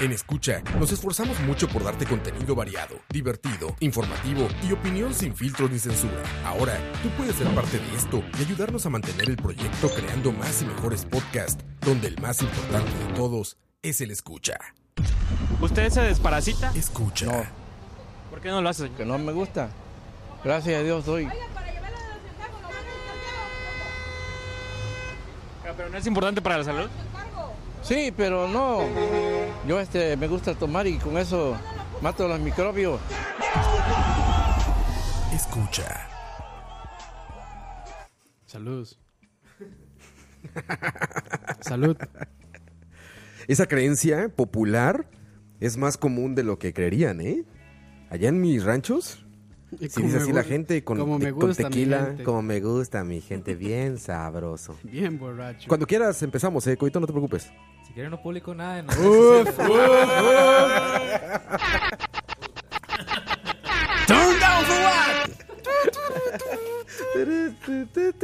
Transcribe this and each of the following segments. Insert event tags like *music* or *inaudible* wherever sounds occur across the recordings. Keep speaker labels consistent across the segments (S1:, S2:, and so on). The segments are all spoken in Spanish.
S1: En Escucha nos esforzamos mucho por darte contenido variado, divertido, informativo y opinión sin filtros ni censura. Ahora, tú puedes ser parte de esto y ayudarnos a mantener el proyecto creando más y mejores podcasts, donde el más importante de todos es el escucha.
S2: ¿Usted se desparasita?
S1: Escucha.
S2: ¿Por qué no lo hace,
S3: que no me gusta. Gracias a Dios soy.
S2: señor? Ah, ¿Pero no es importante para la salud?
S3: Sí, pero no. Yo este me gusta tomar y con eso mato los microbios.
S1: Escucha.
S4: Salud. *laughs* Salud.
S5: Esa creencia popular es más común de lo que creerían, ¿eh? Allá en mis ranchos, si
S4: Como
S5: dice
S4: me
S5: así la
S4: gu-
S5: gente con,
S4: como me
S5: te- con
S4: gusta mi
S5: tequila,
S4: gente.
S5: como me gusta mi gente, bien sabroso.
S4: Bien borracho.
S5: Cuando quieras empezamos, eh, Coito, no te preocupes.
S6: Si quieren no publico
S5: *laughs*
S6: nada en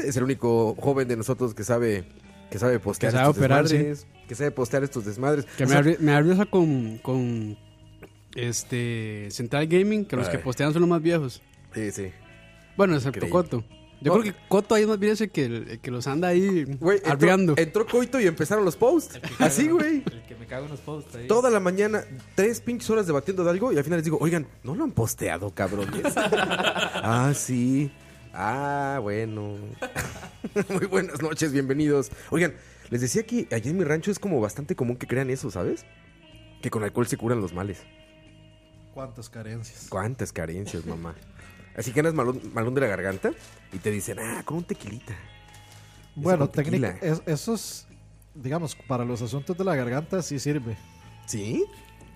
S5: Es el único joven de nosotros que sabe que sabe postear
S4: Que sabe
S5: estos
S4: operarse.
S5: desmadres, que sabe postear estos desmadres.
S4: Que
S5: O
S4: me,
S5: sea,
S4: arri- me arriesga con, con este Central Gaming, que los que
S5: Ay.
S4: postean son los más viejos.
S5: sí, sí.
S4: Bueno, excepto
S5: Increíble.
S4: Coto. Yo
S5: No.
S4: creo que Coto ahí es más bien ese que, el- el que los anda ahí
S5: Güey, entró,
S4: arriando.
S5: entró Coito y empezaron los posts. Así, güey.
S6: El que me cago en los posts ahí.
S5: Toda la mañana, tres pinches horas debatiendo de algo y al final les digo, oigan, no lo han posteado,
S6: *laughs*
S5: cabrones. ah, sí. Ah, bueno. *laughs* Muy buenas noches, bienvenidos. Oigan, les decía que allá en mi rancho es como bastante común que crean eso, ¿sabes? Que con alcohol se curan los males.
S7: ¿Cuántas carencias?
S5: Cuántas carencias, mamá. Así que andas malón, malón de la garganta y te dicen, ah, con un tequilita. Eso
S7: Bueno,
S5: con tequila.
S7: técnica, es- eso es, digamos, para los asuntos de la garganta sí sirve.
S5: ¿Sí?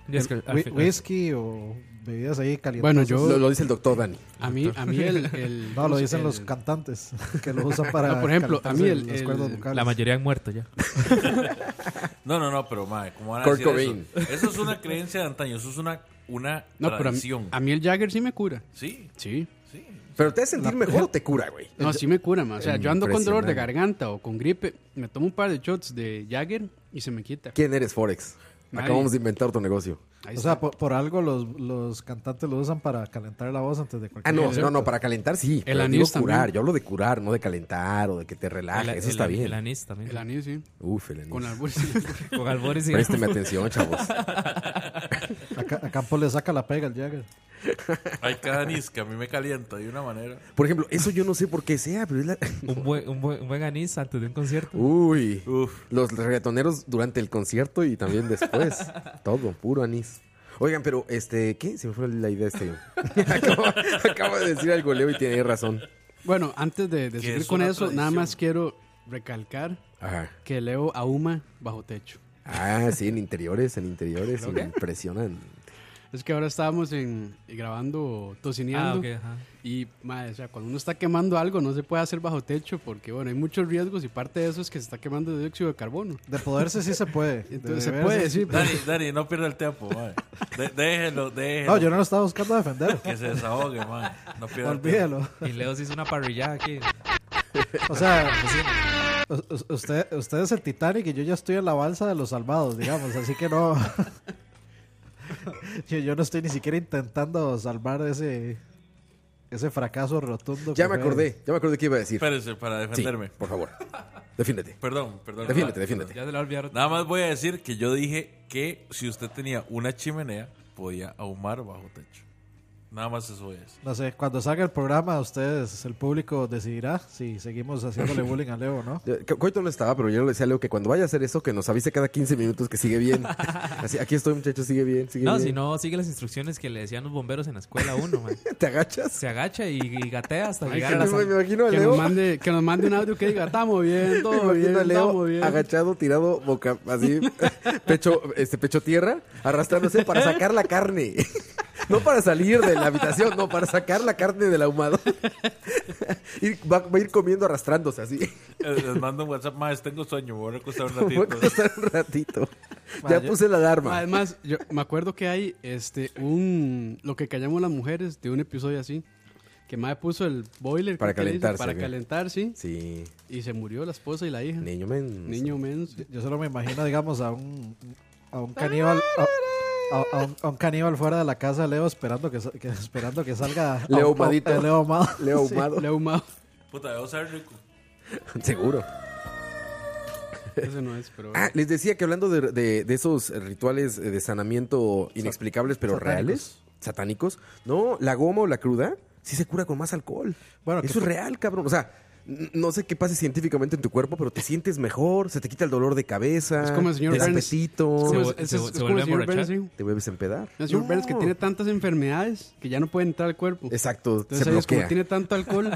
S6: Y es que, al
S7: Whi-
S6: fin-
S7: whisky o bebidas ahí calientes.
S4: Bueno, yo-
S5: Lo, lo dice el doctor Dani.
S4: A mí, a mí el... el-
S7: *laughs* No, lo
S4: el-
S7: dicen los
S4: *laughs*
S7: cantantes que lo usan para.
S4: No, por ejemplo,
S7: calentarse
S4: a mí el-
S7: las
S4: el-
S7: cuerdas vocales.
S6: La mayoría han muerto *laughs* ya.
S8: No, no, no, pero madre,
S4: Ah,
S8: ¿cómo van a
S5: Kurt
S8: decir
S5: Cobain.
S8: eso? Eso es una creencia de antaño, eso es una, una
S4: No, pero a mí,
S8: tradición.
S4: a mí el Jagger sí me cura.
S8: Sí,
S4: Sí.
S8: sí.
S5: ¿Pero te hace sentir mejor o te cura, güey?
S4: No, sí me cura, más. O sea, yo ando con dolor de
S5: Impresionante.
S4: garganta o con gripe, me tomo un par de shots de Jagger y se me quita.
S5: ¿Quién eres, Forex?
S4: Nadie.
S5: Acabamos de inventar tu negocio.
S4: Ahí
S7: O sea,
S4: está.
S7: por, por algo los, los cantantes lo usan para calentar la voz antes de
S5: Ah,
S7: cualquier
S5: no,
S7: concierto.
S5: no, no, para calentar sí. pero
S4: anís
S5: digo curar,
S4: también.
S5: yo hablo de curar, no de calentar o de que te relajes,
S6: El-
S5: Ah, eso
S6: el-
S5: está bien.
S6: El anís también.
S4: el anís, sí.
S5: Uf, el anís.
S4: Con albur.
S5: *laughs*
S6: *laughs* Con albores y...
S5: Présteme atención, chavos.
S7: *laughs* Acá- a Campo le saca la pega el Jagger.
S8: Hay cada anís que a mí me calienta de una manera.
S5: Por ejemplo, eso yo no sé por qué sea, pero es la... *laughs*
S6: Un buen, un, buen, un buen anís antes de un concierto.
S5: Uh, Uy, los reggaetoneros durante el concierto y también
S4: *laughs*
S5: después. Todo, puro anís. Oigan, pero este, ¿qué? Se me fue la idea este. *laughs* acabo, acabo de decir algo, Leo, y tiene razón.
S4: Bueno, antes de, de
S8: Que
S4: seguir
S8: es
S4: con
S8: una
S4: eso, nada
S8: tradición.
S4: más quiero recalcar
S5: Ajá.
S4: que Leo ahuma bajo techo.
S5: Ah, sí, en interiores, en interiores, y me impresionan.
S4: Es que ahora estábamos en, eh, grabando Tocineando.
S6: Ah, ok, ajá.
S4: Y, madre, o sea, cuando uno está quemando algo, no se puede hacer bajo techo porque, bueno, hay muchos riesgos y parte de eso es que se está quemando dióxido de carbono.
S7: De poderse sí se
S4: *laughs*
S7: puede. de
S4: Entonces se
S7: beberse
S4: puede
S7: sí.
S4: decir,
S8: Dani, Dani, no pierda el tiempo, madre. De- déjelo, déjelo.
S7: No, yo no lo estaba
S4: *laughs*
S7: buscando defender.
S8: Que se desahogue, madre. No pierda el tiempo.
S7: Olvídalo.
S6: Y Leo se hizo una parrillada aquí.
S7: O sea, pues u- u- usted, usted es el Titanic y yo ya estoy en la balsa de los salvados, digamos, así que no. *laughs* Yo, yo no estoy ni siquiera intentando salvar ese ese fracaso rotundo.
S5: Ya
S7: que
S5: me
S7: fue.
S5: acordé, ya me acordé qué iba a decir.
S8: Espérese para
S5: Sí,
S8: defenderme.
S5: por favor. Defiéndete.
S8: Perdón, perdón.
S5: Defiéndete,
S8: madre.
S5: defiéndete.
S6: Ya se lo olvidaron.
S8: Nada más voy a decir que yo dije que si usted tenía una chimenea, podía ahumar bajo techo. Nada más eso es.
S7: No sé, cuando salga el programa, ustedes, el público decidirá si
S5: *laughs*
S7: seguimos haciéndole bullying a Leo o no.
S5: Eh, Co- Coito no estaba, pero yo le decía a Leo que cuando vaya a hacer eso, que nos avise cada 15 minutos que sigue bien. Así, aquí estoy, muchachos, sigue bien, sigue
S6: No,
S5: bien.
S6: si no, sigue las instrucciones que le decían los bomberos en la escuela a uno, man.
S5: ¿Te agachas?
S6: Se agacha y, y gatea hasta
S4: Ay,
S6: llegar
S4: que
S6: a la
S5: me, me
S6: sala.
S5: imagino a
S4: Que nos,
S5: Leo,
S4: mande, que nos mande un audio que diga,
S5: *laughs*
S4: estamos bien,
S5: me
S4: todo bien,
S5: imagino a
S4: estamos bien.
S5: Leo agachado, tirado, boca, así, *laughs* pecho, este, pecho tierra, arrastrándose para sacar la carne. *laughs* No para salir de la habitación, no, para sacar la carne del ahumado. *laughs* Y va, va a ir comiendo arrastrándose así. *laughs*
S8: Eh, Les mando un WhatsApp, más tengo sueño, me voy a recostar un
S5: *laughs* Voy a
S8: ratito.
S5: costar un ratito. Ya puse la alarma.
S4: Además, yo me acuerdo que hay este un lo que callamos las mujeres de un episodio así. Que Mae puso el boiler
S5: Para
S4: creo que le dicen,
S5: calentarse,
S4: para
S5: güey.
S4: calentar, sí.
S5: Sí,
S4: Y se murió la esposa y la hija.
S5: niño men.
S4: Niño menos. *laughs*
S7: Yo solo me imagino, digamos, a un, a un caníbal. A, a- a un, a un caníbal fuera de la casa de Leo esperando que, sa- que- esperando que salga
S5: Leo
S7: ahum-
S5: ahumadito.
S7: eh, Leo ahumado.
S4: *laughs*
S5: Leo ahumado.
S4: Le ahumado.
S8: Puta, debo ser rico.
S5: Seguro.
S4: Ese no es, pero.
S5: Ah, les decía que hablando de, de- de esos rituales eh, de sanamiento inexplicables pero
S7: satánicos.
S5: reales, satánicos, no, la goma o la cruda sí se cura con más alcohol.
S7: Bueno, que
S5: Eso es
S7: por-
S5: real, cabrón. O sea, n- no sé qué pase científicamente en tu cuerpo, pero te sientes mejor, se te quita el dolor de cabeza,
S4: Es como el señor
S5: te da
S4: Burns.
S5: apetito,
S4: Es como
S6: se-
S4: ese-
S6: se-
S4: es
S6: se
S4: como
S6: vuelve
S4: el
S6: a
S4: señor
S6: emborrachar.
S4: Burns, sí.
S5: te vuelves a empedar.
S4: El señor
S5: No.
S4: Burns que tiene tantas enfermedades que ya no puede entrar al cuerpo.
S5: Exacto,
S4: Entonces
S5: se
S4: ellos como
S5: bloquea.
S4: tiene tanto alcohol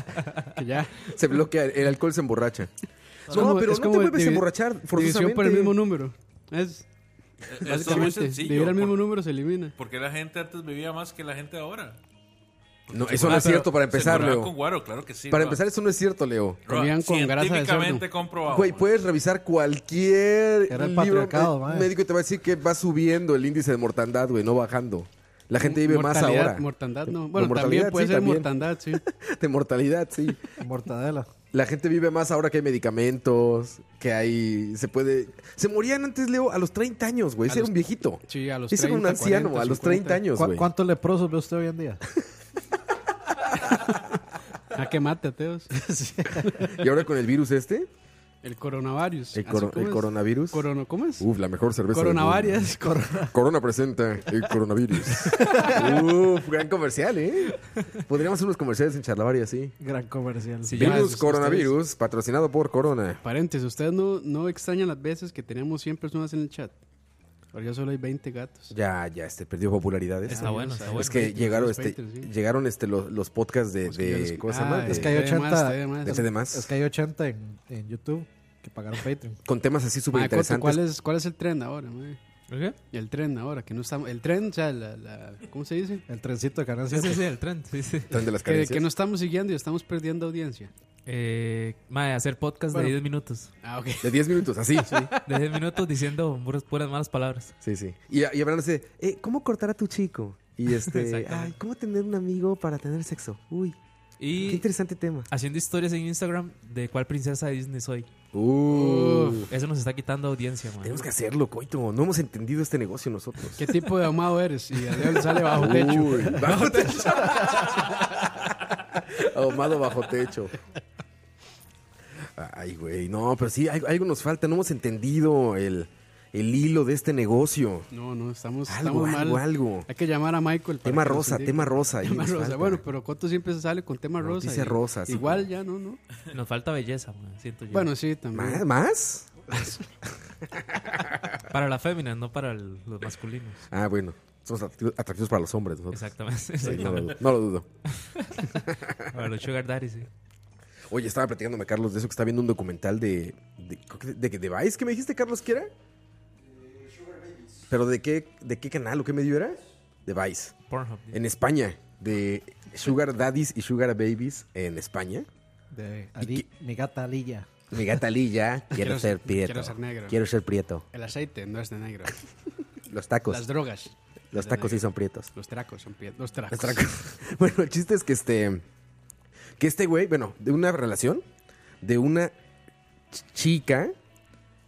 S5: *laughs*
S4: que ya.
S5: Se bloquea, el alcohol se emborracha.
S4: Es
S5: No,
S4: como-
S5: pero
S4: es
S5: no te
S4: como
S5: vuelves
S4: divi-
S5: a emborrachar
S4: División
S5: forzosamente.
S4: por el mismo número. Es
S8: Eh, Esto es muy
S4: básicamente
S8: sencillo.
S4: dividir el mismo
S8: ¿Por,
S4: número se elimina.
S8: por qué la gente antes vivía más que la gente ahora?
S5: No, eso no es cierto para
S8: Se
S5: empezar,
S8: curaban
S5: Leo.
S8: con guaro, claro que sí.
S5: Para
S8: Roa.
S5: empezar, eso no es cierto, Leo.
S8: Roa,
S4: Comían con grasa de
S8: Científicamente
S4: cerdo.
S8: comprobado.
S5: Güey, puedes revisar cualquier
S7: Era el
S5: libro
S7: patriarcado,
S5: me-
S7: mae.
S5: médico y te va a decir que va subiendo el índice de mortandad, güey, no bajando. La gente vive más
S4: Mortalidad,
S5: ahora.
S4: Mortandad,
S5: De-
S4: no.
S5: de
S4: Bueno, también
S5: mortalidad,
S4: puede
S5: sí,
S4: ser
S5: también.
S4: mortandad,
S5: *laughs*
S4: sí.
S5: De mortalidad, sí.
S7: Mortadela.
S5: La gente vive más ahora que hay medicamentos, que hay... Se puede... Se morían antes, Leo, a los 30 años, güey.
S4: A
S5: Ese era
S4: los-
S5: un viejito.
S4: Sí, a los
S5: Ese era un
S4: 30,
S5: anciano,
S4: 40,
S5: a los
S4: 50.
S5: 30 años,
S7: ¿Cu-
S5: güey.
S7: ¿Cuántos leprosos ve usted hoy en día? *laughs*
S4: A Ah, que mate, ateos.
S5: Y ahora con el virus este,
S4: El coronavirus.
S5: el, coro-
S4: Así, ¿cómo
S5: el
S4: es?
S5: coronavirus... Uh,
S4: Corono, ¿Cómo es?
S5: Uf, la mejor cerveza. del mundo.
S4: Coronavarias. *laughs* Corona.
S5: Corona presenta el coronavirus. Uf, gran comercial, ¿eh? Podríamos hacer unos comerciales en Charlavaria, sí.
S7: Gran comercial.
S6: Sí, ya,
S5: Virus coronavirus, patrocinado por Corona.
S4: Paréntesis, ustedes no, no extrañan las veces que tenemos 100 personas en el chat. Ahora solo hay 20 gatos.
S5: Ya, ya, este, perdió popularidades.
S6: Está bueno, está bueno.
S5: Es que llegaron,
S4: los
S5: este,
S4: Patriots, sí. llegaron
S5: llegaron este, los, los podcasts de, de ¿cómo se llama?
S4: Ah,
S5: De-
S7: es que hay
S4: de más,
S7: 80
S4: de más.
S5: de este demás.
S7: Es que hay 80 en, en YouTube que pagaron Patreon.
S5: Con temas así súper
S4: Ma, Ah, Coto, ¿cuál
S5: interesantes.
S4: es, ¿Cuál es el tren ahora? mae?
S6: ¿Qué?
S4: El tren ahora, que no estamos... El tren, o sea, la, la- ¿cómo se dice?
S7: El trencito de Canal
S6: Sí, sí,
S7: 7.
S6: sí, el tren. Sí, sí.
S5: de las
S4: *laughs* Que,
S5: carencias.
S4: que no estamos siguiendo y estamos perdiendo audiencia.
S6: Eh, mae, hacer podcast
S4: Bueno.
S6: de 10 minutos.
S4: Ah, ok.
S5: De 10 minutos, así.
S6: De 10 minutos diciendo puras, puras malas palabras.
S5: Sí, sí. Y, y hablándose, eh, ¿cómo cortar a tu chico? Y este,
S6: Exactamente.
S5: ay, ¿cómo tener un amigo para tener sexo? Uy, qué
S6: Y
S5: interesante tema.
S6: haciendo historias en Instagram de cuál princesa de Disney soy.
S5: Uf.
S6: Eso nos está quitando audiencia, man.
S5: Tenemos que hacerlo, coito. No hemos entendido este negocio nosotros.
S4: ¿Qué tipo de ahumado eres? Y a Leo le
S5: *laughs*
S4: sale bajo techo.
S5: Uy,
S4: *laughs*
S5: bajo techo. Ahumado bajo techo. Ay, güey. No, pero sí, algo, algo nos falta. No hemos entendido el, el hilo de este negocio.
S4: No, no, estamos,
S5: Algo,
S4: estamos
S5: algo,
S4: mal.
S5: algo.
S4: Hay que llamar a Michael. para
S5: Tema
S4: que nos
S5: rosa,
S4: indique.
S5: tema rosa. ahí
S4: *laughs* Tema
S5: nos
S4: rosa.
S5: falta.
S4: Bueno, pues, pero Coto siempre se sale con tema rosa.
S5: Noticias
S4: y-
S5: rosas, sí,
S4: Igual
S5: como-
S4: ya, ¿no? no
S6: Nos falta belleza, man. Siento yo.
S4: Bueno, sí,
S5: ¿Más?
S4: también.
S5: ¿Más?
S6: para las féminas, no para el- los masculinos.
S5: Ah, bueno. Somos atractivos, atractivos para los hombres nosotros.
S6: Exactamente.
S5: Pues, Sí, no, lo,
S6: exactamente.
S5: dudo, no lo dudo.
S6: *laughs* Para los sugar daddy, sí.
S5: Oye, estaba platicándome, Carlos, de eso que está viendo un documental de. ¿De, creo que de, de, Vice que me dijiste, Carlos, que era? ¿Pero de qué, de qué canal o qué medio era? De Vice.
S6: Pornhub.
S5: En España. De Sugar Daddies y Sugar Babies en España.
S7: De
S5: ¿Y
S7: Ali- mi gata Lilla.
S5: Mi gata Lilla, quiero,
S4: *laughs* Quiero-
S5: ser prieto.
S4: quiero ser negro.
S5: Quiero ser prieto.
S4: El aceite no es
S5: *laughs*
S4: de negro.
S5: Los tacos.
S4: Las drogas.
S5: los
S4: de
S5: tacos sí
S4: negro.
S5: son prietos.
S4: Los tracos son pie- Los tracos.
S5: Los tacos. *laughs* bueno, el chiste es que este. Que este güey, bueno, de una relación de una ch- chica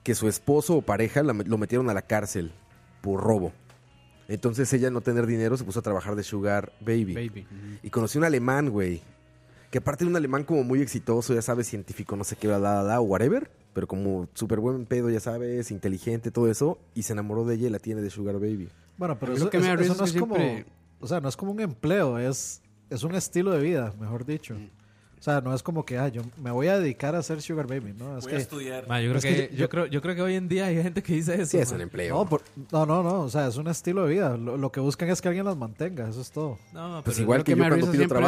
S5: que su esposo o pareja la met- lo metieron a la cárcel por robo. Entonces ella, no tener dinero, se puso a trabajar de Sugar
S4: Baby.
S5: Y conocí un alemán, güey. Que aparte de un alemán como muy exitoso, ya sabes, científico, no sé qué, la, la, la, whatever. Pero como súper buen pedo, ya sabes, inteligente, todo eso. Y se enamoró de ella y la tiene de Sugar Baby.
S7: Bueno, pero
S4: Pero
S7: eso,
S4: lo que me
S7: eso-
S4: da risa
S7: eso
S4: es que
S7: no es como...
S4: siempre...
S7: o sea, no es como un empleo, es, es un estilo de vida, mejor dicho.
S4: Mm.
S7: O sea, no es como que, ah, yo me voy a dedicar a ser Sugar Baby, ¿no? Es
S8: Voy a
S7: que,
S8: estudiar.
S6: Ma, yo, creo
S7: Es
S6: que,
S7: que
S6: yo,
S7: yo-
S6: creo, yo creo que hoy en día hay gente que dice eso.
S5: Sí, es
S6: ma.
S5: un empleo.
S7: no, por- no, no, no, o sea, es un estilo de vida. Lo, lo que buscan es que alguien las mantenga, eso es todo.
S6: No, ma,
S5: pues
S6: pero-
S5: igual
S4: lo
S5: que,
S4: que
S5: yo
S4: me
S5: cuando
S4: risa
S5: pido
S4: siempre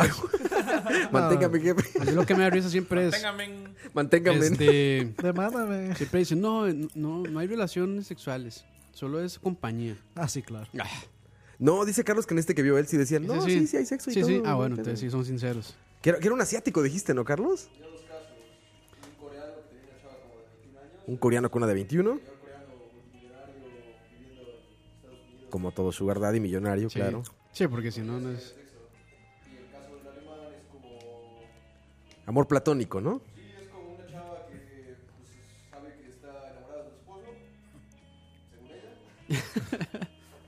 S5: trabajo. *laughs* Manténgame,
S4: *laughs*
S5: jefe.
S4: A mí lo que me da risa
S8: *laughs*
S4: siempre es.
S8: Téngame.
S5: Manténgame.
S4: Este,
S7: Demándame.
S4: siempre dicen, no, eh, no, no hay relaciones sexuales. Solo es compañía.
S7: Ah, sí, claro.
S5: No, dice Carlos que en este que vio él sí decían, no,
S4: Dice,
S5: sí, sí, hay sexo y
S4: sí,
S5: todo.
S4: Sí, ah, bueno, entonces sí son sinceros.
S5: Que era, que era un asiático, dijiste, ¿no, Carlos? Un coreano con una de 21. Como todo sugar daddy millonario,
S4: Sí.
S5: claro.
S4: Sí, porque si no, no es.
S5: Amor platónico, ¿no?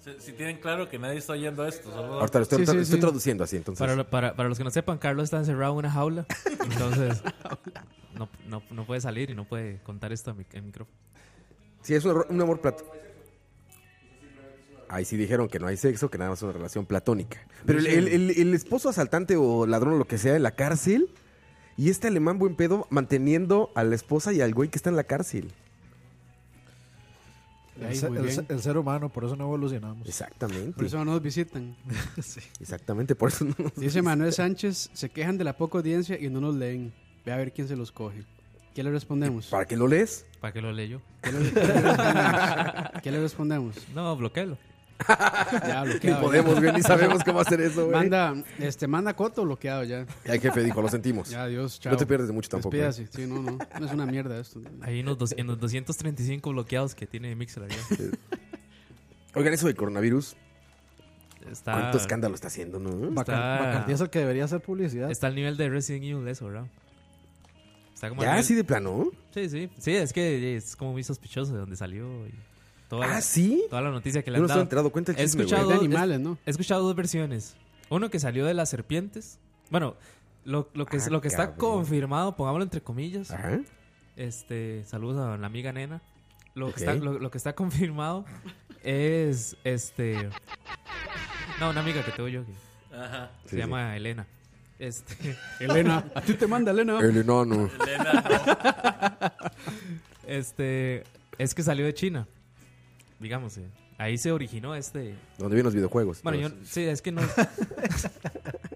S8: Si, si tienen claro que nadie está oyendo esto, solo
S5: Ahorita lo estoy,
S4: Sí, sí,
S5: lo estoy
S4: sí.
S5: traduciendo así, entonces.
S6: para, lo- para, para los que no sepan, Carlos está encerrado en una jaula. Entonces, no, no, no puede salir y no puede contar esto en, mi, en micrófono.
S5: Sí, es un, error- un amor platónico. Ahí sí dijeron que no hay sexo, que nada más es una relación platónica. Pero el, el- el- el esposo asaltante o ladrón o lo que sea en la cárcel. Y este alemán buen pedo manteniendo a la esposa y al güey que está en la cárcel.
S7: El,
S4: Ahí,
S7: se-
S4: muy
S7: el
S4: bien.
S7: se- el ser humano, por eso no evolucionamos.
S5: Exactamente.
S4: Por eso no
S5: *laughs*
S4: nos visitan.
S5: Exactamente, por eso no nos
S4: Dice Manuel Sánchez, se quejan de la poca audiencia y no nos leen. Ve a ver quién se los coge. ¿Qué le respondemos?
S5: ¿Para qué lo lees?
S6: ¿Para qué lo leyo?
S4: ¿Qué le, qué le respondemos? ¿Qué le respondemos?
S6: No, bloquealo.
S4: *laughs* Ya,
S5: *laughs* Ni
S4: bloqueado. ya.
S5: podemos, güey, ni sabemos cómo hacer eso, güey.
S4: Manda, este, manda Coto bloqueado ya.
S5: Ya el jefe dijo, lo sentimos.
S4: Ya, adiós, chao.
S5: no te pierdes de mucho tampoco. eh.
S4: Despídase. Sí, no, no. No es una
S5: *laughs*
S4: mierda esto.
S6: Ahí en los, dos- en los 235 bloqueados que tiene Mixer. ya.
S5: ¿eh? Oigan, eso del coronavirus,
S6: Está,
S5: cuánto escándalo está haciendo, ¿no?
S7: Bacar-
S6: Está-
S7: Bacardí es el que debería hacer publicidad.
S6: está al nivel de Resident Evil eso, ¿verdad? Está como al
S5: Ya,
S6: nivel-
S5: así de plano.
S6: Sí, sí. Sí, es que es como muy sospechoso de dónde salió. Y toda, la,
S5: Ah, sí.
S6: toda la noticia que le
S5: Yo no
S6: han
S5: estaba
S6: dado.
S5: enterado. Cuenta el
S6: He
S5: chisme, güey.
S6: escuchado-
S4: Es de animales, ¿no?
S6: He escuchado dos versiones. Uno que salió de las serpientes. Bueno, lo, lo que,
S5: Ah,
S6: lo que está
S5: cabrón. Ah.
S6: confirmado, pongámoslo entre comillas.
S5: Ajá.
S6: Este, saludos a la amiga nena. Lo,
S5: Ok.
S6: que, está, lo, lo que está *laughs* confirmado es este. No, una amiga que tengo yo que
S8: Ajá.
S6: se
S5: Sí,
S6: llama Elena. Este,
S4: Elena. *laughs* A ti te manda, Elena.
S5: El enano.
S8: Elena, no.
S6: este, es que salió de China. Digamos, eh, ahí se originó este.
S5: Donde vienen los videojuegos.
S6: Bueno, yo,
S5: Todos.
S6: sí, es que no. *laughs*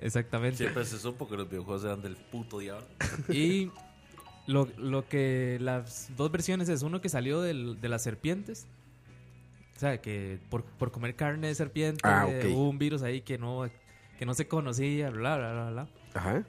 S6: Exactamente.
S8: Siempre se supo que los videojuegos eran del puto diablo.
S6: Y lo, lo que las dos versiones es uno que salió del- de las serpientes. O sea, que por, por comer carne de serpiente
S5: Ah, ok.
S6: hubo un virus ahí que no, que no se conocía, bla, bla, bla, bla.
S5: Ajá.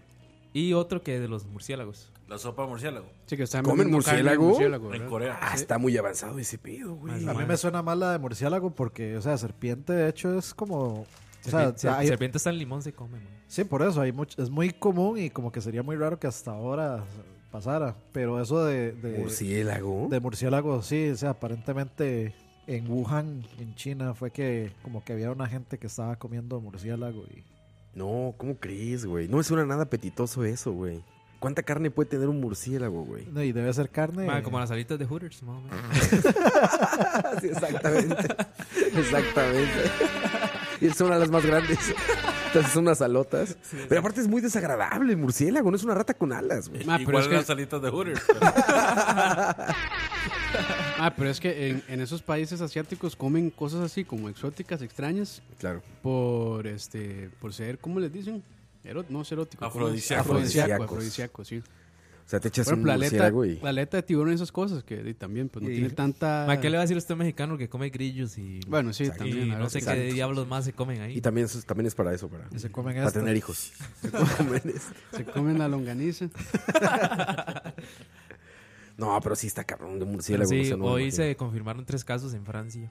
S6: Y otro que de los murciélagos.
S8: La sopa de murciélago.
S4: Sí, que están
S5: ¿Comen
S4: vendiendo carne de
S5: murciélago?
S8: En
S4: ¿verdad?
S8: Corea.
S5: Ah,
S4: este-
S5: está muy avanzado ese pedo,
S6: Más
S5: güey.
S7: A mí
S6: Madre.
S7: me suena mal la de murciélago porque, o sea, serpiente de hecho es como... O sea,
S6: Serpiente, ser-
S7: hay-
S6: serpiente está en limón, se come, man.
S7: sí, por eso, hay much- es muy común y como que sería muy raro que hasta ahora pasara. Pero eso de, de,
S5: Murciélago.
S7: de murciélago, sí, o sea, aparentemente en Wuhan, en China, fue que como que había una gente que estaba comiendo murciélago y...
S5: No, ¿cómo crees, güey? No me suena nada apetitoso eso, güey. ¿Cuánta carne puede tener un murciélago,
S7: *laughs*
S5: güey?
S7: no, y debe ser carne...
S6: Man, Ah, como las alitas de Hooters, más o menos.
S5: Sí, exactamente. *laughs* exactamente. Y son una de las más grandes. Entonces son unas alotas. Pero aparte es muy desagradable el murciélago, no es una rata con alas, güey.
S4: Ma, pero
S8: Igual
S4: es que-
S8: las alitas de Hooters.
S4: *laughs* Ah, pero es que en, en esos países asiáticos comen cosas así como exóticas, extrañas,
S5: Claro.
S4: por este, por ser, ¿cómo les dicen? Ero- no es erótico. ¿cómo es?
S8: Afrodisíacos.
S4: Afrodisíaco,
S5: Afrodisíacos.
S4: afrodisíaco, sí.
S5: O sea, te echas
S4: Por
S5: un
S4: ejemplo, la aleta,
S5: murciélago y...
S4: la aleta de tiburón y esas cosas que di, también pues no
S5: Y-
S4: tiene tanta...
S6: Man, ¿Qué le va a decir usted mexicano que come grillos y,
S4: Bueno, sí,
S6: y
S4: también. la
S6: no
S4: verdad
S6: sé
S4: que
S6: qué
S4: sí.
S6: diablos más se comen ahí?
S5: Y también, eso es- también es para eso, para,
S7: que se comen
S5: para
S7: esto.
S5: tener hijos. Comer esto.
S4: Se comen la longaniza.
S5: *laughs* no, pero sí está cabrón de murciélago.
S6: Pero sí,
S5: no sé, no me
S6: hoy
S5: imagino.
S6: se confirmaron tres casos en Francia.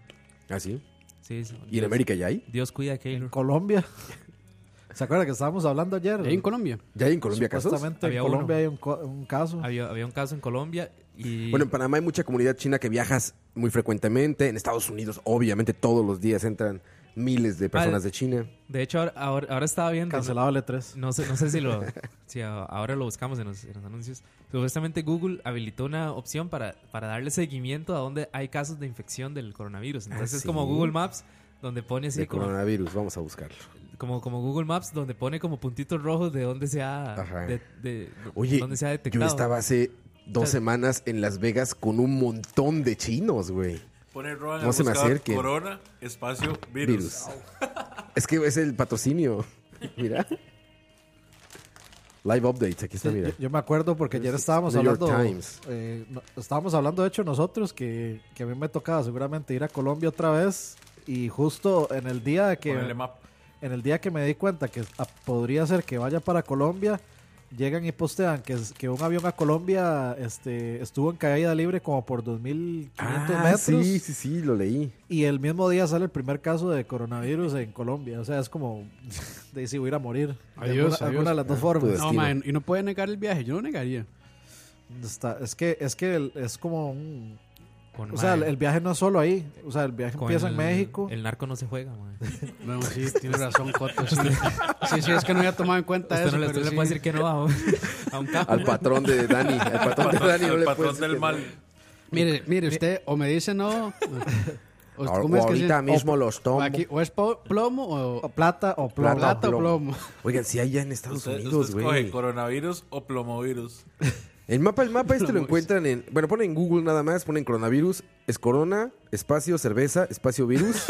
S5: ¿Ah, sí?
S6: Sí, sí.
S5: ¿Y en América ya hay?
S6: Dios cuida a Keylor.
S7: Colombia. *laughs* ¿Se acuerda que estábamos hablando ayer?
S4: Ahí en Colombia.
S5: ¿Ya hay en Colombia casos?
S7: Supuestamente
S6: Había
S7: en Colombia
S6: uno.
S7: hay un, co- un caso.
S6: Había, había un caso en Colombia y...
S5: Bueno, en Panamá hay mucha comunidad china que viajas muy frecuentemente. En Estados Unidos, obviamente, todos los días entran miles de personas de China.
S6: De hecho, ahora, ahora, ahora estaba viendo...
S7: Cancelado el E3.
S6: No, no sé, no sé si lo... *laughs* si a- ahora lo buscamos en los, en los anuncios. Supuestamente Google habilitó una opción para, para darle seguimiento a donde hay casos de infección del coronavirus. Entonces es como
S5: Ah, sí?
S6: Google Maps, donde pone así
S5: de
S6: como,
S5: coronavirus, vamos a buscarlo.
S6: como, como Google Maps, donde pone como puntitos rojos de dónde se ha,
S5: Ajá.
S6: de, de-
S5: Oye,
S6: dónde se ha
S5: yo
S6: detectado.
S5: estaba hace dos
S6: O sea-
S5: semanas en Las Vegas con un montón de chinos, güey.
S8: Pone Roa en
S5: No
S8: el
S5: se me
S8: buscador
S5: acerquen. Ah,
S8: Corona, espacio, virus.
S5: Virus. Es que es el patrocinio. *laughs* Mira. Live updates, aquí está,
S7: Sí,
S5: mira.
S7: yo, yo me acuerdo porque ayer estábamos
S5: New York
S7: hablando,
S5: Times.
S7: eh, no- estábamos hablando de hecho nosotros que, que a mí me tocaba seguramente ir a Colombia otra vez y justo en el día que
S8: Ponele map.
S7: en el día que me di cuenta que ah, podría ser que vaya para Colombia llegan y postean que, es- que un avión a Colombia este estuvo en caída libre como por 2.500
S5: Ah,
S7: metros
S5: sí, sí, sí, lo
S7: *laughs*
S5: leí.
S7: y el mismo día sale el primer caso de coronavirus en Colombia o sea es como *laughs* de si voy a ir a morir de
S4: Adiós,
S7: alguna, alguna de las dos formas
S5: Pues,
S4: No,
S5: destino.
S4: man, y no puede negar el viaje, yo no negaría.
S7: Está- es que es que el- es como un
S6: Con-
S7: o sea el,
S6: mae,
S7: el viaje no es solo ahí o sea el viaje
S6: con
S7: empieza en
S6: el-
S7: México
S6: El narco no se juega, mae.
S4: Bueno,
S6: *laughs*
S4: sí, tiene razón, Coto. Sí, sí, sí, es que no había tomado en cuenta
S6: Usted
S4: eso.
S6: no le,
S4: pero
S6: usted le
S4: sí.
S6: puede decir que no a, a un capo.
S5: Al patrón de Dani. Al patrón de Dani no
S8: Al
S5: le
S8: patrón
S5: puedes decir
S8: del
S5: que
S8: mal.
S4: Mire, mire, usted o me
S5: *laughs*
S4: dice no. o-
S5: no.
S4: o-
S5: Ahor-
S4: ¿cómo es que
S5: ahorita
S4: se-
S5: mismo
S4: o-
S5: los
S4: o
S5: tomo.
S4: aquí- o es po- plomo o
S7: o plata o plomo
S5: Plata.
S4: plata o plomo.
S5: Oigan, si hay ya en Estados
S8: Usted,
S5: Unidos,
S8: usted escoge
S5: güey.
S8: coronavirus o plomovirus.
S5: El mapa, el mapa
S8: *laughs*
S5: este lo
S4: Plomo,
S5: encuentran en... Bueno, ponen en Google nada más, ponen coronavirus, es corona, espacio, cerveza, espacio,
S8: *laughs*
S5: virus.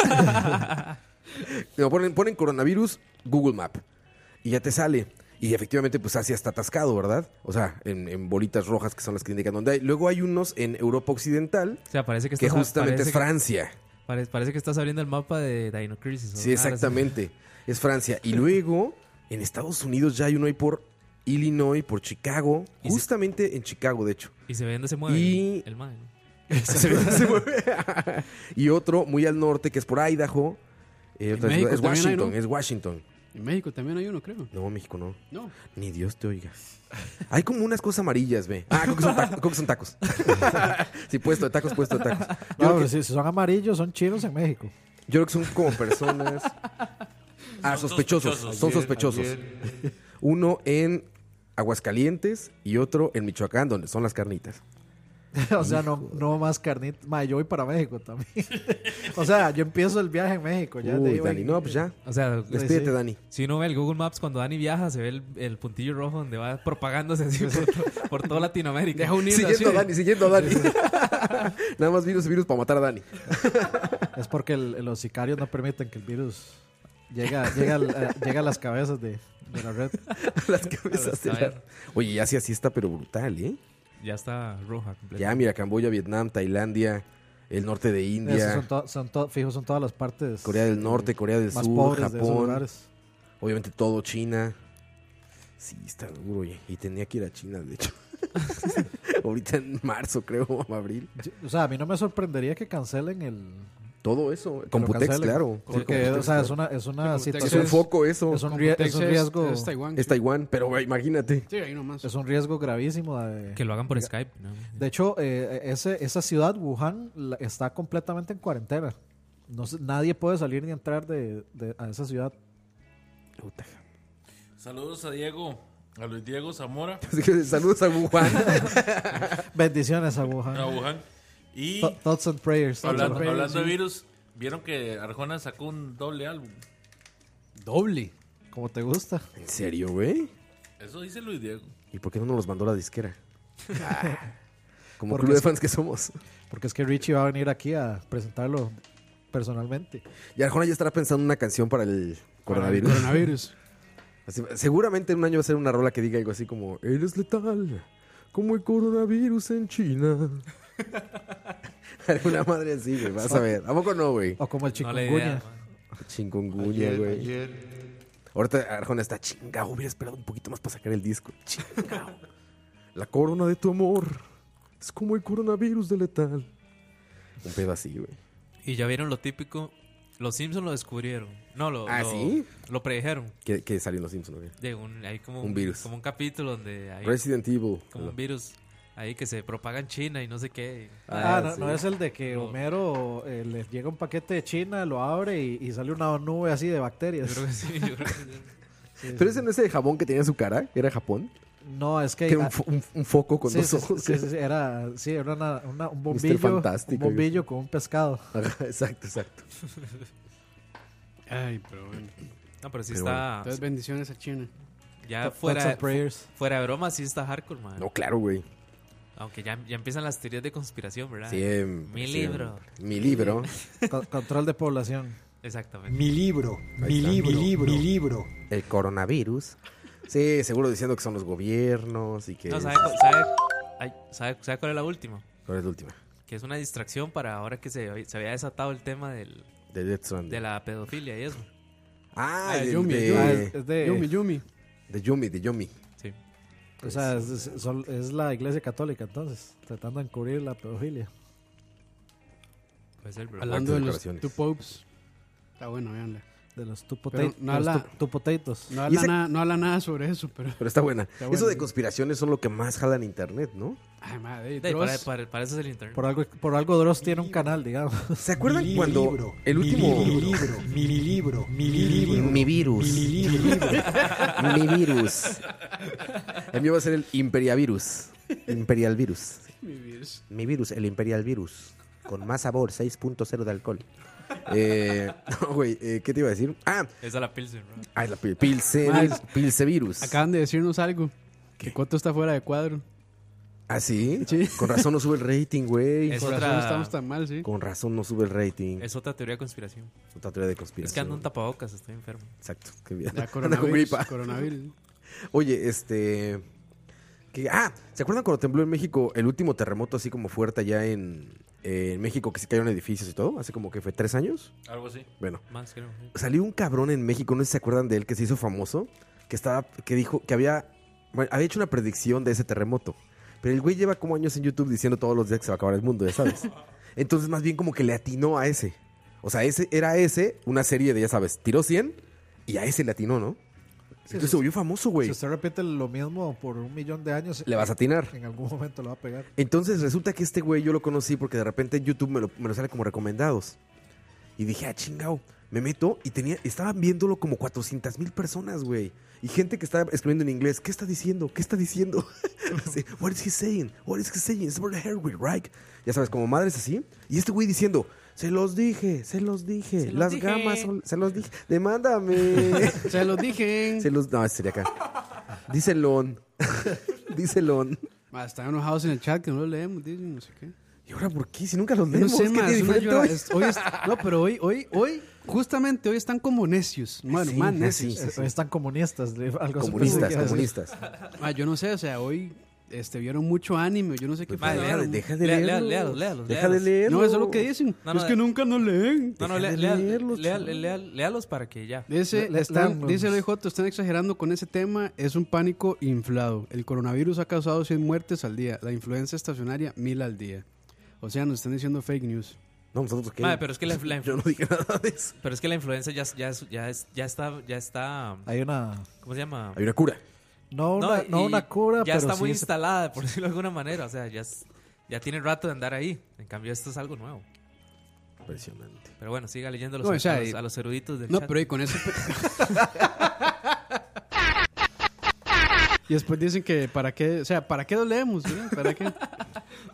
S5: No, ponen, ponen coronavirus, Google Map. Y ya te sale. Y efectivamente, pues Asia está atascado, ¿verdad? O sea, en, en bolitas rojas que son las que indican dónde hay. Luego hay unos en Europa Occidental,
S6: O sea, parece que,
S5: que
S6: estás-
S5: justamente
S6: parece
S5: es
S6: que-
S5: Francia.
S6: pare- parece que estás abriendo el mapa de Dino Crisis. ¿no?
S5: Sí,
S6: Ahora
S5: exactamente. Es Francia. Y luego, en Estados Unidos ya hay uno ahí por Illinois, por Chicago.
S6: Y se-
S5: Justamente en Chicago, de hecho. *laughs*
S6: Y se ve dónde se mueve
S5: Y-
S6: el, el mae, ¿no?
S5: Se ve- se mueve. y otro muy al norte, que es por Idaho. Eh, otra
S4: México
S5: ciudad- es
S4: también hay,
S5: Washington,
S4: ¿no?
S5: es Washington.
S4: En México también hay uno, creo.
S5: No, México no.
S4: No.
S5: Ni Dios te oiga. Hay como unas cosas amarillas, ve. Ah, creo que son, taco- creo que son tacos. *laughs* sí, puesto de tacos, puesto de tacos. Yo,
S7: No,
S5: creo,
S7: pero
S5: que,
S7: si si son amarillos son chinos en México *laughs*
S5: yo creo que son como personas. Ah,
S8: Son
S5: sospechosos.
S8: sospechosos.
S5: Son sospechosos. *laughs* Uno en Aguascalientes y otro en Michoacán, donde son las carnitas.
S7: o sea no, no más carnita Ma, yo voy para México también *laughs* o sea yo empiezo el viaje en México ya de ahí
S5: Uy,
S7: voy-
S5: Dani, no, pues ya.
S6: O sea, pues,
S5: Despídete,
S7: sí.
S5: Dani.
S6: si uno ve el Google Maps cuando Dani viaja, se ve el, el puntillo rojo donde va propagándose así por, por toda Latinoamérica.
S4: Deja unir
S5: Siguiendo a
S4: así.
S5: Dani, siguiendo a Dani. *laughs* Nada más virus y virus para matar a Dani. *laughs*
S7: es porque el- los sicarios no permiten que el virus llega llega al- a, llega a las cabezas de, de la red
S5: Las cabezas de la- Oye, ya sí así está, pero brutal, ¿eh?
S6: Ya está roja completa.
S5: Ya, mira, Camboya, Vietnam, Tailandia, el norte de
S7: Esos
S5: India,
S7: son, to- son to- fijo, son todas las partes
S5: Corea del Norte, Corea del
S7: más
S5: Sur,
S7: pobres de esos
S5: Japón,
S7: lugares.
S5: obviamente todo China. Sí, está duro, oye. Y tenía que ir a China, de hecho. *laughs* Ahorita en marzo, creo, o abril.
S7: Yo- O sea, a mí no me sorprendería que cancelen el.
S5: Todo eso.
S7: que
S5: Computex,
S7: cancelen.
S5: claro. Sí,
S7: Porque,
S5: Computex,
S7: o sea, es una, es una
S5: Es
S4: Sí, Computex
S7: situación.
S5: un
S4: es-
S5: foco eso.
S7: Es un, rie-
S4: Computex
S7: es un riesgo.
S4: Es, Taiwán.
S5: Es Taiwán, pero güey, imagínate.
S4: Sí, hay uno más.
S7: Es un riesgo gravísimo. De,
S6: Que lo hagan por Skype. ¿no?
S7: de hecho, eh, ese, esa ciudad, Wuhan, la- está completamente en cuarentena. No se- nadie puede salir ni entrar de, de- a esa ciudad.
S8: Saludos a Diego, a Luis Diego Zamora,
S5: *laughs* Así que Saludos a Wuhan. *laughs*
S7: Bendiciones a
S8: a
S7: Wuhan.
S8: Wuhan. Y
S7: Th- Thoughts and prayers.
S8: hablando,
S4: Wuhan,
S8: hablando de
S4: sí.
S8: virus, vieron que Arjona sacó un doble álbum.
S4: Doble.
S7: Como te gusta.
S5: ¿En serio, güey?
S8: Eso dice Luis Diego.
S5: ¿Y por qué no nos los mandó la disquera? Ah, como
S7: Porque
S5: club de
S7: es-
S5: fans que somos.
S7: Porque es que Richie va a venir aquí a presentarlo personalmente.
S5: Y Arjona ya estará pensando una canción para el coronavirus.
S4: Coronavirus.
S5: Así- seguramente en un año va a ser una rola que diga algo así como Eres letal, como el coronavirus en
S7: *laughs*
S5: China. Alguna madre así, güey, vas a ver. ¿A poco no, güey?
S7: O como el
S6: No le idea. pues.
S7: chikungunya.
S6: man.
S5: Chingunguña, güey. Ahorita ah, Arjona está chingado, hubiera esperado un poquito más para sacar el disco. Chingado. La corona de tu amor es como el coronavirus de letal. Un pedo así, güey.
S6: Y ya vieron lo típico. Los Simpsons lo descubrieron. No, lo,
S5: Ah,
S6: lo,
S5: ¿sí?
S6: lo predijeron.
S5: Que, que salió en los Simpsons, güey.
S6: De un, hay como
S5: Un
S6: un,
S5: virus.
S6: Como un capítulo donde hay
S5: Resident Evil. Ah,
S6: como un virus ahí que se propaga en China y no sé qué.
S7: Ah, no,
S5: sí.
S7: no es el de que Homero eh, le llega un paquete de China, lo abre y, y sale una nube así de
S6: Yo
S7: bacterias.
S6: creo que sí, yo creo que sí.
S5: *laughs* Pero ese no es el jabón que tenía en su cara, era Japón.
S7: No, es que...
S5: Que era un,
S7: ah,
S5: fo- un- un foco con
S7: sí,
S5: dos
S7: sí,
S5: ojos.
S7: sí, sí, sí, era, sí, era una- una- un
S5: Mister
S7: bombillo,
S5: Fantástico,
S7: un bombillo con un pescado.
S5: Ajá, exacto, exacto.
S4: Ay, pero bueno.
S6: No, pero Ah, sí
S5: Pero
S6: está.
S4: Entonces, bendiciones a China.
S6: Ya
S7: Thoughts and
S6: Ah, fuera,
S7: prayers.
S6: fuera de broma, sí está hardcore, man.
S5: No, claro, güey.
S6: Aunque ya, ya empiezan las teorías de conspiración, ¿verdad?
S5: Siempre,
S6: Ah, Mi
S5: siempre.
S6: libro.
S5: em, Mi libro.
S7: Con- control de población.
S6: Exactamente.
S9: Mi libro,
S5: Ahí
S9: mi
S5: está.
S9: libro, mi libro.
S5: El coronavirus. Sí, seguro diciendo que son los gobiernos y que...
S6: No,
S5: es-
S6: ¿sabe, cu- sabe- ay, sabe- sabe cuál es la última?
S5: ¿Cuál es la última?
S6: Que es una distracción para ahora que se, se había desatado el tema del,
S5: De Death Stranding.
S6: de la pedofilia y eso.
S5: Ah,
S4: Ah,
S5: de,
S4: Yumi,
S5: de-
S4: Yumi.
S7: Ah, es, es de.
S4: Yumi, Yumi.
S5: de Yumi, de Yumi.
S6: Sí.
S7: O sea, es, es- son- es la iglesia católica, entonces. Tratando de encubrir la pedofilia.
S6: Puede ser, bro.
S4: Hablando de los
S5: declaraciones.
S4: Two Popes. Está bueno, véanla.
S7: De los two,
S4: Pero
S7: potato-
S4: no
S7: de los
S4: habla-
S7: two- two potatoes.
S4: No habla,
S5: ese-
S4: nada, no habla nada sobre eso, pero. *laughs*
S5: Pero está buena.
S4: buena.
S5: Eso de conspiraciones son lo que más jala en internet, ¿no?
S4: Ay, madre.
S6: De ahí, para,
S4: Dross,
S6: para- para eso es el internet.
S7: Por algo, por algo Dross tiene un canal, digamos.
S5: ¿Se acuerdan
S9: Mi
S5: cuando
S9: libro,
S5: el
S9: mi
S5: último
S9: libro, mi libro, mi libro,
S5: Mi virus.
S9: mi libro.
S5: Mi virus. El mío va a ser el imperiavirus. Imperial virus.
S4: mi virus.
S5: Mi virus, el imperial virus. Con más sabor, 6.0 de alcohol. Eh, *laughs* no, güey, eh, ¿qué te iba a decir? Ah,
S6: Esa es la Pilsen, bro.
S5: ah, es la pil- pilce,
S4: Mal.
S5: pilcevirus.
S4: Acaban de decirnos algo. Que Coto está fuera de cuadro.
S5: ¿Ah, sí? Con razón no sube el rating, güey.
S6: Es
S4: Por
S6: otra-
S4: razón estamos tan mal, sí.
S5: Con razón no sube el rating.
S6: Es otra teoría de conspiración.
S5: Otra teoría de
S6: Es que
S5: conspiración.
S6: ando en tapabocas, estoy enfermo.
S5: Exacto. qué bien. *laughs*
S4: Ya
S5: Anda con
S4: coronavirus.
S5: gripa. *laughs*
S4: coronavirus.
S5: Oye, este. que- ah, ¿se acuerdan cuando tembló en México el último terremoto así como fuerte allá en, en México que se cayeron edificios y todo? Hace como que fue tres años.
S8: Algo así.
S5: Bueno,
S6: Más creo. sí.
S5: salió un cabrón en México, no sé si se acuerdan de él, que se hizo famoso, que estaba, que dijo, que había, bueno, había hecho una predicción de ese terremoto. Pero el güey lleva como años en YouTube diciendo todos los días que se va a acabar el mundo, ya sabes. Entonces, más bien como que le atinó a ese. O sea, ese era ese, una serie de, ya sabes, tiró 100 y a ese le atinó, ¿no? Entonces se volvió famoso, güey.
S7: Si usted repite lo mismo por un millón de años,
S5: Le vas a atinar.
S7: en algún momento lo va a pegar.
S5: Entonces resulta que este güey yo lo conocí porque de repente en YouTube me lo, me lo sale como recomendados. Y dije, ah, chingao. Me meto y tenía, estaban viéndolo como 400 mil personas, güey. Y gente que estaba escribiendo en inglés, ¿qué está diciendo? ¿Qué está diciendo? *laughs* Así, What is he saying? What is he saying? It's about the heroin, right? Ya sabes, como madres así. Y este güey diciendo, se los dije, se los dije.
S6: los
S5: las
S6: dije.
S5: gamas, son- se los dije. Demándame. *laughs*
S4: Se los dije.
S5: se los, no, ese sería acá. *laughs* Díselon. Díselon.
S4: Ma, Ah, están enojados en el chat que no lo leemos. Dicen, no sé qué.
S5: ¿Y ahora por qué? Si nunca los
S4: No
S5: leemos.
S4: sé,
S5: ¿qué
S4: ma,
S5: tiene
S4: es una
S5: diferente
S4: llora-
S5: hoy?
S4: es- hoy es- No, pero hoy, hoy, hoy, justamente hoy están como necios. Bueno,
S5: Sí,
S4: más
S5: sí,
S4: necios.
S5: sí, sí.
S7: Están comunistas, le- algo así pensé
S5: Comunistas,
S7: que iba a decir.
S4: *laughs*
S5: comunistas.
S4: Ma, Ah, yo no sé, o sea, hoy este, vieron mucho anime. Yo no sé qué
S6: Ma,
S4: fue.
S6: lea-
S4: Claro.
S5: Deja Pues, de
S6: Lea-
S5: leerlos.
S6: lea- léalos, léalos,
S5: Deja de
S6: léalos.
S5: leerlos.
S4: No, eso es lo que dicen.
S6: No, no,
S4: es que
S6: de-
S4: nunca no leen.
S6: No, no,
S5: Deja
S6: lea,
S5: de
S6: lea-
S5: leerlos,
S6: lea-
S5: chavo.
S6: lea- léalos para que ya.
S4: Dice,
S7: Le- le están-
S4: le- dice el OIJ, están exagerando con ese tema, es un pánico inflado. El coronavirus ha causado 100 muertes al día, la influenza estacionaria 1000 al día. O sea, nos están diciendo fake news.
S5: No, nosotros qué.
S6: Ma, pero es que la, la
S5: Yo no dije *laughs* nada de eso.
S6: pero es que la influenza ya, es- ya, es- ya, es- ya está, ya está,
S7: Hay una.
S6: ¿cómo se llama?
S5: Hay una cura.
S7: No una, no,
S6: y
S7: una cura,
S6: ya
S7: pero
S6: está
S7: sí
S6: muy
S7: se-
S6: instalada, por *laughs* decirlo de alguna manera. O sea, ya, es- ya tiene rato de andar ahí. En cambio, esto es algo nuevo.
S5: Impresionante.
S6: Pero bueno, siga leyendo a los,
S4: No, o sea,
S6: a los-
S4: y-
S6: a los eruditos del
S4: No,
S6: chat.
S4: pero y con
S6: *laughs*
S4: eso... *laughs* y después dicen que, ¿para qué? O sea, ¿para qué lo leemos? verdad? ¿Para qué?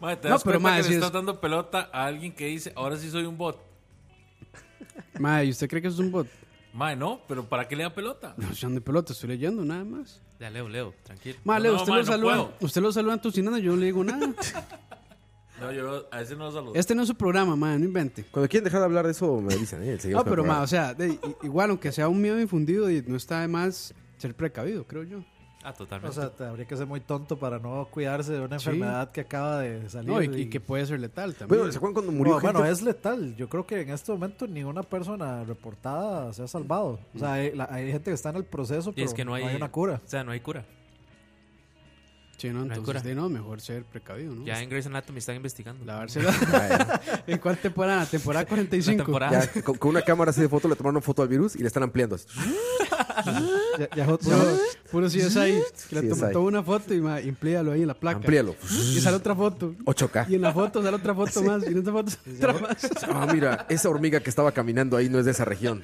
S8: Madre, ¿te
S4: No,
S8: das
S4: pero,
S8: cuenta
S4: madre,
S8: que
S4: sí
S8: le
S4: es-
S8: estás dando pelota a alguien que dice, ahora sí soy un bot?
S4: Ma, ¿y usted cree que eso es un bot?
S8: Madre, no, pero ¿para qué le da pelota?
S4: No, sean de pelota, estoy leyendo nada más.
S6: Ya, Leo, Leo, tranquilo.
S4: Ma,
S8: No,
S4: Leo,
S8: no,
S4: usted,
S8: ma,
S4: lo
S8: no
S4: saluda,
S8: puedo.
S4: usted lo saluda entusiasmado, yo no le digo
S6: *laughs*
S4: nada.
S8: No, yo a ese no lo saludo.
S4: este no es su programa, ma, no invente.
S5: Cuando quieren dejar de hablar de eso, me dicen. ¿eh? Seguimos
S4: No,
S5: con el
S4: Ah, pero ma,
S5: programa.
S4: o sea, de- i- igual aunque sea un miedo infundido, y no está de más ser precavido, creo yo.
S6: Ah,
S7: O
S6: totalmente.
S7: sea, te- habría que ser muy tonto para no cuidarse de una enfermedad que acaba de salir.
S4: No, y, y que puede ser letal también.
S5: Bueno, ¿se acuerdan cuando murió
S7: No,
S5: gente?
S7: bueno, es letal. Yo creo que en este momento ni una persona reportada se ha salvado. O sea, hay, la- hay gente que está en el proceso,
S6: y
S7: pero
S6: es que no hay,
S7: una cura.
S6: O sea, no hay cura.
S4: sí, no,
S6: hay
S4: entonces
S6: cura.
S4: de no, mejor ser precavido, ¿no?
S6: Ya en Grey's Anatomy están investigando.
S4: Lavarse *laughs* la... ¿En cuál temporada? Temporada 45.
S6: La temporada.
S5: Ya, con, con una cámara así de foto le tomaron foto al virus y le están ampliando. así.
S7: Ya,
S4: *laughs*
S7: ya- ya-
S4: Puro, puro CSI. Que le tomó
S5: CSI.
S4: tomó una foto y ma, implíalo ahí en la placa.
S5: Amplíalo.
S4: Y sale otra foto.
S5: 8K.
S4: Y en la foto sale otra foto más. Y en otra foto sale otra más. *laughs*
S5: Ah, mira, esa hormiga que estaba caminando ahí no es de esa región.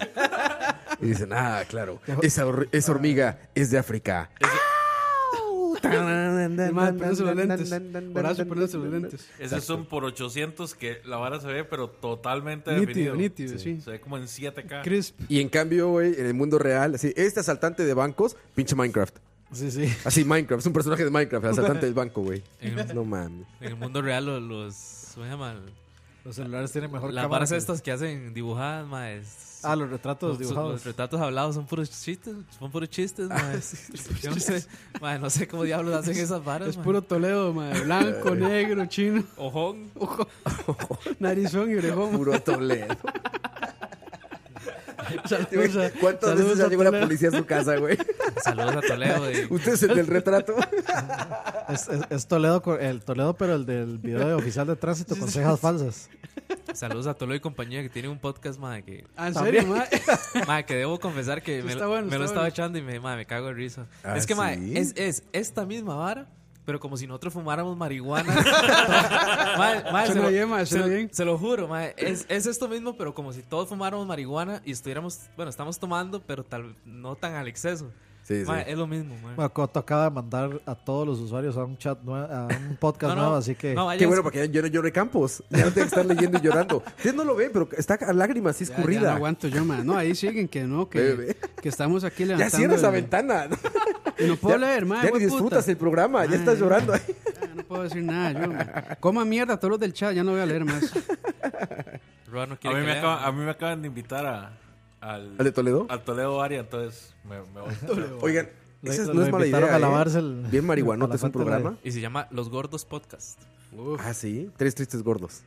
S5: Y dicen, ah, claro, esa, hor- esa hormiga es de África. ¡Au! Tarán.
S4: El mae poniéndose los lentes. Horacio poniéndose los lentes.
S8: Ese es un por 800 que la vara se ve, pero totalmente
S4: Nítido,
S8: definido.
S4: nítido, sí.
S8: Se ve como en 7K.
S4: Crisp.
S5: Y en cambio, güey, en el mundo real, así, este asaltante de bancos, pinche Minecraft.
S7: Sí, sí.
S5: Así, Minecraft, es un personaje de Minecraft, el asaltante del banco, güey. No mames.
S6: En el mundo real, lo- los. ¿Cómo se llama?
S7: Los celulares tienen mejor
S6: Las
S7: cámara
S6: varas
S7: que-
S6: estas que hacen dibujadas, maes.
S7: Ah, los retratos
S6: Los- Los
S7: dibujados.
S6: retratos hablados son puros chistes, son puros chistes, mae. Yo no sé, mae, no sé cómo diablos hacen esas varas,
S4: Es
S6: mae.
S4: puro Toledo, mae.
S5: *laughs*
S4: Blanco, negro, chino, *laughs*
S6: ojón.
S4: narizón y orejón.
S5: Puro Toledo.
S4: Saludos a-
S5: ¿Cuántas
S4: saludos
S5: veces ya
S4: a
S5: llegó la
S4: Toledo.
S5: policía a su casa,
S4: *laughs*
S5: güey?
S6: Saludos a
S5: *laughs*
S6: Toledo. y-
S5: Usted es el del retrato.
S7: Es, es- es Toledo, co- el Toledo, pero el del video de oficial de tránsito con cejas falsas.
S6: Saludos a Toledo y compañía que tiene un podcast, mae, que,
S4: Ah, ¿En serio, mae? *laughs*
S6: *laughs* mae, que debo confesar que me,
S4: Está
S6: lo-
S4: bueno,
S6: me
S4: está
S6: lo estaba
S4: bueno.
S6: echando y me, mae, me cago de risa.
S5: Ah,
S6: es que, mae,
S5: ¿sí?
S6: es, es esta misma vara. Pero como si nosotros
S4: *laughs*
S6: fumáramos marihuana. *laughs* Mae, mae,
S4: Suena
S6: lo-
S4: bien, mae, suena
S6: se-
S4: bien.
S6: se lo juro, mae. Es, es esto mismo, pero como si todos fumáramos marihuana y estuviéramos, bueno, estamos tomando, pero tal no tan al exceso.
S5: Sí, sí.
S6: Mae, es lo mismo, mae.
S7: Bueno, Coto acaba de mandar a todos los usuarios a un chat nue- a un podcast
S6: No, no,
S7: nuevo, así que
S6: no, vayan-
S5: Qué bueno, porque ya yo no lloré campos. Ya no tengo que estar leyendo y
S4: *laughs*
S5: llorando. Ustedes no lo ven, pero está a lágrimas, así
S4: Ya, ya no
S5: escurrida.
S4: aguanto yo, mae. No, ahí siguen que no, que,
S5: Bebe.
S4: que estamos aquí
S5: Ya,
S4: levantando.
S5: cierra esa
S4: el-
S5: ventana.
S4: Y no *laughs* puedo
S5: ya,
S4: leer, mae.
S5: ya ni
S4: güey,
S5: disfrutas
S4: puta.
S5: el programa, ya
S4: Ay,
S5: estás llorando ahí.
S4: Ya no puedo decir nada, yo, mae. Coma mierda todos los del chat, ya no voy a leer
S6: *laughs*
S4: más.
S6: Roa no
S8: A
S6: quiere
S8: mí,
S6: que
S8: me
S6: lea,
S8: acaban,
S6: mae.
S8: a mí me acaban de invitar a, al,
S5: ¿Al de Toledo?
S8: al Toledo Área, entonces me, me
S5: *laughs*
S8: voy.
S5: Oigan,
S7: lo-
S5: esa no
S7: lo
S5: es mala
S7: invitaron
S5: idea.
S7: a
S5: ¿eh?
S7: lavarse el-
S5: Bien marihuanote
S7: a la
S5: es un
S7: fuente de-
S5: programa.
S6: Y se llama Los Gordos Podcast.
S5: Ah, sí. Tres tristes gordos.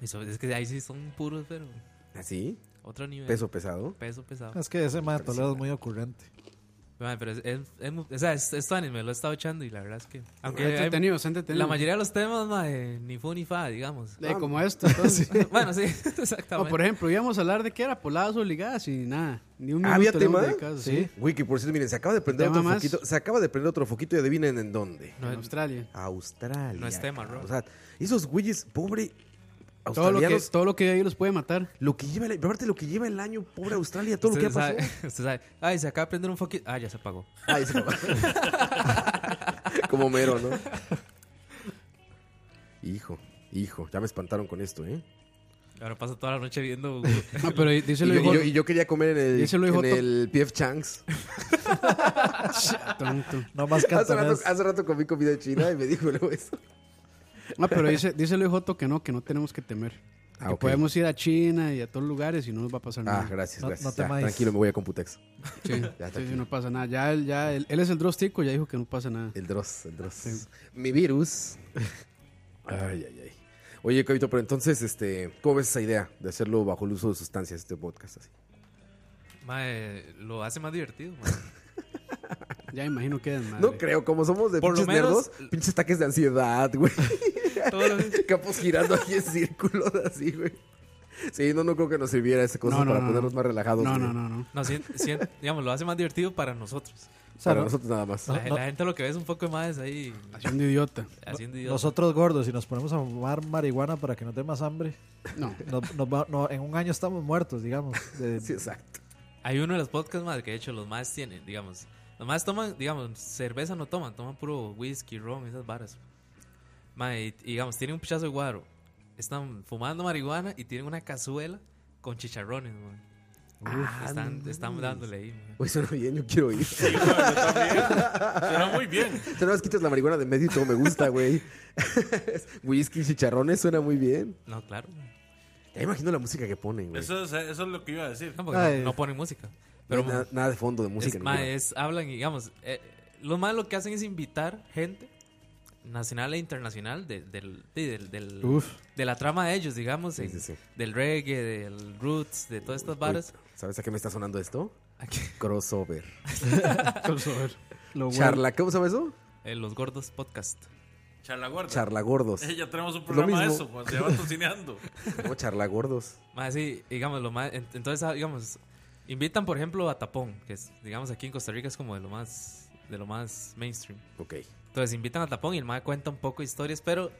S6: Y so- es que ahí sí son puros, pero
S5: Así.
S6: otro nivel.
S5: Peso pesado.
S6: Peso pesado.
S7: es que ese man de Toledo es muy ocurrente.
S6: Mae, pero es, es- es mu- o sea, es, es tuanis, me lo he estado echando y la verdad es que. Aunque
S4: Está
S6: hay-
S4: entretenido, está entretenido.
S6: la mayoría de los temas, mae, ni fu ni fa, digamos.
S4: Eh, como
S5: *laughs*
S4: esto, entonces.
S6: *laughs* bueno, sí, *laughs*
S4: O,
S6: exactamente.
S4: por ejemplo, íbamos a hablar de qué era poladas obligadas y nada. Ni un minuto
S5: Ah, ¿Había
S4: le
S5: tema?
S4: hemos dedicado, sí.
S5: Güey, que por cierto, miren, se acaba de prender
S4: ¿Tema
S5: otro
S4: más?
S5: foquito. Se acaba de prender otro foquito y adivinen en dónde.
S6: No
S4: en
S6: es-
S4: Australia.
S5: Australia.
S6: No es tema, bro.
S5: O sea, esos güeyes, pobre
S4: Todo lo, que,
S5: australianos.
S4: todo lo que hay ahí los puede
S6: *laughs*
S4: matar.
S5: lo que lleva el, pero aparte lo que lleva el año, pobre Australia, todo lo que ha
S6: Usted
S5: pasado.
S6: sabe- *laughs* usted sabe, Ay, se acaba de prender un foquito. Ah, ya se apagó.
S5: *laughs* Ay, se lo- Como mero, ¿no? Hijo, hijo, ya me espantaron con esto, ¿eh?
S6: Ahora pasa toda la noche viendo.
S4: *laughs* No, pero
S5: Y
S4: dice
S5: yo,
S4: lo
S5: y yo- y yo quería comer en el,
S4: Ese lo dijo
S5: en
S4: Tom.
S5: el PF
S4: *laughs*
S5: Chang's.
S4: Tonto.
S7: No más
S5: Hace rato,
S7: cantonés.
S5: hace rato comí comida china y me dijo luego eso.
S4: No, pero dice, dice Luis Joto que no, que no tenemos que temer.
S5: Ah,
S4: que
S5: ok.
S4: podemos ir a China y a todos lugares y no nos va a pasar
S5: Ah,
S4: nada.
S5: gracias,
S7: No-
S5: gracias.
S7: no
S5: Ya,
S7: temáis.
S5: tranquilo, me voy a Computex. *laughs*
S4: Sí,
S5: Ya,
S4: sí,
S5: tranquilo.
S4: sí, no pasa nada. Ya, él, ya él, él es el drostico, ya dijo que no pasa nada.
S5: El Dross, el Dross. Mi
S4: *laughs*
S5: virus. Ay, ay, ay. Oye, Cabito, pero entonces, este, ¿cómo ves esa idea de hacerlo bajo el uso de sustancias, este podcast así?
S6: mae, lo hace más divertido, mae.
S4: Ya imagino que es madre.
S5: No creo, como somos de
S6: Por lo
S5: pinches
S6: menos-
S5: nerdos, pinches ataques de ansiedad, güey. *laughs*
S6: Todo lo-
S5: Capos girando aquí en círculos así, güey. Sí, no, no creo que nos sirviera esa cosa
S4: No, no,
S5: para
S4: no,
S5: ponernos
S4: no.
S5: más relajados.
S4: no,
S5: güey.
S4: no, no, no.
S6: No, sien- sien- digamos, lo hace más divertido para nosotros.
S7: O sea,
S5: Para
S7: no-
S5: nosotros nada más.
S6: La, la gente lo que ve es un poco más ahí
S4: Haciendo idiota.
S6: haciendo idiotas.
S7: nosotros gordos, si nos ponemos a fumar marihuana para que no tenga más hambre,
S4: No.
S7: nos- nos va- no, en un año estamos muertos, digamos. de-
S5: *laughs* Sí, exacto.
S6: Hay uno de los podcasts más que de hecho los más tienen, digamos. Los más toman, digamos, cerveza no toman, toman puro whisky, ron, esas varas. Ma, y, y, digamos, tienen un pichazo de guaro. Están fumando marihuana y tienen una cazuela con chicharrones, man. están, están dándole ahí, man.
S5: Güey, suena bien, yo quiero ir. *laughs*
S8: Suena muy bien.
S5: Te nada más quitas la marihuana de medio y todo me gusta, güey. *laughs* Whisky, chicharrones, suena muy bien.
S6: No, claro. man.
S5: Ya imagino la música que ponen, güey.
S8: Eso es, eso es lo que iba a decir.
S6: No, porque no-
S7: Ay.
S6: no ponen música.
S5: Pero
S6: Pero
S5: nada, nada de fondo de música. ni
S6: es, ma,
S5: nada.
S6: es- hablan y digamos, eh, lo más lo que hacen es invitar gente nacional e internacional de, del- de- del- del- de la trama de ellos, digamos,
S5: Sí,
S6: en-
S5: sí, sí.
S6: del reggae, del roots, de todas estas varas.
S5: Uy, ¿Sabes a qué me está sonando esto?
S6: Aquí,
S5: Crossover.
S7: lo bueno-
S5: Charla, ¿cómo se llama eso?
S6: eh, los gordos podcast.
S8: Charla gorda.
S5: Charla gordos.
S8: *laughs* Eh, ya tenemos un
S5: Lo
S8: programa de
S5: mismo.
S8: eso, pues, se llama
S5: *laughs*
S8: Tocineando.
S5: No, charla gordos.
S6: Más así, digamos, lo más, en- entonces, ah, digamos, invitan, por ejemplo, a Tapón, que es, digamos, aquí en Costa Rica es como de lo más, de lo más mainstream.
S5: Ok.
S6: Entonces invitan a Tapón y el mae cuenta un poco de historias, pero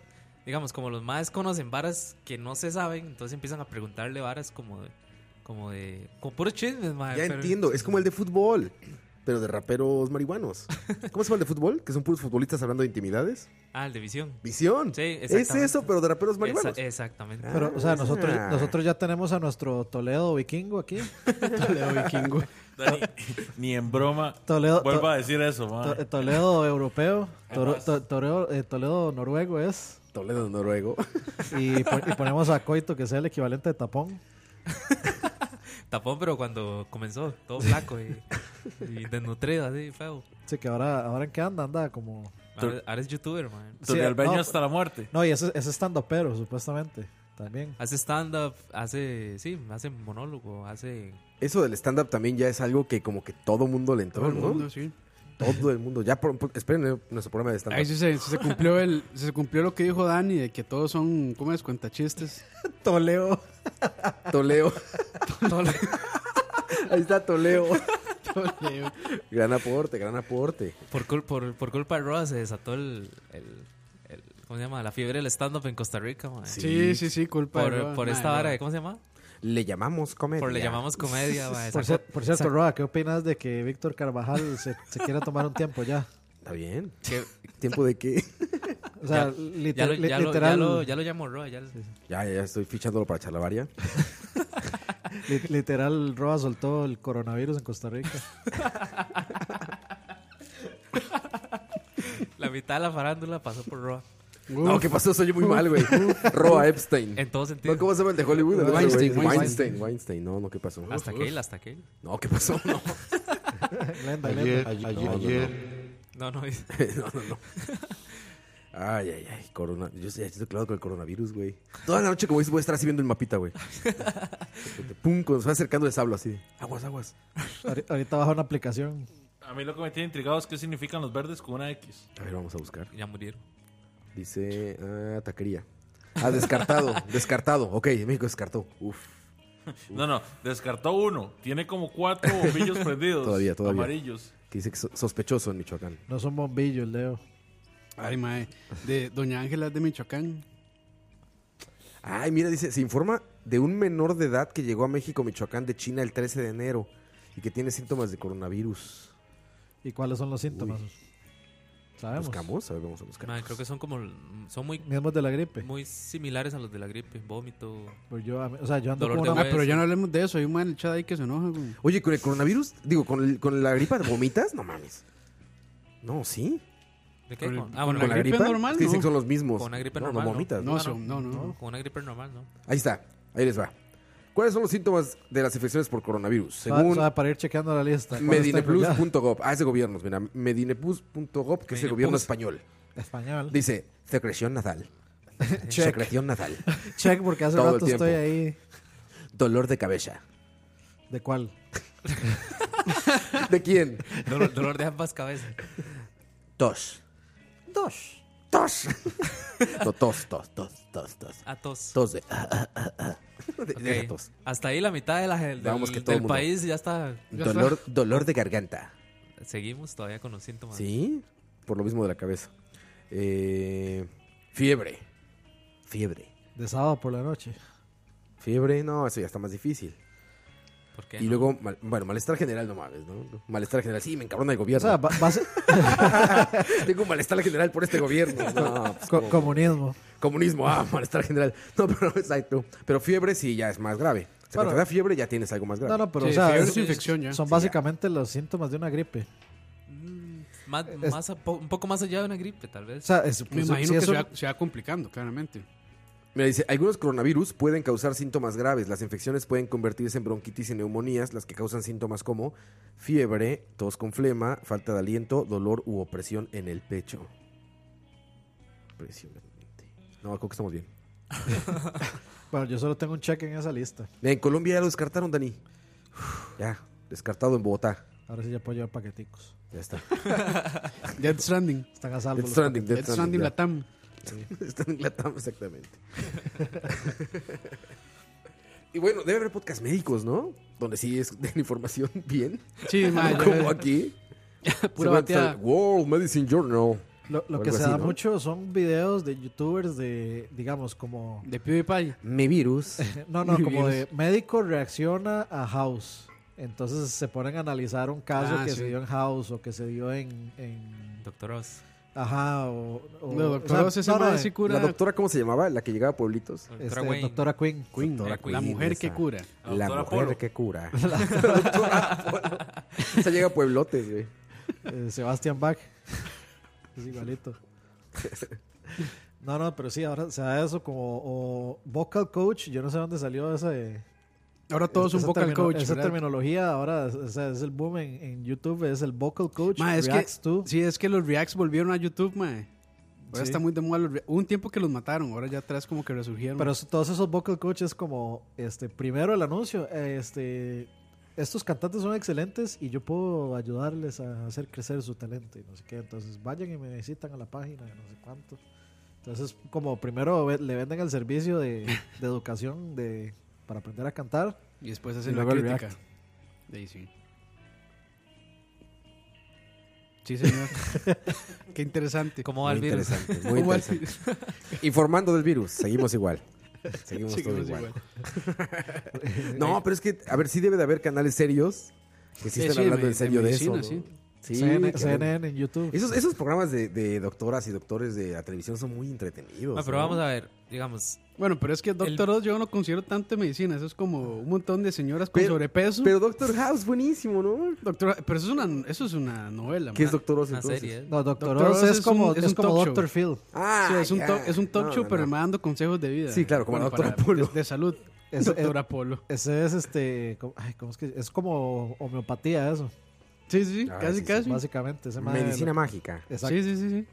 S6: digamos, como los maes conocen varas que no se saben, entonces empiezan a preguntarle varas como de. Como de. Como puros chismes, mae.
S5: Ya
S6: pero-
S5: entiendo, es como el de fútbol. pero de raperos marihuanos. ¿Cómo se llama el de fútbol? Que son puros futbolistas hablando de intimidades.
S6: Ah, el de visión.
S5: Visión.
S6: Sí,
S5: es
S6: exactamente.
S5: eso, pero de raperos marihuanos.
S6: Esa- exactamente.
S7: Pero, o sea, nosotros,
S5: Ah.
S7: nosotros ya tenemos a nuestro Toledo vikingo aquí.
S4: Toledo vikingo.
S8: Dani, ni en broma.
S7: Toledo-
S8: Vuelvo
S7: to-
S8: a decir eso,
S7: To- eh,
S8: madre.
S7: Toledo europeo. Toro- to- Toreo- eh, Toledo noruego es.
S5: Toledo noruego. *laughs*
S7: Y, po- y ponemos a Coito, que sea el equivalente de tapón.
S6: Tapón, pero cuando comenzó, todo flaco y, y desnutrido, así, feo.
S7: Así que ahora, ahora en qué anda, anda como.
S6: Ahora, ahora es youtuber, man.
S7: Sí,
S8: Turrialbeño
S7: no,
S8: hasta la muerte.
S7: No, y ese es estando pero, supuestamente. También.
S6: Hace stand-up, hace, sí, hace monólogo, hace...
S5: Eso del stand-up también ya es algo que como que *laughs* todo mundo le entró,
S4: Todo el
S5: ¿no?
S4: mundo, sí.
S5: Todo el mundo. Ya, por- por- esperen eh, nuestro programa de
S4: Ahí
S5: stand-up.
S4: sí se, se cumplió el, se cumplió lo que dijo Dani de que todos son, ¿cómo
S5: *laughs*
S4: es? Cuentachistes.
S7: Toledo.
S6: *laughs*
S5: Toleo. Ahí está Toleo.
S4: Toledo.
S5: Gran aporte, gran aporte.
S6: Por, cul- por, por culpa de Roa se desató el, el, el- ¿Cómo se llama? La fiebre del stand-up en Costa Rica, man.
S4: Sí, sí, sí, culpa. de
S6: Por,
S4: Roa.
S6: por
S4: Madre,
S6: esta vara
S4: Roa.
S6: de... ¿Cómo se llama?
S5: Le llamamos comedia.
S6: Por le llamamos
S4: *laughs*
S6: comedia, man.
S7: Por,
S6: Sacó-
S7: cier- por cierto,
S6: sacó-
S7: Roa, ¿qué opinas de que Víctor Carvajal se, se quiera tomar un tiempo ya?
S5: Está bien.
S6: que-
S5: ¿Tiempo de qué?
S7: O sea,
S6: Ya-
S7: liter-
S6: ya, lo,
S7: li-
S6: ya, lo, ya,
S7: literal,
S6: lo, ya lo llamó Roa, ya lo-
S5: Ya, ya estoy fichándolo para Chalabaria.
S7: li- literal, Roa soltó el coronavirus en Costa
S5: *laughs*
S7: Rica.
S6: La mitad de la farándula pasó por Roa.
S4: Uf,
S5: No, ¿qué pasó? Soy muy mal, güey. Roa Epstein.
S6: En todo sentido.
S5: No, ¿Cómo se llama el de Hollywood? El otro, güey.
S4: Weinstein,
S5: Weinstein,
S4: Weinstein.
S5: Weinstein. No, no, ¿qué pasó?
S6: Hasta Kale, hasta Kale.
S5: No, ¿qué pasó? No,
S7: Lenda,
S9: Ayer,
S7: lenda.
S9: ayer,
S5: no, no.
S9: ayer.
S6: No, no, dice.
S5: *laughs* no, no, no. Ay, ay, ay. Corona. Yo ya estoy claro con el coronavirus, güey. Toda la noche, como dices, voy a estar así viendo el mapita, güey. Pum, cuando se va acercando les hablo así. Aguas, aguas.
S7: Ahori- Ahorita baja una aplicación.
S8: A mí lo que me tiene intrigado es qué significan los verdes con una X.
S5: A ver, vamos a buscar.
S6: *laughs* Ya murieron.
S5: Dice, ah, taquería. Ah, descartado, descartado. Ok, México descartó. Uf.
S8: No, no, descartó uno. Tiene
S5: *laughs*
S8: como cuatro bombillos prendidos.
S5: Todavía, todavía.
S8: Amarillos.
S5: Que dice que so- sospechoso en Michoacán.
S7: No son bombillos, Leo.
S4: Ay, mae. De Doña Ángela es de Michoacán.
S5: Ay, mira, dice, se informa de un menor de edad que llegó a México, Michoacán, de China el 13 de enero y que tiene síntomas de coronavirus.
S7: ¿Y cuáles son los síntomas? Sabemos.
S5: ¿Buscamos? A ver, vamos a buscar.
S6: Man, creo que son como... Son muy,
S7: Mismos de la gripe.
S6: muy similares a los de la gripe. Vómito.
S7: Pues yo, a mí- o sea, yo ando
S6: Dolor
S7: con
S6: de
S7: una...
S4: Ah, pero
S6: Pues,
S4: ya no hablemos de eso. Hay un mae en el chat ahí que se enoja, güey.
S5: Oye, con el coronavirus, digo, con, el- con la gripa, ¿vomitas? No mames. No, sí.
S6: ¿De qué?
S4: Con el-
S6: Con- ah,
S4: con
S6: bueno,
S4: la
S6: la
S4: gripe
S6: gripe.
S4: normal,
S5: es que dicen
S4: no.
S5: que son los mismos.
S6: Con una gripe
S5: no, No
S6: normal, ¿no?
S5: vomitas,
S4: No,
S5: ¿no?
S4: sí, no, no.
S6: Con una gripe normal, ¿no? *laughs*
S5: Ahí está, ahí les va. ¿Cuáles son los síntomas de las infecciones por coronavirus?
S7: o sea,
S5: Según...
S7: o sea, para ir chequeando la lista. ¿cuáles tengo ya?
S5: Medineplus.gov. Ah, es de gobiernos, mira. Medineplus.gov, que es el
S6: Medineplus.
S5: gobierno español.
S7: Español.
S5: Dice, secreción nasal. secreción nasal.
S7: Check, porque hace
S5: Todo el
S7: rato
S5: tiempo.
S7: estoy ahí.
S5: Dolor de cabeza.
S7: ¿De cuál?
S5: ¿De quién?
S6: Dolor, dolor de ambas cabezas.
S5: Tos. Tos. Tos. *laughs* No, tos, tos, tos, tos, tos.
S6: A tos.
S5: Tos de... ah, de- de
S6: Ok.
S5: tos.
S6: Hasta ahí la mitad de la, del,
S5: Vamos, que todo
S6: del
S5: mundo.
S6: país ya está.
S5: Dolor, dolor de garganta.
S6: Seguimos todavía con los síntomas.
S5: ¿Sí? Por lo mismo de la cabeza. Eh, fiebre. Fiebre.
S7: De sábado por la noche.
S5: Fiebre, no, eso ya está más difícil.
S6: ¿Por qué
S5: Y
S6: no?
S5: luego, mal- bueno, malestar general no mames, ¿no? Malestar general, sí, me encabrona el
S7: O
S5: gobierno.
S7: sea, va- va a ser-
S5: *laughs* Tengo un malestar general por este gobierno.
S7: *laughs*
S5: No, pues,
S7: co-
S5: como-
S7: comunismo.
S5: comunismo, ah, malestar general. No, pero *laughs* exacto. Pero fiebre sí ya es más grave. O sea, cuando
S7: Bueno.
S5: te da fiebre ya tienes algo más grave.
S7: No, no, pero
S4: Sí,
S7: o sea,
S4: fiebre
S7: es-
S4: es infección ya.
S7: son básicamente los síntomas de una gripe.
S6: Mm, más,
S7: Es-
S6: más a po- un poco más allá de una gripe, tal
S7: O
S6: vez.
S7: sea, es,
S4: Me
S7: si-
S4: imagino
S7: si
S4: que
S7: pues, eso-
S4: se, va, se va complicando,
S7: *laughs*
S4: claramente.
S5: Mira, dice, algunos coronavirus pueden causar síntomas graves. Las infecciones pueden convertirse en bronquitis y neumonías, las que causan síntomas como fiebre, tos con flema, falta de aliento, dolor u opresión en el pecho. Impresionante. No, creo que estamos bien.
S7: Bueno, yo solo tengo un check en esa lista.
S5: En Colombia ya lo descartaron, Dani. Ya, descartado en Bogotá.
S7: Ahora sí ya puedo llevar paqueticos.
S5: Ya está.
S4: Dead Stranding.
S7: Están a salvo.
S5: Death
S7: los
S5: Stranding,
S4: Dead
S5: Death Stranding.
S4: Stranding
S5: ya.
S4: Latam.
S5: *laughs* Está en Latam, exactamente. *laughs* y bueno, debe haber podcast médicos, ¿no? Donde sí es de información *laughs* bien.
S4: Sí,
S7: *laughs*
S4: mae. Ah, ya-
S5: Como aquí.
S4: Pura bateada.
S5: World Medicine Journal.
S7: Lo, lo
S5: O
S7: que
S5: algo
S7: se
S5: así,
S7: da
S5: ¿no?
S7: mucho son videos de youtubers de, digamos, como...
S4: De PewDiePie.
S5: Mi virus.
S4: *laughs*
S7: No, no, como de médico reacciona a House. Entonces se ponen a analizar un caso
S4: Ah,
S7: que
S4: sí.
S7: se dio en House o que se dio en. en-
S6: Doctor Oz.
S7: ajá, o. o-
S4: No, doctor,
S7: o sea,
S4: Oz, esa
S7: no, no,
S4: madre
S7: eh,
S4: sí cura.
S5: ¿La doctora cómo se llamaba? La que llegaba a pueblitos.
S6: Doctora
S7: este,
S6: Wayne.
S7: doctora Queen.
S5: Queen,
S6: Doctora
S5: Queen,
S4: la mujer que
S5: esa.
S4: cura.
S8: La
S5: La
S8: doctora
S5: mujer
S8: Polo.
S5: que cura. *laughs* La doctora Polo. Esa llega a pueblotes, güey.
S7: eh, Sebastian Bach. *laughs* es igualito. No, no, pero sí, ahora se da eso como o vocal coach. Yo no sé dónde salió esa. eh,
S4: Ahora todos
S7: esa
S4: son vocal
S7: termino-
S4: coach.
S7: Esa
S4: ¿verdad?
S7: terminología ahora o sea, es el boom en, en YouTube, es el vocal coach.
S4: Ma, es que,
S7: reacts to.
S4: sí, es que los reacts volvieron a YouTube, mae. Ahora
S7: Sí.
S4: está muy de moda los re- Hubo un tiempo que los mataron, ahora ya atrás como que resurgieron.
S7: Pero eso- todos esos vocal coaches como este primero el anuncio, eh, este estos cantantes son excelentes y yo puedo ayudarles a hacer crecer su talento y no sé qué, entonces vayan y me visitan a la página, y no sé cuánto. Entonces, como primero ve- le venden el servicio de, de educación de para aprender a cantar,
S4: y después hacen
S7: y
S4: la
S7: luego el
S4: crítica. Ahí sí. Sí,
S7: *laughs*
S4: señor. Qué interesante.
S6: ¿Cómo va
S5: Muy
S6: el virus?
S5: interesante, muy
S4: ¿Cómo al-
S5: interesante. *laughs* Informando del virus, seguimos igual. Seguimos,
S4: Seguimos
S5: todos igual. *laughs*
S4: igual.
S5: No, pero es que, a ver, sí debe de haber canales serios que sí
S4: Eh,
S5: están
S4: sí,
S5: hablando
S4: de-
S5: en serio
S4: de
S5: de, eso.
S4: medicina,
S5: ¿no?
S4: sí.
S5: Sí,
S7: CNN,
S5: claro.
S7: CNN en YouTube.
S5: Esos, esos programas de, de doctoras y doctores de la televisión son muy entretenidos.
S6: Ah, pero
S5: ¿no?
S6: vamos a ver, digamos,
S4: Bueno, pero es que Doctor Oz yo no considero tanto de medicina. Eso es como un montón de señoras con
S5: Pero-
S4: sobrepeso.
S5: Pero Doctor House, buenísimo, ¿no?
S4: Doctora- pero eso es una, eso es una novela.
S5: ¿Qué es
S4: ma.
S5: Doctor Oz
S6: una
S5: entonces?
S6: serie. ¿eh?
S7: No, Doctor
S4: Dr.
S7: Oz
S4: Oz
S7: es,
S4: es
S7: como
S4: un- es
S7: es
S4: un
S7: como
S4: talk
S7: Doctor Phil.
S5: Ah,
S4: Sí, es un,
S5: ya.
S4: to- es un talk
S5: No,
S4: show,
S5: no,
S4: pero
S5: no.
S4: me dando consejos de vida.
S5: Sí, claro, como la doctora
S4: para-
S5: Polo.
S4: De, de salud.
S7: Es-
S4: doctora Polo.
S7: Ese es este, como- ay, ¿cómo es que es como homeopatía eso,
S4: Sí, sí, sí,
S5: Ah,
S4: casi,
S5: sí, sí,
S4: casi.
S7: básicamente, ese mae-
S5: Medicina mágica.
S7: Exacto.
S4: Sí, sí, sí, sí.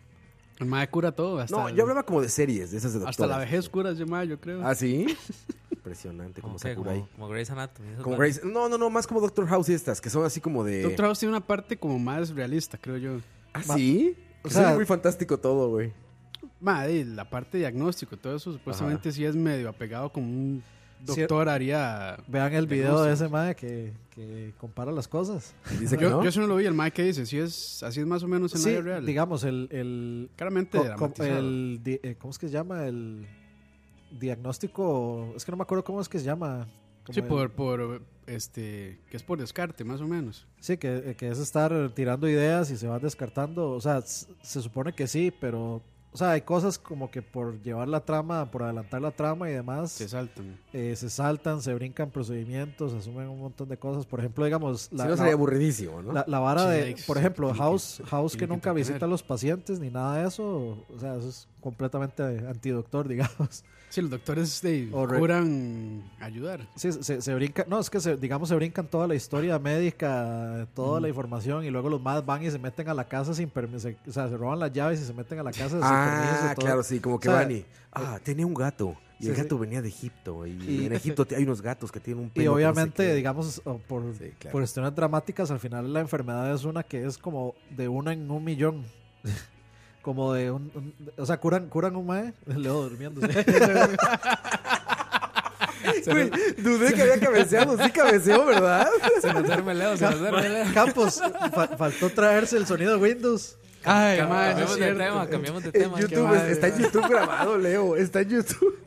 S4: El mae cura todo. Hasta,
S5: No, yo hablaba como de series, de esas de
S4: hasta
S5: doctoras.
S4: la vejez cura ese mae, yo creo.
S5: ¿Ah, sí?
S4: *laughs*
S5: Impresionante como
S6: Como, que,
S5: Sakurai.
S6: como, como Grey's Anatomy.
S8: Pues
S6: esas
S5: Como
S6: varas.
S5: Grace. No, no, no, más como Doctor House y estas, que son así como de.
S4: Doctor House tiene una parte como más realista, creo yo.
S5: ¿Ah, sí?
S7: O
S5: O
S7: sea-
S5: sea, muy fantástico todo, güey.
S4: Ma, y la parte de diagnóstico, todo eso supuestamente sí es medio apegado como un doctor haría...
S7: Vean el
S4: Me
S7: video
S4: gusta.
S7: de ese mae que, que compara las cosas.
S5: Y Dice que
S4: yo,
S5: no.
S4: yo sí no lo vi, el mae que dice, sí es, así es más o menos en la
S7: Este, Sí,
S4: vida real.
S7: digamos, el, el,
S4: Claramente
S7: co- co-
S4: dramatizado.
S7: el di- eh, ¿cómo es que se llama? El diagnóstico, es que no me acuerdo cómo es que se llama. como
S4: Sí,
S7: el-
S4: por, por, este, que es por descarte, más o menos.
S7: sí que, eh, que es estar tirando ideas y se van descartando. O sea, s- se supone que sí, pero... O sea, hay cosas como que por llevar la trama, por adelantar la trama y demás,
S4: Se saltan.
S7: eh, se saltan, se brincan procedimientos, asumen un montón de cosas. Por ejemplo, digamos...
S5: si no, sería aburridísimo, ¿no?
S7: La, la vara
S4: Sí,
S7: de,
S4: ex-
S7: por ejemplo,
S4: tiene que-
S7: House, House que
S4: tiene que
S7: nunca visita a
S4: entretener.
S7: los pacientes ni nada de eso, o sea, eso es completamente antidoctor, *laughs* digamos.
S4: Sí, los doctores de,
S7: O re-
S4: curan ayudar.
S7: Sí, se, se brinca, no, es que se, digamos se brincan toda la historia médica, toda la información y luego los más van y se meten a la casa sin permiso, o sea, se roban las llaves y se meten a la casa sin permiso.
S5: ah,
S7: y todo.
S5: claro, sí, como que
S7: O sea, eh,
S5: van y. Ah, tenía un gato. Y el
S7: Sí, sí.
S5: gato venía de Egipto. Y,
S7: Y- *laughs*
S5: en Egipto te- hay unos gatos que tienen un pelo.
S7: Y
S5: que no sé
S7: obviamente,
S5: qué.
S7: digamos, o por,
S5: Sí, claro.
S7: por cuestiones dramáticas, al final la enfermedad es una que es como de una en un millón. *laughs* Como de un, un- O sea, curan, curan un mae. *laughs* Leo durmiéndose.
S5: Güey, dudé que había cabeceado. Sí, cabeceó,
S7: *laughs*
S5: ¿verdad?
S6: Se nos duerme Leo, se nos duerme Leo.
S7: Campos, fa- faltó traerse el sonido de Windows.
S4: Ay,
S5: Ah,
S4: mae, eso es
S6: Cambiamos de
S4: cierto.
S6: tema, cambiamos de
S5: En
S6: tema.
S5: YouTube,
S4: madre,
S5: está en
S4: madre.
S5: YouTube grabado, Leo. Está en
S7: *laughs*
S5: YouTube.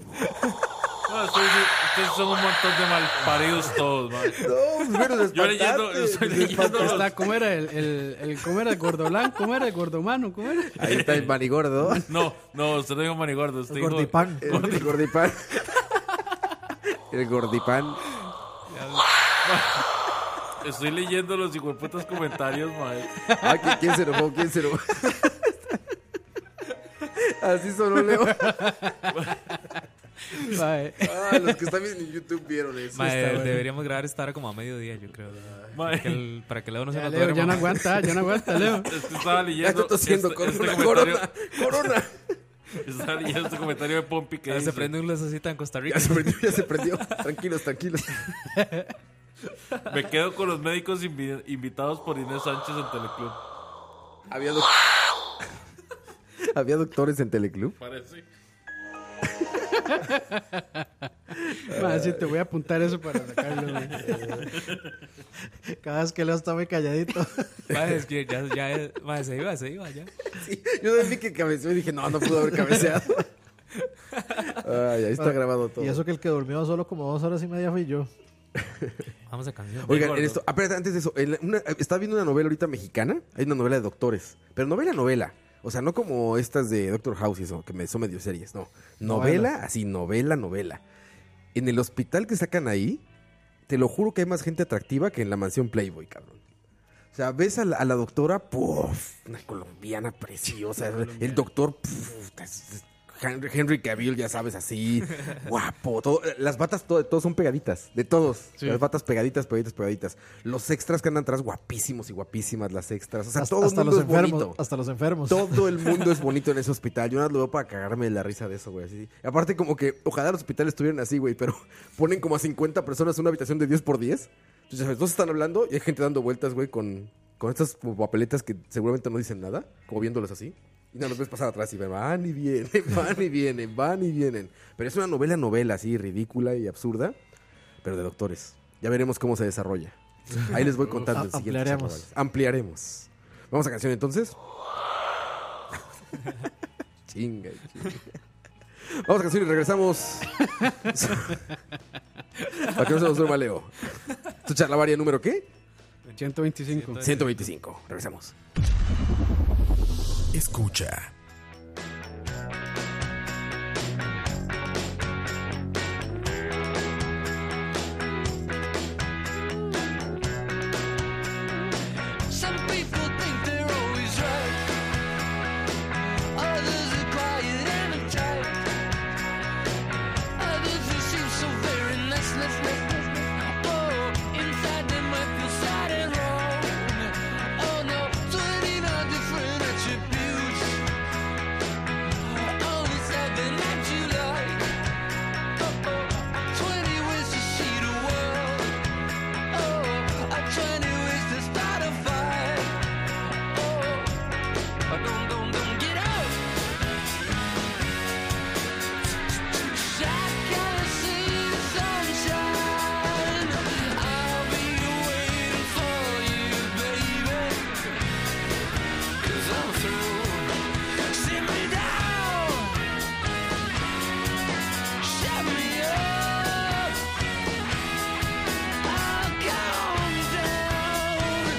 S8: No, ustedes, ustedes son un montón de malparidos todos, man.
S5: No,
S7: pues,
S5: bueno, los
S8: Yo leyendo, yo
S5: espantaste.
S8: estoy leyendo los-
S4: Está, ¿cómo era el, el, el- cómo era el gordolán? ¿Cómo era el gordomano? ¿Cómo era?
S5: Ahí está el
S7: *laughs*
S5: manigordo.
S8: No, no, usted no dijo manigordo, usted
S7: El
S8: dijo...
S7: Gordipán.
S5: El gordipán. El gordipán.
S8: Estoy leyendo los putos comentarios, mae.
S5: Ah, ¿qui- ¿quién se enojó? ¿Quién se enojó? *laughs* Así sonó Leo.
S4: Mae,
S5: Ah, los que están viendo en YouTube vieron eso.
S6: Mae, deberíamos grabar esta hora como a mediodía, yo creo. Para que, el- para que Leo no se
S4: ya,
S6: nos
S4: Leo,
S6: duerma.
S4: ya no
S6: mae.
S4: aguanta, ya no aguanta,
S7: *laughs*
S4: Leo.
S8: Es que estaba
S5: Ya
S8: leyendo...
S5: estoy tosiendo
S8: este-
S5: con
S8: este
S5: una
S8: comentario-
S5: corona.
S8: *laughs*
S5: Corona.
S8: Estaba leyendo este comentario de Pompi
S5: Ah,
S8: que
S6: Ahora
S8: dice...
S6: se prende un lucecita en Costa Rica.
S5: Ya se prendió, ya se prendió. Tranquilos, tranquilos.
S8: Me quedo con los médicos invi- invitados por Inés Sánchez en Teleclub.
S5: Había, doc- Había doctores en Teleclub.
S8: Parece.
S4: Mae, sí, te voy a apuntar eso para sacarlo. güey.
S7: Cada vez que Leo está muy calladito.
S6: Mae, es que ya, ya, mae, se iba, se iba ya.
S5: Sí, yo también vi que cabeceó y dije, no, no pudo haber cabeceado. Ay, ahí está grabado todo.
S7: Y eso que el que durmió solo como dos horas y media fui yo.
S6: Vamos a canción.
S5: Oigan, en esto, ah, espérate, antes de eso, en la- una- estaba viendo una novela ahorita mexicana, hay una novela de doctores, pero novela, novela. O sea, no como estas de Doctor House y eso, que me, son medio series, no. Novela, así, novela, novela. En el hospital que sacan ahí, te lo juro que hay más gente atractiva que en la mansión Playboy, cabrón. O sea, ves a la, a la doctora, puf, una colombiana preciosa. El doctor, puf, es- es- Henry- Henry Cavill, ya sabes,
S7: *laughs*
S5: así, guapo. todo- eh, las batas, todo- todos son pegaditas, de todos. Las batas pegaditas, pegaditas, pegaditas. Los extras que andan atrás, guapísimos y guapísimas las extras. O sea,
S7: hasta,
S5: todo
S7: hasta
S5: el
S7: los
S5: mundo es
S7: enfermos.
S5: bonito.
S7: Hasta los enfermos. *laughs*
S5: Todo el mundo es bonito en ese hospital. Yo nada más lo veo para cagarme de la risa de eso, güey. así. Aparte, como que ojalá los hospitales estuvieran así, güey, pero ponen como a 50 personas en una habitación de 10 por 10. Entonces, ¿sabes? Dos están hablando y hay gente dando vueltas, güey, con, con estas como papeletas que seguramente no dicen nada, como viéndolos así. Y nada, los ves pasar atrás y ven, van y vienen, *laughs* van y vienen, van y vienen. Pero es una novela, novela, así, ridícula y absurda, pero de doctores. Ya veremos cómo se desarrolla. Ahí les voy contando.
S7: A-
S5: el siguiente
S7: ampliaremos.
S5: Charla Vales. Ampliaremos. Vamos a canción entonces. chinga, chinga. Vamos a canción y regresamos. *laughs* Para que no se nos duerma Leo. Tu charla varia número qué?
S4: 125.
S5: 125. Regresamos.
S1: Escucha.
S10: Some people think they're always right. Others are quiet and uptight. Others who seem so very nice, nice, nice, nice, nice. Oh, inside they might feel sad and wrong. Oh no, 29 different attributes. Only seven that you like. Oh, oh, 20 ways to see the world. Oh, I try to ways to start a fight. Oh, don't, don't, don't get out. I gotta see the sunshine. I'll be waiting for you, baby. 'Cause I'm through. Sit me down. Shut me up. I'll calm down and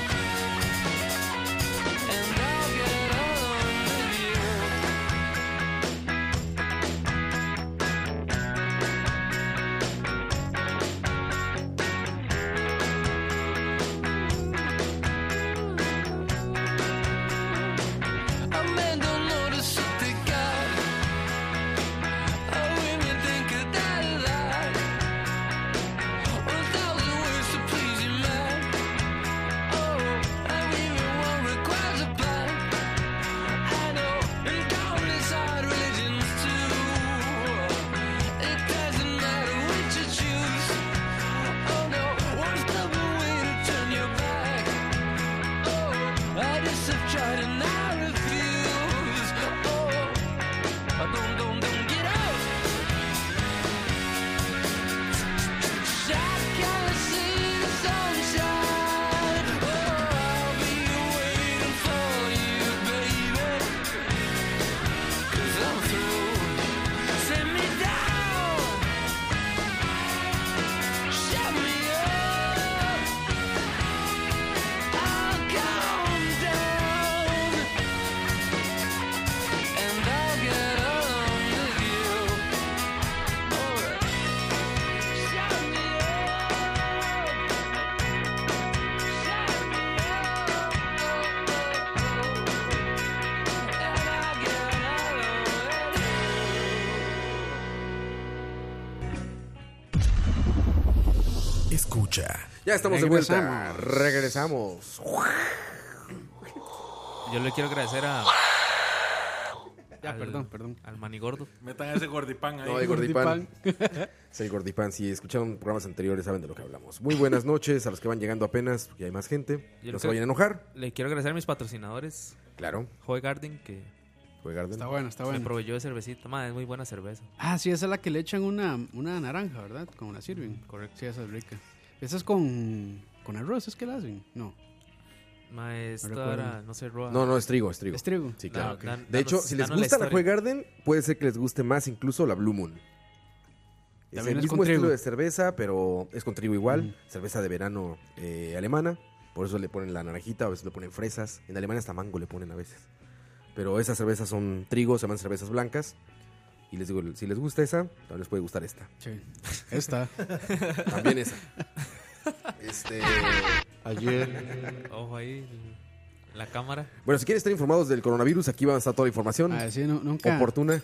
S10: I'll get on with you. A man don't notice what they got. A women think of that a lot. One thousand words to please your mind. Oh, and even one requires a plan. I know, and countless hard religions too. It doesn't matter which you choose. Oh no, one's the way to turn your back. Oh, I just have tried and I refuse. Oh, don't, don't, don't get out. I gotta see the sunshine. Oh, I'll be waiting for you, baby. 'Cause I'm through. Send me down, shut me up. I'll calm down, and I'll get on with you. Alright. Shut me up. Shut me up. And I'll get out of it.
S1: Escucha.
S5: Ya estamos de vuelta.
S4: Regresamos.
S5: Regresamos.
S6: Yo le quiero agradecer a.
S4: Ya, perdón, perdón.
S6: Al manigordo.
S8: Metan a ese gordipán ahí.
S5: No, el Gordipan. *laughs* Sí, el Gordipan. Si escucharon programas anteriores, saben de lo que hablamos. Muy buenas noches a los que van llegando apenas, porque hay más gente.
S6: Yo
S5: No se
S6: creo-
S5: vayan a enojar.
S6: Le quiero agradecer a mis patrocinadores,
S5: Claro.
S6: Joy Garden, que
S5: Joy Garden.
S4: Está Ah, bueno, está
S6: me
S4: bueno.
S6: proveyó de cervecita. Madre, es muy buena cerveza.
S4: Ah, sí, esa es la que le echan una, una naranja, ¿verdad? Como la sirven.
S7: Mm,
S6: Correcto.
S4: Sí, esa es rica. Esa es con, con arroz, ¿es que la hacen? No.
S6: Mae, esta
S4: recuerdo.
S6: hora no se roba.
S5: No, no, es trigo, es trigo.
S4: ¿Es trigo?
S5: Sí,
S6: No,
S5: claro.
S6: dan-
S5: de hecho,
S6: danos-
S5: si les
S6: danos la
S5: gusta la Joy
S6: historia.
S5: Garden, puede ser que les guste más incluso la Blue Moon. Es el
S4: También es
S5: mismo
S4: con
S5: estilo
S4: trigo.
S5: de cerveza, pero es con trigo igual. Cerveza de verano eh, alemana. Por eso le ponen la naranjita, a veces le ponen fresas. En Alemania hasta mango le ponen a veces. Pero esas cervezas son trigo, se llaman cervezas blancas. Y les digo, si les gusta esa, también les puede gustar esta.
S4: Sí. Esta.
S5: También
S4: *laughs*
S5: esa. Este.
S6: Ayer. Ojo ahí. La cámara.
S5: Bueno, si quieren estar informados del coronavirus, aquí va a estar toda la información
S4: Ah, sí, no- nunca.
S5: oportuna.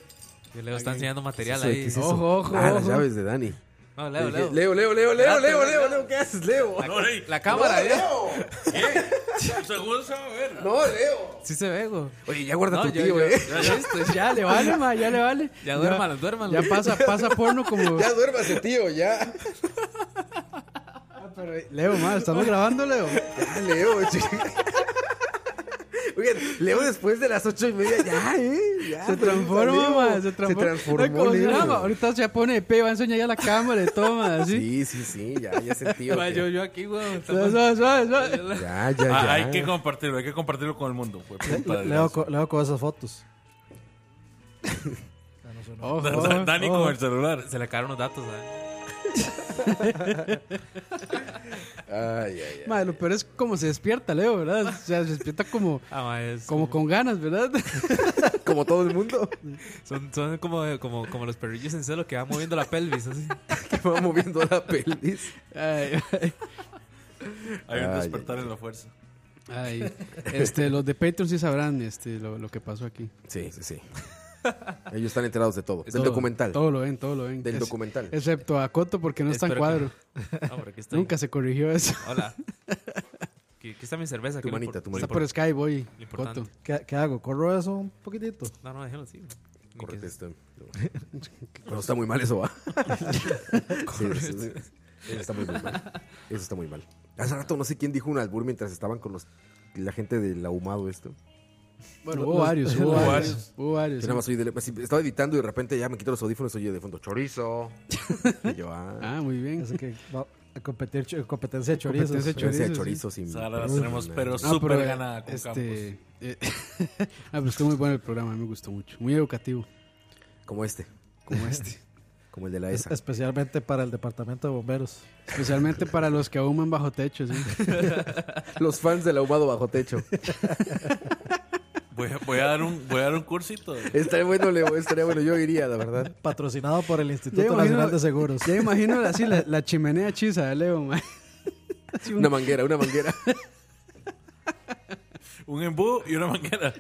S6: Yo Leo está enseñando material
S5: ¿Qué es eso?
S6: ahí.
S5: ¿Qué es eso?
S4: Ojo, ojo,
S5: Ah, las
S4: ojo.
S5: llaves de Dani.
S6: No, Leo,
S5: Le dije, Leo,
S6: Leo.
S5: Leo, Leo, Leo,
S6: Espérate,
S5: Leo,
S6: Leo,
S5: Leo, Leo, ¿qué haces, Leo?
S6: La,
S8: No, ey.
S6: la cámara, Leo.
S8: Seguro se va a ver.
S5: No, Leo.
S6: Sí se ve, güey.
S5: Oye, ya guarda
S6: No,
S5: tu
S6: yo-
S5: tío,
S6: yo-
S5: eh.
S6: yo- yo estoy-
S4: Pues Ya le
S5: *laughs*
S4: vale, ma, ya le vale.
S6: Ya duérmalo, duérmalo.
S4: Ya pasa, pasa porno como.
S5: Ya duérmase, tío, ya.
S4: Leo, ma, estamos grabando, Leo.
S5: Ya, Leo. *laughs* chi- Oigan, Leo después de las ocho y media, ya, eh. ya,
S4: Se
S5: pues,
S4: transforma,
S5: Leo.
S4: ma, se transforma.
S5: Se transformó,
S4: Ay, como
S5: Leo.
S4: se llama, Ahorita se pone de pe, va a enseñar ya la cámara y todo, ma, así.
S5: Sí, sí, sí, ya, ya sentí.
S6: *laughs*
S5: ok.
S6: Ma, yo, yo aquí, güey.
S4: Suave, suave, suave, suave.
S5: Ya, ya, ya.
S8: Ah, hay que compartirlo, hay que compartirlo con el mundo. pues. güey, puta,
S7: Le hago, co- le hago con esas fotos.
S4: Ojo,
S8: Dios. Dani
S4: ojo.
S8: con el celular.
S6: Se le cayeron los datos, ¿eh?
S5: Ay, ay, ay.
S4: Ma, lo peor es como se despierta, Leo, ¿verdad? O sea, se despierta como,
S6: Ah, ma, es
S4: como con ganas, ¿verdad? *laughs*
S5: Como todo el mundo.
S6: Son, son como, como, como los perrillos en celo que van moviendo la pelvis,
S4: *laughs*
S6: así.
S5: Que va moviendo la pelvis.
S4: Ay, ay.
S8: Hay un
S5: Ay,
S8: despertar en la fuerza.
S4: Ay, este, los de Patreon sí sabrán este, lo, lo que pasó aquí.
S5: Sí, sí, sí. Ellos están enterados de todo. Del
S4: Todo,
S5: documental.
S4: Todo lo ven, todo lo ven.
S5: Del
S4: Es-
S5: documental.
S4: Excepto a Coto porque no está en
S6: Espero que
S4: cuadro.
S6: No, pero aquí estoy.
S4: Nunca se corrigió eso. *laughs*
S6: Hola. Aquí, aquí está mi cerveza.
S5: Tu
S6: que lo
S5: manita,
S6: impor-
S5: tu
S6: lo
S5: manita.
S4: Está por Sky, voy.
S6: lo importante.
S4: Coto.
S7: ¿Qué, qué hago? ¿Corro eso un poquitito?
S6: No, no, déjalo así. Ni
S5: Correcto,
S6: que-
S5: esto. *laughs* Pero está muy mal eso,
S6: *laughs*
S5: ¿va? Sí, sí, sí. Eso está muy, muy mal. Eso está muy mal. Hace rato no sé quién dijo un albur mientras estaban con los la gente del ahumado esto.
S4: Bueno, hubo
S6: *laughs*
S4: varios, hubo
S8: Hubo
S4: varios. Hubo varios.
S5: Yo nada más oí de- así, estaba editando y de repente ya me quito los audífonos y oye de fondo
S4: *laughs*
S5: chorizo. Y yo, ah,
S4: Ah, muy bien.
S7: Así que va a competir, cho- competencia de chorizos.
S4: Competencia de
S5: yo decía
S4: chorizo,
S5: chorizo sin.
S8: O sea, ahora las
S5: sin
S8: tenemos,
S5: nada.
S8: pero
S4: No,
S8: súper
S4: Ah, pero,
S8: ganada con Campos.
S4: este, eh, *laughs* ah, pero estuvo muy bueno el programa, me gustó mucho. Muy educativo,
S5: Como este,
S4: como este.
S5: *laughs* como el de la
S4: *laughs*
S7: Es-
S5: ESA.
S7: especialmente para el departamento de bomberos.
S4: Especialmente para los que ahuman bajo
S5: *laughs*
S4: techo, sí.
S5: Los fans del ahumado bajo techo.
S8: Voy, a- voy a dar un, voy a dar un cursito.
S5: Estaría bueno, Leo, estaría bueno. Yo iría, la verdad.
S7: Patrocinado por el Instituto
S4: Ya imagino-
S7: Nacional de Seguros.
S4: Ya imagino así la, la chimenea chisa de Leo, man.
S5: Una manguera, una manguera.
S8: Un embú y una manguera.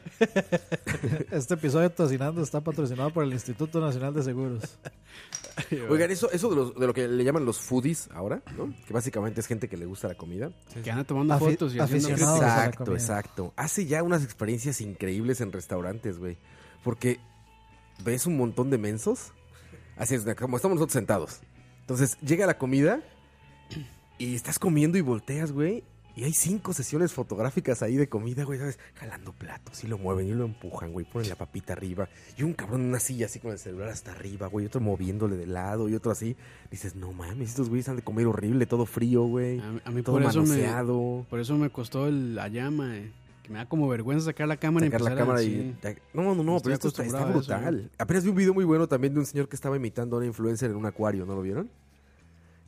S7: Este episodio de Tocinando está patrocinado por el Instituto Nacional de Seguros.
S5: Oigan, eso, eso de, los- de lo que le llaman los foodies ahora, ¿no? Que básicamente es gente que le gusta la comida.
S4: Que anda tomando
S7: Afi-
S4: fotos y haciendo
S7: aficionado. Aficionados a la
S5: exacto,
S7: comida.
S5: exacto. Hace ya unas experiencias increíbles en restaurantes, güey. Porque ves un montón de mensos. Así es, como estamos nosotros sentados. Entonces llega la comida y estás comiendo y volteas, güey. Y hay cinco sesiones fotográficas ahí de comida, güey, ¿sabes? Jalando platos y lo mueven y lo empujan, güey. Ponen la papita arriba. Y un cabrón en una silla así con el celular hasta arriba, güey. Otro moviéndole de lado y otro así. Dices, no mames, estos güeyes han de comer horrible, todo frío, güey.
S4: A mí- a mí
S5: todo
S4: Ah, por eso me-
S5: manoseado.
S4: Por eso me costó el, la llama, eh, que me da como vergüenza sacar la cámara
S5: sacar
S4: y
S5: la
S4: empezar
S5: cámara
S4: a,
S5: y...
S4: sí.
S5: No, no, no,
S4: Estoy
S5: pero esto está, está
S4: acostumbrado a eso,
S5: brutal. Apenas vi un video muy bueno también de un señor que estaba imitando a una influencer en un acuario, ¿no lo vieron?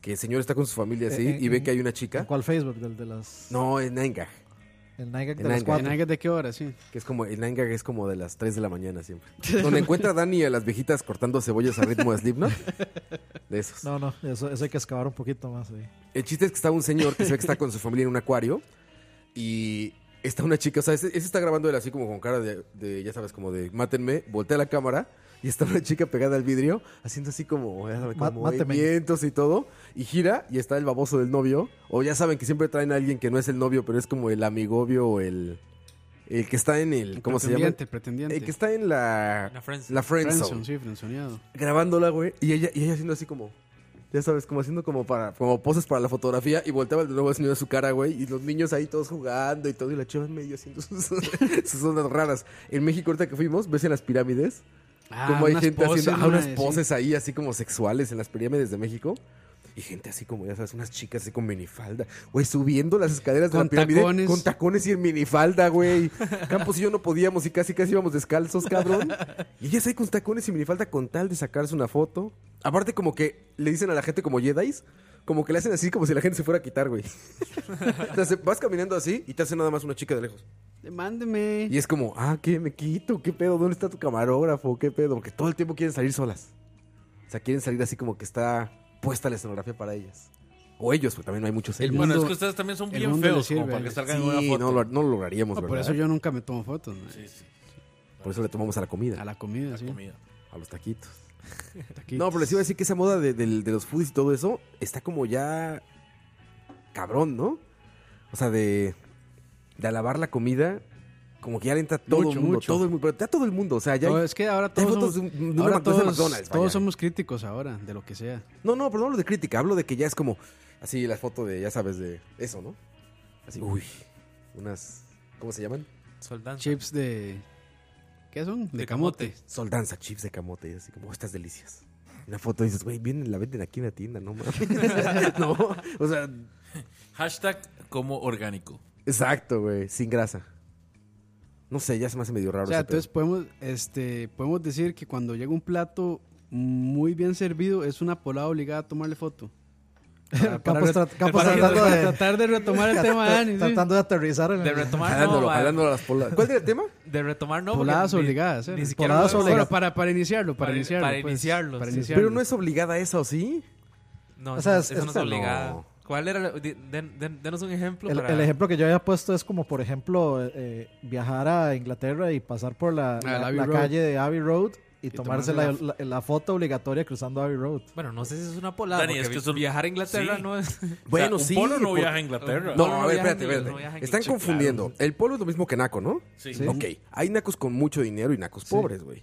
S5: Que el señor está con su familia así
S7: Eh, eh,
S5: y ve
S7: eh,
S5: que hay una chica.
S7: ¿En cuál Facebook? ¿Del de las.?
S5: No, en Nanga,
S7: El Nike de
S5: En Nike.
S7: las
S4: ¿En
S7: cuatro.
S4: algo de qué hora, sí?
S5: que es como, el Nanga es como de las 3 de la mañana
S4: *laughs*
S5: siempre. Donde encuentra a Dani a las viejitas cortando cebollas al ritmo de
S4: *laughs*
S5: Slipknot. De esos.
S7: No, no, eso, eso hay que excavar un poquito más ahí.
S5: El chiste es que está un señor que se ve que está con su familia en un acuario y está una chica, o sea, ese, ese está grabando él así como con cara de, de, ya sabes, como de mátenme, voltea la cámara y está una chica pegada al vidrio haciendo así como, ya saben,
S7: Ma-
S5: como
S7: máteme.
S5: movimientos y todo y gira y está el baboso del novio o ya saben que siempre traen a alguien que no es el novio pero es como el amigobio o el, el que está en el, ¿cómo se llama?
S4: Pretendiente, pretendiente.
S5: El que está en la,
S6: Una friendzone.
S5: la friendzone
S4: Friendzone, sí, frenzoneado.
S5: grabándola, güey, y ella, y ella haciendo así como, ya sabes, como haciendo como para, como poses para la fotografía, y volteaba de nuevo señor a su cara, güey, y los niños ahí todos jugando y todo, y la chava en medio haciendo *laughs* sus, sus ondas raras. En México, ahorita que fuimos, ves en las pirámides,
S4: Ah,
S5: como hay
S4: unas
S5: gente
S4: poses,
S5: haciendo ah, *laughs* unas
S4: mae, sí.
S5: poses ahí, así como sexuales en las pirámides de México. Y gente así como, ya sabes, unas chicas así con minifalda. Güey, subiendo las escaleras
S4: Con
S5: de la pirámide
S4: tacones.
S5: con tacones y en minifalda, güey. Campos y yo no podíamos y casi casi íbamos descalzos, cabrón. Y ellas ahí con tacones y minifalda con tal de sacarse una foto. Aparte como que le dicen a la gente como Jedis, como que le hacen así como si la gente se fuera a quitar, güey. *laughs* o sea, se- vas caminando así y te hace nada más una chica de lejos.
S4: Demándeme.
S5: Y es como, ah, ¿qué? ¿Me quito? ¿Qué pedo? ¿Dónde está tu camarógrafo? ¿Qué pedo? Porque todo el tiempo quieren salir solas. O sea, quieren salir así como que está puesta la escenografía para ellas. O ellos, porque también hay muchos
S4: El
S5: ellos.
S4: mundo-
S8: Bueno, es que ustedes también son
S4: el
S8: bien
S4: mundo
S8: feos
S4: le
S8: como
S4: sirve.
S8: para que salgan en una
S5: Sí,
S8: foto.
S5: no lo, no lo lograríamos,
S4: No, por
S5: ¿verdad?
S4: eso yo nunca me tomo fotos. ¿no?
S8: Sí, sí,
S5: Por eso le tomamos a la comida,
S4: A la comida,
S8: la
S4: sí.
S8: comida.
S5: a los taquitos.
S4: Taquitos.
S5: No, pero les iba a decir que esa moda de, del- de los foodies y todo eso está como ya cabrón, ¿no? O sea, de, de alabar la comida, como que ya le entra todo
S4: Mucho,
S5: el mundo,
S4: mucho.
S5: todo el mundo, pero ya todo el mundo, o sea, ya
S4: Todo-
S5: hay-
S4: es que ahora
S5: Hay
S4: todos
S5: fotos
S4: somos,
S5: de un- de una
S4: ahora
S5: McDonald's de
S4: todos-
S5: McDonald's,
S4: todos
S5: vaya.
S4: somos críticos ahora, de lo que sea.
S5: No, no, pero no hablo de crítica, hablo de que ya es como así la foto de, ya sabes, de eso, ¿no? Así, uy, unas, ¿cómo se llaman?
S6: Soldanza.
S4: Chips de... ¿Qué son? De,
S6: De
S4: camote.
S6: camote.
S5: Soldanza, chips de camote, así como, "Oh, estas delicias. Una foto dices, güey, vienen, la venden aquí en la tienda, no mames. *laughs* no, o sea,
S8: Hashtag como orgánico.
S5: exacto, güey, sin grasa. No sé, ya se me hace medio raro.
S4: O sea,
S5: ese pedo.
S4: entonces podemos, este, podemos decir que cuando llega un plato muy bien servido, es una polada obligada a tomarle
S5: *laughs*
S4: foto. *laughs* Para, para
S7: *laughs* Campos
S4: re-
S7: tra- Campos
S4: para-
S7: tratando
S4: para
S7: de-
S4: tratar de
S5: *laughs*
S4: retomar el tema de Dani. sí.
S7: Tratando de aterrizar en
S6: De
S7: el-
S6: retomar,
S5: Jalándolo,
S6: Ah, no, va.
S5: jalándolo a las polas. ¿Cuál era el tema?
S6: De retomar, no. porque
S4: Poladas
S6: ni-
S4: obligadas. ¿eh?
S6: Ni siquiera
S7: Poladas
S6: podemos-
S4: Bueno, para, para iniciarlo, para,
S6: Para-
S4: iniciarlo.
S6: para
S4: pues,
S6: iniciarlo,
S4: para
S6: sí.
S4: iniciarlo.
S5: Pero no es obligada esa, ¿o sí?
S7: O
S6: No, eso
S7: sea,
S6: no-
S7: es-
S6: eso no es
S7: esta no.
S6: obligado. ¿Cuál era? la- di- den- den- denos un ejemplo.
S7: El,
S6: para...
S7: el ejemplo que yo había puesto es como, por ejemplo, eh, eh, viajar a Inglaterra y pasar por la,
S4: Ah, el
S7: la-
S4: Abbey
S7: la
S4: Road.
S7: calle de Abbey Road y,
S4: Y
S7: tomarse
S4: tomarse
S7: la,
S4: la-
S7: la- la foto obligatoria cruzando Abbey Road.
S6: Bueno, no sé si es una polada.
S8: Dani,
S6: porque
S8: es que
S6: vi-
S8: eso-
S6: viajar a Inglaterra
S8: Sí. *laughs*
S6: no es.
S5: Bueno,
S8: o sea,
S5: sí.
S8: Un polo no
S5: por-
S8: viaja a Inglaterra.
S5: No,
S6: Polo no
S5: a ver,
S6: viaja
S5: espérate,
S6: ni-
S5: espérate.
S6: no viaja ni-
S5: Están
S6: sí,
S5: confundiendo. El polo es lo mismo que naco, ¿no?
S8: Sí.
S7: Sí.
S5: Ok, hay nacos con mucho dinero y nacos pobres, güey.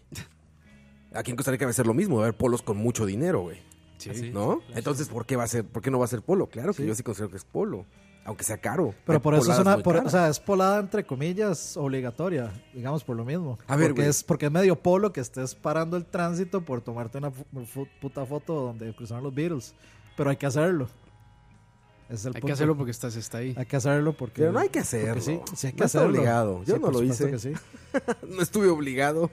S5: Aquí en Costa Rica va a ser lo mismo, va a haber polos con mucho dinero, güey.
S6: Sí. Así,
S5: ¿No? Entonces, ¿por qué va a ser, por qué no va a ser polo? Claro que yo sí considero que es polo, aunque sea caro.
S7: Pero
S5: Hay
S7: por eso es
S5: poladas
S7: una,
S5: muy
S7: por- o
S5: caras.
S7: sea, es polada entre comillas obligatoria, digamos por lo mismo.
S5: A ver,
S7: porque
S5: güey.
S7: es porque es medio polo que estés parando el tránsito por tomarte una fu- fu- puta foto donde cruzaron los Beatles, pero hay que hacerlo. Ese Es el
S4: Hay que
S7: punto.
S4: hacerlo porque estás, está ahí.
S7: Hay que hacerlo porque
S5: Pero no hay que
S7: porque
S5: hacerlo.
S7: Sí, sí hay que
S5: No está
S7: hacerlo.
S5: obligado. Yo
S7: Sí,
S5: no
S7: por
S5: lo
S7: supuesto
S5: hice.
S7: que sí.
S5: *laughs* no estuve obligado.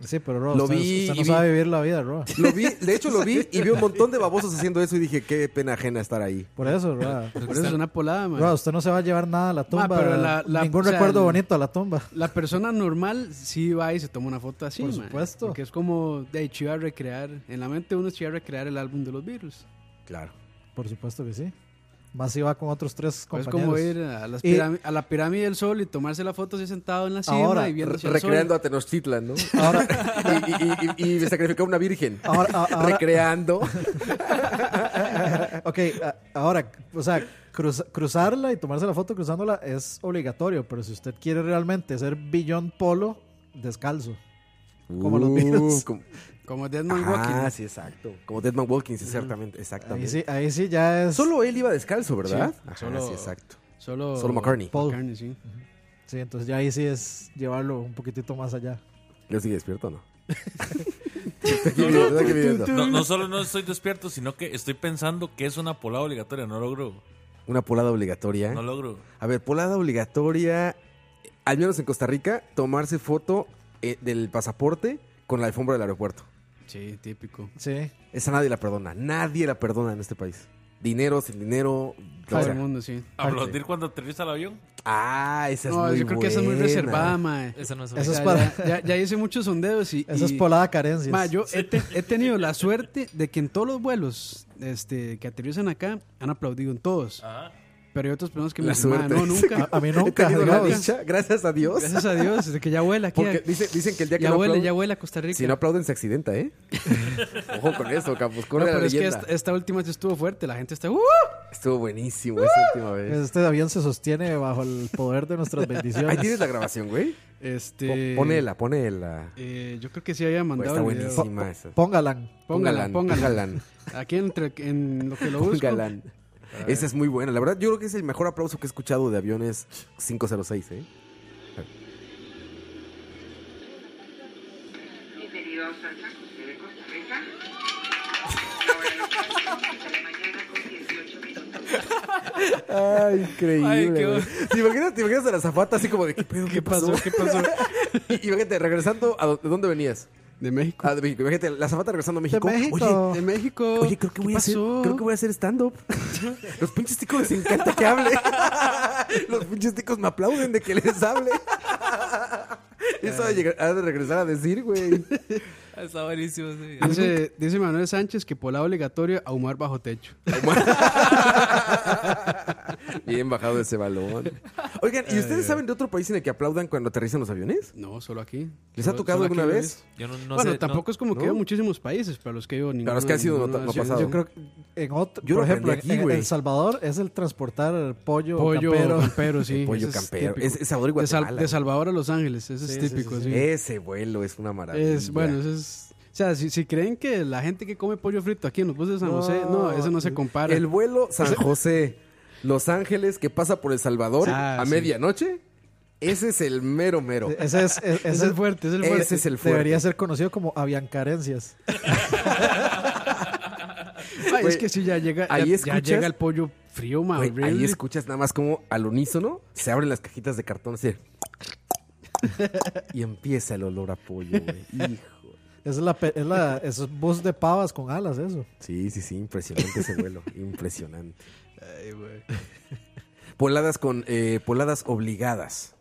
S7: Sí, pero Ro,
S5: Lo
S7: usted,
S5: vi
S7: usted
S5: y
S7: no
S5: vi-
S7: sabe vivir la vida, Ro.
S5: Lo vi, de hecho lo vi y vi un montón de babosos haciendo eso y dije, qué pena ajena estar ahí.
S7: Por eso,
S5: *laughs*
S7: Ro.
S4: Por eso es una polada, man.
S7: Ro, usted no se va a llevar nada a la tumba.
S4: pero la- la-
S7: ningún
S4: o sea,
S7: recuerdo
S4: el-
S7: bonito a la tumba.
S4: La persona normal sí va y se toma una foto así,
S7: Por
S4: man,
S7: supuesto.
S4: Porque es como de chiva a recrear. En la mente uno chiva a recrear el álbum de los virus.
S5: Claro.
S7: Por supuesto que sí. Más si va con otros tres
S4: Pues Es
S7: compañeros.
S4: como ir a, las
S7: Y-
S4: piram- a la pirámide del sol y tomarse la foto así sentado en la cima
S7: Ahora,
S4: y viendo hacia el
S5: Recreando
S4: sol.
S5: a Tenochtitlan, ¿no?
S7: Ahora,
S5: y, y, y, y sacrificó una virgen.
S7: ahora,
S5: *laughs*
S7: a- ahora-
S5: Recreando.
S7: ok, a- ahora, o sea, cruz- cruzarla y tomarse la foto cruzándola es obligatorio, pero si usted quiere realmente ser billón polo, descalzo. Como los Beatles.
S5: como-
S4: Como Deadman
S5: Ah,
S4: Walking.
S5: sí, exacto. Como Deadman Walking, exactamente.
S7: Ahí
S5: exactamente.
S7: sí, ahí sí ya es.
S5: Solo él iba descalzo, ¿verdad?
S4: Sí,
S5: Ajá,
S4: solo-
S5: sí, exacto.
S4: Solo,
S5: Solo McCartney.
S7: Paul.
S4: McCartney, sí.
S7: Sí, entonces ya ahí sí es llevarlo un poquitito más allá.
S5: ¿Yo sigue despierto o
S4: *laughs*
S5: no? *laughs* Está aquí viviendo, está aquí viviendo.
S8: No, no solo no estoy despierto, sino que estoy pensando que es una polada obligatoria. No logro.
S5: Una polada obligatoria.
S8: No logro.
S5: A ver, polada obligatoria, eh, al menos en Costa Rica, tomarse foto eh, del pasaporte con la alfombra del aeropuerto.
S4: Sí, típico.
S7: Sí.
S5: Esa nadie la perdona. Nadie la perdona en este país. Dinero, sin dinero.
S4: Todo
S5: o sea,
S4: el mundo, sí.
S8: Aplaudir cuando aterriza el avión.
S5: ah, esa es
S4: No,
S5: muy
S4: yo creo que esa es muy
S5: buena.
S4: reservada, mae.
S6: Eso no es
S7: Eso
S4: O
S7: es
S4: sea,
S7: para-
S4: ya, ya- ya hice muchos sondeos y...
S7: Eso es
S4: y-
S7: polada carencias.
S4: Ma, yo he, te- he tenido la suerte de que en todos los vuelos este, que aterrizan acá han aplaudido en todos. Pero hay otras personas que me
S5: La
S4: dicen, "Ma,
S5: suerte.
S4: no,
S5: *laughs*
S4: *laughs* nunca.
S7: a, a mí
S5: He
S7: nunca.
S5: tenido la
S7: digamos.
S5: dicha, gracias a Dios.
S4: Gracias a Dios, de que ya vuela aquí.
S5: Porque dicen, dicen que el día que
S4: ya
S5: no
S4: huele,
S5: aplauden-
S4: ya huele a Costa Rica.
S5: Si no aplauden, se accidenta,
S4: *laughs*
S5: ¿eh? Ojo con eso, Campos.
S4: No,
S5: Corre la
S4: pero es que
S5: leyenda.
S4: esta, esta última sí estuvo fuerte. La gente está. ¡Uh!
S5: Estuvo buenísimo esa última vez.
S7: Este avión se sostiene bajo el poder de nuestras
S5: Ahí
S7: bendiciones.
S5: tienes la grabación, güey.
S4: Este,
S5: Po- Ponela, ponela.
S4: eh, yo creo que sí había
S5: Güey,
S4: mandado.
S5: está
S4: el video.
S5: buenísima esa.
S7: Póngalan.
S4: Póngala,
S5: *laughs*
S4: póngala.
S5: póngalan.
S4: Aquí entre, en lo que lo busco.
S5: Póngalan. Esa es muy buena. La verdad, yo creo que es el mejor aplauso que he escuchado de aviones 506, ¿eh?
S11: Bienvenidos al Cactus de Costa Rica. Ahora lo que hacemos es que mañana con
S5: Ay, increíble.
S6: Ay, qué
S5: güey. ¿Te, imaginas, ¿Te imaginas a la zafata así como de qué pedo? ¿Qué, pasó?
S4: ¿Qué pasó?
S5: *laughs* Y, imagínate, regresando a do- de dónde venías.
S4: De México.
S5: Ah, de México. Imagínate, la zafata regresando a México.
S7: México.
S4: De México.
S5: Oye, Ah. oye, creo que
S4: ¿Qué
S5: voy a hacer,
S4: pasó?
S5: creo que voy a hacer stand-up. *laughs* Los pinches ticos les encanta que hable. *laughs* Los pinches ticos me aplauden de que les hable. *laughs* Eso ha de, llegar- ha de regresar a decir, güey.
S6: Está buenísimo. Sí.
S4: Dice, dice Manuel Sánchez que por la obligatoria ahumar bajo techo.
S5: Bien bajado ese balón. Oigan, ¿y ustedes saben de otro país en el que aplaudan cuando aterrizan los aviones?
S4: No, solo aquí.
S5: ¿Les ha
S4: Solo-
S5: tocado
S4: solo aquí
S5: alguna
S4: lo he
S5: vez?
S4: visto.
S6: Yo no, no
S4: bueno,
S6: sé,
S4: tampoco es como que
S5: ¿No?
S4: hay muchísimos países, para los que Mm, yo ninguno.
S5: los que han sido
S4: ninguno
S5: no-
S4: ha
S5: no
S4: sido-
S5: pasado.
S7: Yo creo que en otro,
S5: Yo lo
S7: por ejemplo,
S5: aprendí aquí,
S7: en- en,
S5: güey.
S7: El Salvador es el transportar pollo,
S4: Pollo
S7: campero.
S4: *laughs* campero, sí.
S5: Pollo
S4: ese es
S5: campero.
S4: típico.
S5: Es, es sabor y
S4: de, Sal-
S5: Guatemala.
S4: de Salvador a Los Ángeles, ese
S7: Sí,
S4: es
S7: sí,
S4: típico,
S7: sí,
S4: sí.
S5: güey. Ese vuelo es una maravilla.
S4: Es, bueno, ese es... O sea, si, si creen que la gente que come pollo frito aquí en los buses de San
S5: No,
S4: José, no, eso no se compara.
S5: El
S4: *laughs*
S5: vuelo San José, Los Ángeles, que pasa por El Salvador
S4: Ah,
S5: a
S4: sí. Eh,
S5: medianoche. Ese es el mero mero.
S7: *laughs* Ese es, es-
S4: es
S7: ese-
S4: el fuerte, es el fuerte.
S5: Ese es el fuerte.
S7: Debería ser conocido como aviancarencias.
S4: Ay, Ah, es
S5: Güey,
S4: que si ya llega, ya-
S5: ahí
S4: ya
S5: escuchas-
S4: llega el pollo frío, man.
S5: Güey, ahí
S4: ah, really.
S5: escuchas nada más como al unísono se abren las cajitas de cartón así. de- y empieza el olor a pollo,
S4: *laughs*
S5: güey. Hijo.
S7: Es la, pe- es la es bus de pavas con alas, eso.
S5: Sí, sí, sí, impresionante ese vuelo. impresionante.
S4: Ay, güey.
S5: Poladas con eh, poladas obligadas.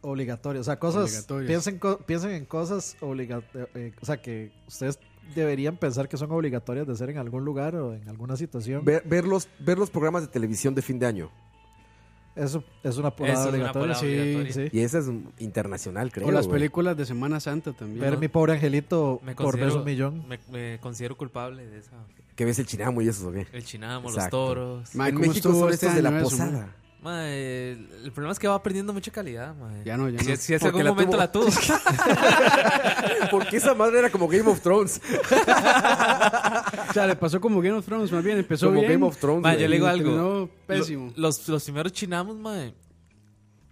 S7: Obligatorio. O sea, cosas.
S4: Obligatorias.
S7: Piensen, co- piensen en cosas obligatorias. o sea, que ustedes deberían pensar que son obligatorias de ser en algún lugar o en alguna situación.
S5: Ver, ver los, ver los programas de televisión de fin de año.
S7: Eso es una
S6: Eso
S7: polada
S6: es una
S7: obligatoria.
S6: polada
S7: sí,
S6: obligatoria.
S7: sí.
S5: Y esa es internacional, creo.
S4: O las
S5: güey.
S4: películas de Semana Santa también.
S7: Ver mi pobre angelito
S6: Me
S7: por
S6: considero,
S7: beso un millón.
S6: Me, me considero culpable de esa.
S5: Que ves el chinamo y eso, güey.
S6: El chinamo, los
S5: Exacto.
S6: toros.
S4: Ma,
S5: en
S4: ¿cómo
S5: México
S4: estuvo
S5: son
S4: este
S5: estos de la
S4: año eso,
S5: posada.
S4: man?
S6: Ma, el, el problema es que va perdiendo mucha calidad. ma.
S4: Ya no, ya
S6: Si,
S4: no.
S6: si hace
S5: Porque
S6: algún
S5: la
S6: momento
S5: tuvo.
S6: la
S4: *laughs*
S5: *laughs*
S6: tuvo.
S5: Porque esa madre era como Game of Thrones. *laughs*
S4: O sea, le pasó como Game of Thrones, más bien empezó
S5: como
S4: bien.
S5: Game of Thrones.
S6: Ma,
S5: güey.
S6: yo le digo algo.
S4: terminó pésimo.
S6: Lo- Los, los primeros chinamos, mae,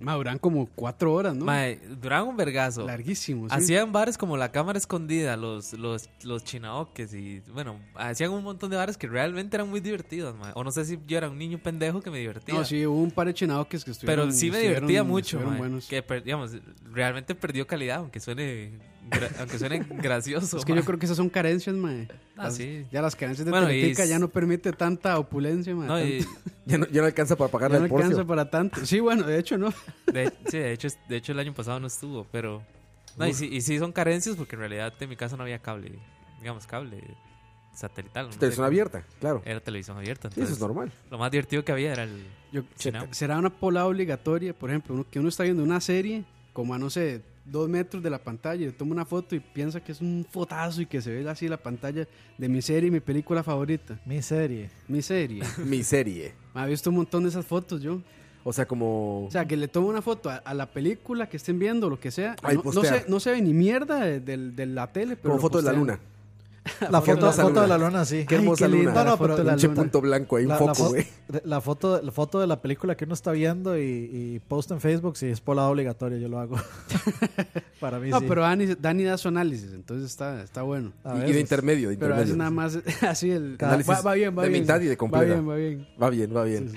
S4: Ma, duran como cuatro horas, ¿no?
S6: mae, duraban un vergazo.
S4: Larguísimo, sí.
S6: Hacían bares como la cámara escondida, los, los, los chinaoques y bueno, hacían un montón de bares que realmente eran muy divertidos, mae. o no sé si yo era un niño pendejo que me divertía.
S4: No, sí, hubo un par de chinaoques que estuvieron
S6: Pero sí me
S4: estuvieron-
S6: divertía mucho,
S4: estuvieron
S6: mae,
S4: buenos.
S6: que per- digamos, realmente perdió calidad, aunque suene, gra- *laughs* aunque suene gracioso.
S4: Es que
S6: mae.
S4: yo creo que esas son carencias, mae.
S6: Ah,
S4: Las-
S6: sí.
S4: Ya las carencias de
S6: Bueno, y
S4: Teletica
S6: es-
S4: ya no permite tanta opulencia, mae.
S6: No,
S4: tanto-
S6: y-
S5: Ya no, ya no alcanza para
S4: ya
S5: pagarle
S4: no
S5: el porcio.
S4: alcanza para tanto. Sí, bueno, de hecho, ¿no? *laughs*
S6: de, sí, de hecho, de hecho el año pasado no estuvo, pero... No, y, sí, y sí son carencias porque en realidad en mi casa no había cable, digamos, cable satelital. no sé
S5: Televisión
S6: cómo-
S5: abierta, claro.
S6: Era televisión abierta.
S5: Sí, eso
S6: Entonces,
S5: es normal.
S6: lo más divertido que había era el
S4: Yo-
S6: chinamo.
S4: ¿Será una pola obligatoria? Por ejemplo, uno- que uno está viendo una serie como a, no sé, dos metros de la pantalla y le toma una foto y piensa que es un fotazo y que se ve así la pantalla de mi serie, mi película favorita.
S7: Mi serie.
S4: Mi
S6: *laughs*
S4: serie.
S5: Mi serie.
S4: Me ha visto un montón de esas fotos yo.
S5: O sea, como.
S4: O sea, que le tomo una foto a, a la película que estén viendo, lo que sea.
S5: Ay,
S4: no, no
S5: postear.
S4: se, no se ve ni mierda de, de- de la tele, pero.
S5: como
S4: lo
S5: foto de la
S4: postean.
S5: luna.
S7: La foto,
S5: hermosa
S7: foto de
S5: luna.
S7: la luna, sí.
S5: Qué
S4: Ay,
S5: hermosa
S4: qué
S5: luna.
S4: linda
S7: No, no, pero
S4: de
S7: la
S5: Pinche
S7: luna.
S5: punto blanco ahí, un
S7: La, la
S5: foco,
S7: fo-
S5: güey.
S7: de- la foto, la foto de la película que uno está viendo y, y post en Facebook, si es polada obligatoria, yo lo hago. *laughs* Para mí
S4: No,
S7: sí.
S4: pero Dani, Dani da su análisis, entonces está, está bueno.
S7: A
S5: Y- Y,
S7: veces.
S5: de intermedio, de
S4: Pero a veces
S5: intermedio.
S4: nada más *laughs* así el.
S5: Cada-
S4: va, va bien, va
S5: de
S4: bien.
S5: mitad y de completa.
S4: Va bien, va bien.
S5: Va bien, va bien.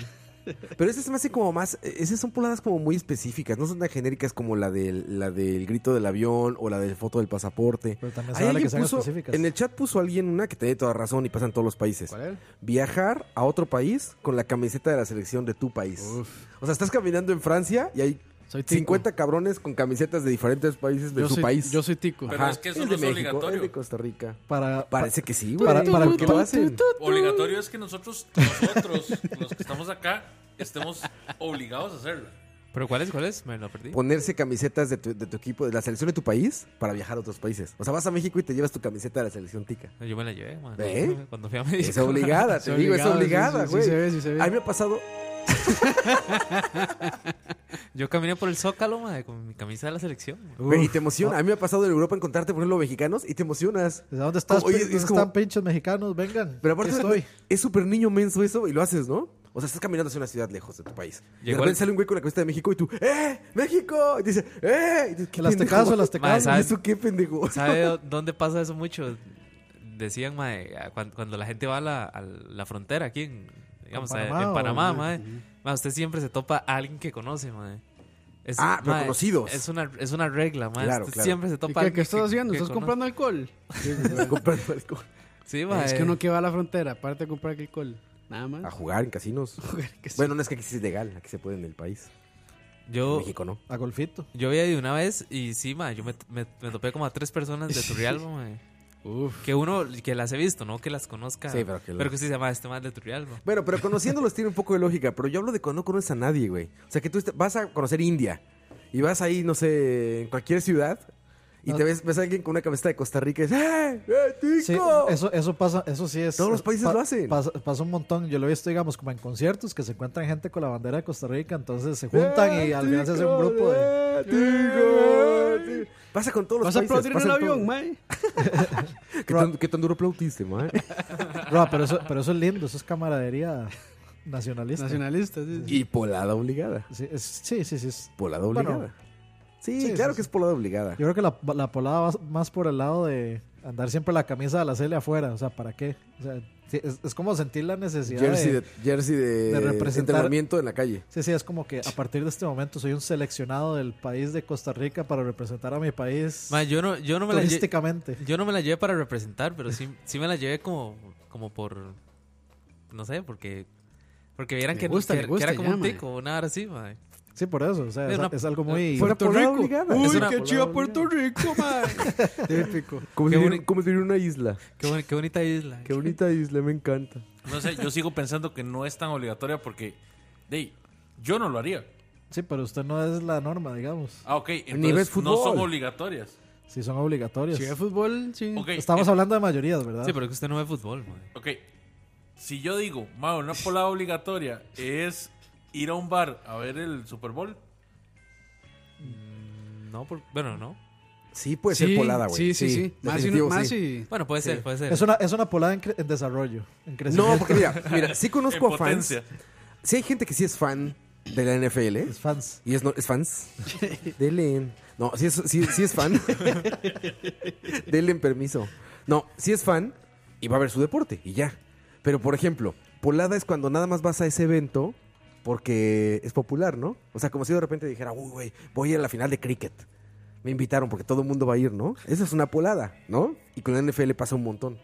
S7: *laughs*
S5: Pero esas se me hace como más. e-, Esas son puladas como muy específicas. No son tan genéricas como la del, la del grito del avión o la del foto del pasaporte.
S7: Pero también
S5: Ahí
S7: se vale que
S5: alguien
S7: sean
S5: puso-
S7: específicas.
S5: en el chat puso alguien una que tenía toda razón y pasa en todos los países.
S4: ¿Cuál era?
S5: Viajar a otro país con la camiseta de la selección de tu país.
S4: Uf.
S5: O sea, estás caminando en Francia y hay
S4: Soy tico.
S5: 50 cabrones con camisetas de diferentes países de
S4: yo
S5: su
S4: soy,
S5: país.
S4: Yo soy tico.
S8: Pero
S5: Ajá.
S8: es que eso
S5: El
S8: no
S5: de
S8: es
S5: México,
S8: obligatorio.
S5: el de Costa Rica.
S7: Para,
S5: Parece que sí, güey.
S7: para, para el
S5: ¿Por
S7: que
S5: qué lo hacen?
S8: Obligatorio es que nosotros, nosotros, los que estamos acá, estemos obligados a hacerlo.
S6: ¿Pero cuál es? ¿Cuál es? Me lo perdí.
S5: Ponerse camisetas de tu, de tu equipo, de la selección de tu país, para viajar a otros países. O sea, vas a México y te llevas tu camiseta de la selección tica.
S6: Yo me la llevé, man.
S5: ¿Eh?
S6: *laughs* Cuando fui a
S5: Es
S6: México.
S5: obligada, te
S4: Es
S5: digo, es
S4: obligado, sí,
S5: obligada,
S4: sí, sí
S5: güey.
S4: se ve, sí se ve.
S5: A mí me ha pasado.
S6: *laughs* Yo caminé por el Zócalo, man, con mi camisa de la selección. man.
S5: güey, y te emociona. A mí me ha pasado en Europa encontrarte, por ejemplo, mexicanos y te emocionas.
S7: ¿Dónde, estás,
S5: Como- oye,
S7: pe-
S5: es
S7: dónde
S5: como-
S7: están pinches mexicanos? Vengan.
S5: Pero aparte, *laughs*
S7: aquí estoy.
S5: es súper niño menso eso y lo haces, ¿no? O sea, estás caminando hacia una ciudad lejos de tu país. y de
S6: Llegó
S5: repente
S6: el-
S5: sale un güey con la camiseta de México y tú, ¡eh! ¡México! Y dice, ¡eh! Y dices, ¿qué
S7: Las
S5: pendejo?
S7: tecas o las
S6: Ma,
S7: tecas.
S6: ¿sabe-
S5: ¿Y eso qué
S6: *laughs*
S5: pendejo?
S6: ¿Sabe dó- dónde pasa eso mucho? Decían, man, cuando, cuando la gente va a la, a la frontera aquí en, digamos,
S7: ¿En
S6: eh,
S7: Panamá
S6: en
S7: o
S6: Panamá,
S7: dónde?
S6: mae, mae, usted siempre se topa a alguien que conoce, mae. Es-
S5: Ah, pero
S6: mae,
S5: conocidos.
S6: Es una, es una regla, mae.
S5: Claro,
S6: usted
S5: claro.
S6: siempre se
S4: ¿Y
S6: topa a
S4: qué,
S6: alguien
S4: qué estás haciendo?
S6: que
S4: ¿Estás
S6: conoce.
S4: comprando alcohol?
S5: Comprando alcohol.
S6: Sí,
S8: Eh.
S6: mae.
S4: Es que uno que va a la frontera, aparte de comprar alcohol, nada más.
S5: A jugar en casinos. Bueno, no es que aquí sí es legal, aquí se puede en el país. En
S6: Yo,
S5: México no.
S7: A golfito.
S6: yo había ido una vez y sí, mae, yo me, me, me topé como a tres personas de
S5: *laughs*
S6: Turrialba, mae. Que uno, que las he visto, no que las conozca.
S5: Sí, pero que Pues, lo-
S6: Pero que sí se llama este mae de Turrialba.
S5: Bueno, pero conociéndolos *laughs* tiene un poco de lógica, pero yo hablo de cuando no conoces a nadie, güey. O sea, que tú est- vas a conocer India y vas ahí, no sé, en cualquier ciudad y te ves, ves a alguien con una camiseta de Costa Rica y dices, ¡eh, eh, tico!
S7: Sí, eso, eso pasa, eso sí es.
S5: Todos los países lo hacen.
S7: Pasa, pasa un montón. Yo lo he visto, digamos, como en conciertos que se encuentran gente con la bandera de Costa Rica, entonces se juntan y al final se hace un grupo de. Eh,
S5: ¡Eh, tico! Sí. Pasa con todos los
S4: ¿Vas a
S5: países.
S4: aplaudir en
S5: pasa
S4: el
S5: todo.
S4: avión, mae?
S5: ¿Qué tan, qué tan duro aplaudiste,
S7: *laughs*
S5: man?
S7: Roa, pero, eso, pero eso es lindo, eso es camaradería nacionalista.
S4: Nacionalistas. sí, sí.
S5: y polada obligada.
S7: Sí, es- sí, sí, sí, es-
S5: Polada obligada.
S7: Bueno,
S5: sí,
S7: sí,
S5: claro
S7: sí,
S5: que es polada obligada.
S7: Yo creo que la, la polada va más por el lado de andar siempre la camisa de la Cele afuera. O sea, ¿para qué? O sea, sí, es, es como sentir la necesidad
S5: Jersey
S7: de-
S5: de, jersey de,
S7: de representar-
S5: entrenamiento en la calle.
S7: Sí, sí, es como que a partir de este momento soy un seleccionado del país de Costa Rica para representar a mi país
S6: Mae, yo no, yo no me la
S5: este
S6: lle-
S7: turísticamente.
S6: Yo no me la llevé para representar, pero sí, sí me la llevé como, como por. No sé, porque. Porque vieran
S4: Le
S6: que,
S4: gusta,
S6: que-
S4: le
S6: que
S4: gusta
S6: era como
S4: ya,
S6: un
S4: mae.
S6: tico, una hora así, mae.
S7: Sí, por eso. O sea,
S6: Es eh,
S7: es,
S6: una-
S7: es algo muy.
S5: Fue- Puerto
S4: Rico.
S5: Rico.
S6: Es
S4: Uy,
S6: una
S4: qué
S7: polada
S4: chido
S7: obligada.
S4: Puerto Rico, mae. Típico.
S5: Como
S6: Qué
S5: si,
S6: boni-
S5: hubiera- como si hubiera una isla.
S6: *laughs* Qué, boni- qué bonita isla.
S5: Qué bonita isla, me encanta.
S8: No sé, yo sigo pensando que no es tan obligatoria porque, dey, yo no lo haría.
S7: Sí, pero usted no es la norma, digamos.
S8: Ah, ok,
S5: Ni ves
S8: entonces no
S5: fútbol.
S8: son obligatorias.
S7: Si son obligatorias.
S4: Si ve fútbol, sí.
S8: Ok,
S7: Estamos hablando de mayorías, ¿verdad?
S6: eh, Sí, pero es que usted no ve fútbol, mae.
S8: Ok, si yo digo, ma, una polada obligatoria es ir a un bar a ver el Super Bowl.
S6: No, por- bueno, no.
S5: Sí, puede ser polada, güey.
S4: Sí, sí, sí. Más, y,
S5: definitivo,
S4: más
S5: sí.
S4: y...
S6: Bueno, puede ser, puede ser.
S7: Es una, es una polada en, cre- en desarrollo, en *laughs* crecimiento.
S5: No, pues- porque mira, mira, sí
S8: En
S5: conozco a fans.
S8: potencia.
S5: Sí hay gente que sí es fan de la NFL. ¿eh?
S7: Es fans.
S5: Y es, no, es
S4: *laughs*
S5: fans. Delen. No, sí es, sí, sí es fan. Denle permiso. No, sí es fan y va a ver su deporte y ya. Pero, por ejemplo, polada es cuando nada más vas a ese evento porque es popular, ¿no? O sea, como si de repente dijera, uy, güey, voy a ir a la final de cricket. Me invitaron porque todo el mundo va a ir, ¿no? Esa es una polada, ¿no? Y con la NFL pasa un montón.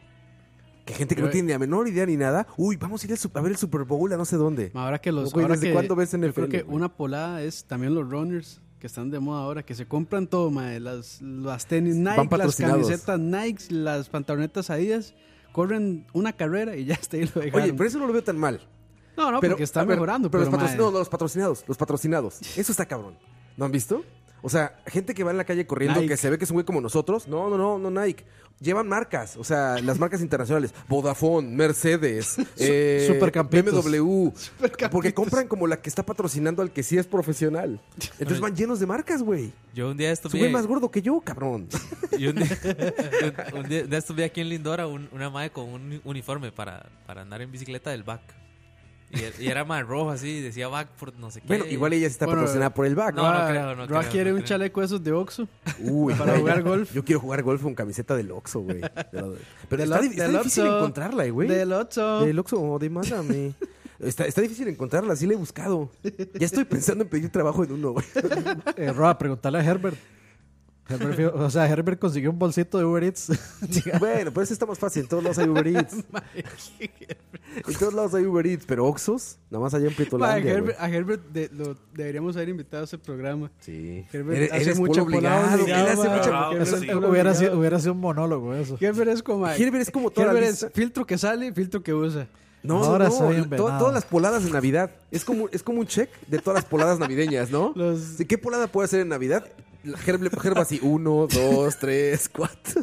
S5: Que gente que no
S4: Güey.
S5: tiene la menor idea ni nada, uy, vamos a ir al su- a ver el Super Bowl a no sé dónde.
S4: Ma, Ahora que los...
S5: Güey,
S4: ahora
S5: ¿desde
S4: que-
S5: cuándo ves en
S4: Yo creo que
S5: NFL, güey?
S4: una polada es también los runners que están de moda ahora, que se compran todo, mae. Las, las tenis
S5: Van
S4: Nike, las
S5: patrocinados.
S4: camisetas Nike, las pantalonetas Adidas. Corren una carrera y ya está ahí lo dejaron.
S5: Oye, pero eso no lo veo tan mal.
S4: no, no, porque está
S5: a ver,
S4: mejorando.
S5: Pero, los,
S4: Pero, mae,
S5: patrocinados, no, los patrocinados, los patrocinados. Eso está cabrón. ¿No han visto? O sea, gente que va en la calle corriendo,
S4: Nike.
S5: que se ve que es un güey como nosotros. No, no, no, no Nike. Llevan marcas, o sea, las marcas internacionales. Vodafone,
S4: *laughs*
S5: Mercedes, eh,
S7: Supercampitos.
S5: BMW. Porque compran como la que está patrocinando al que sí es profesional. Entonces van llenos de marcas, güey.
S6: Yo un día
S5: Es un güey
S6: estuve.
S5: más gordo que yo,
S4: *laughs*
S5: cabrón.
S6: y un día, *laughs* un- un día- un día estuve aquí en Lindora un- una madre con un uniforme para, para andar en bicicleta del back. Y, era- y era más rojo así, decía back por no sé qué.
S5: Bueno, igual ella sí está
S4: Bueno, Ah,
S5: patrocinada por el back.
S6: No, no
S4: Roa-
S6: creo, no
S4: Roa
S6: creo,
S4: quiere
S6: no
S4: un
S6: creo.
S4: chaleco de esos de Oxxo.
S5: Uy,
S4: Para
S5: güey,
S4: jugar
S5: yo-
S4: golf.
S5: Yo quiero jugar golf con camiseta del Oxxo, güey. Pero, pero
S4: Del
S5: está,
S4: Ox-
S5: di- está
S4: del
S5: difícil
S4: Oxxo.
S5: encontrarla, eh, güey.
S4: Del Oxxo.
S5: Del Oxxo, demándame. Está, está difícil encontrarla, sí la he buscado. Ya estoy pensando en pedir trabajo en uno,
S4: *laughs*
S5: güey.
S7: Eh, Roa, preguntarle a Herbert. Herbert fio- o sea, Herbert consiguió un bolsito de Uber Eats. *laughs*
S5: Bueno, pero eso está más fácil. En todos lados hay Uber Eats.
S4: *laughs*
S5: En todos lados hay Uber Eats, pero Oxxos, nada más allá en
S4: Ma, a
S5: Pietolandia, güey.
S4: Herbert, a Herbert de- lo deberíamos haber invitado a ese programa.
S5: Sí.
S4: Herbert
S5: Eres-
S4: hace
S5: eres
S4: mucho
S5: polo
S4: polado
S5: obligado. Él
S4: obligado,
S5: hace
S4: ma.
S5: mucho-
S8: Ah,
S4: Herbert
S8: sí.
S4: es polo
S7: hubiera,
S4: obligado.
S7: sido, hubiera sido un monólogo eso.
S4: Herbert es como...
S5: Herbert es como toda la
S4: Herbert
S5: lista.
S4: es filtro que sale, filtro que usa.
S5: No,
S7: Ahora
S5: no,
S7: soy
S5: to-
S7: envenenado.
S5: todas las poladas de Navidad. Es como, es como un check de todas las poladas navideñas, ¿no?
S4: Los-
S5: Sí, ¿Qué polada puede hacer en Navidad? La Herb, Herb así, uno, dos, tres, cuatro.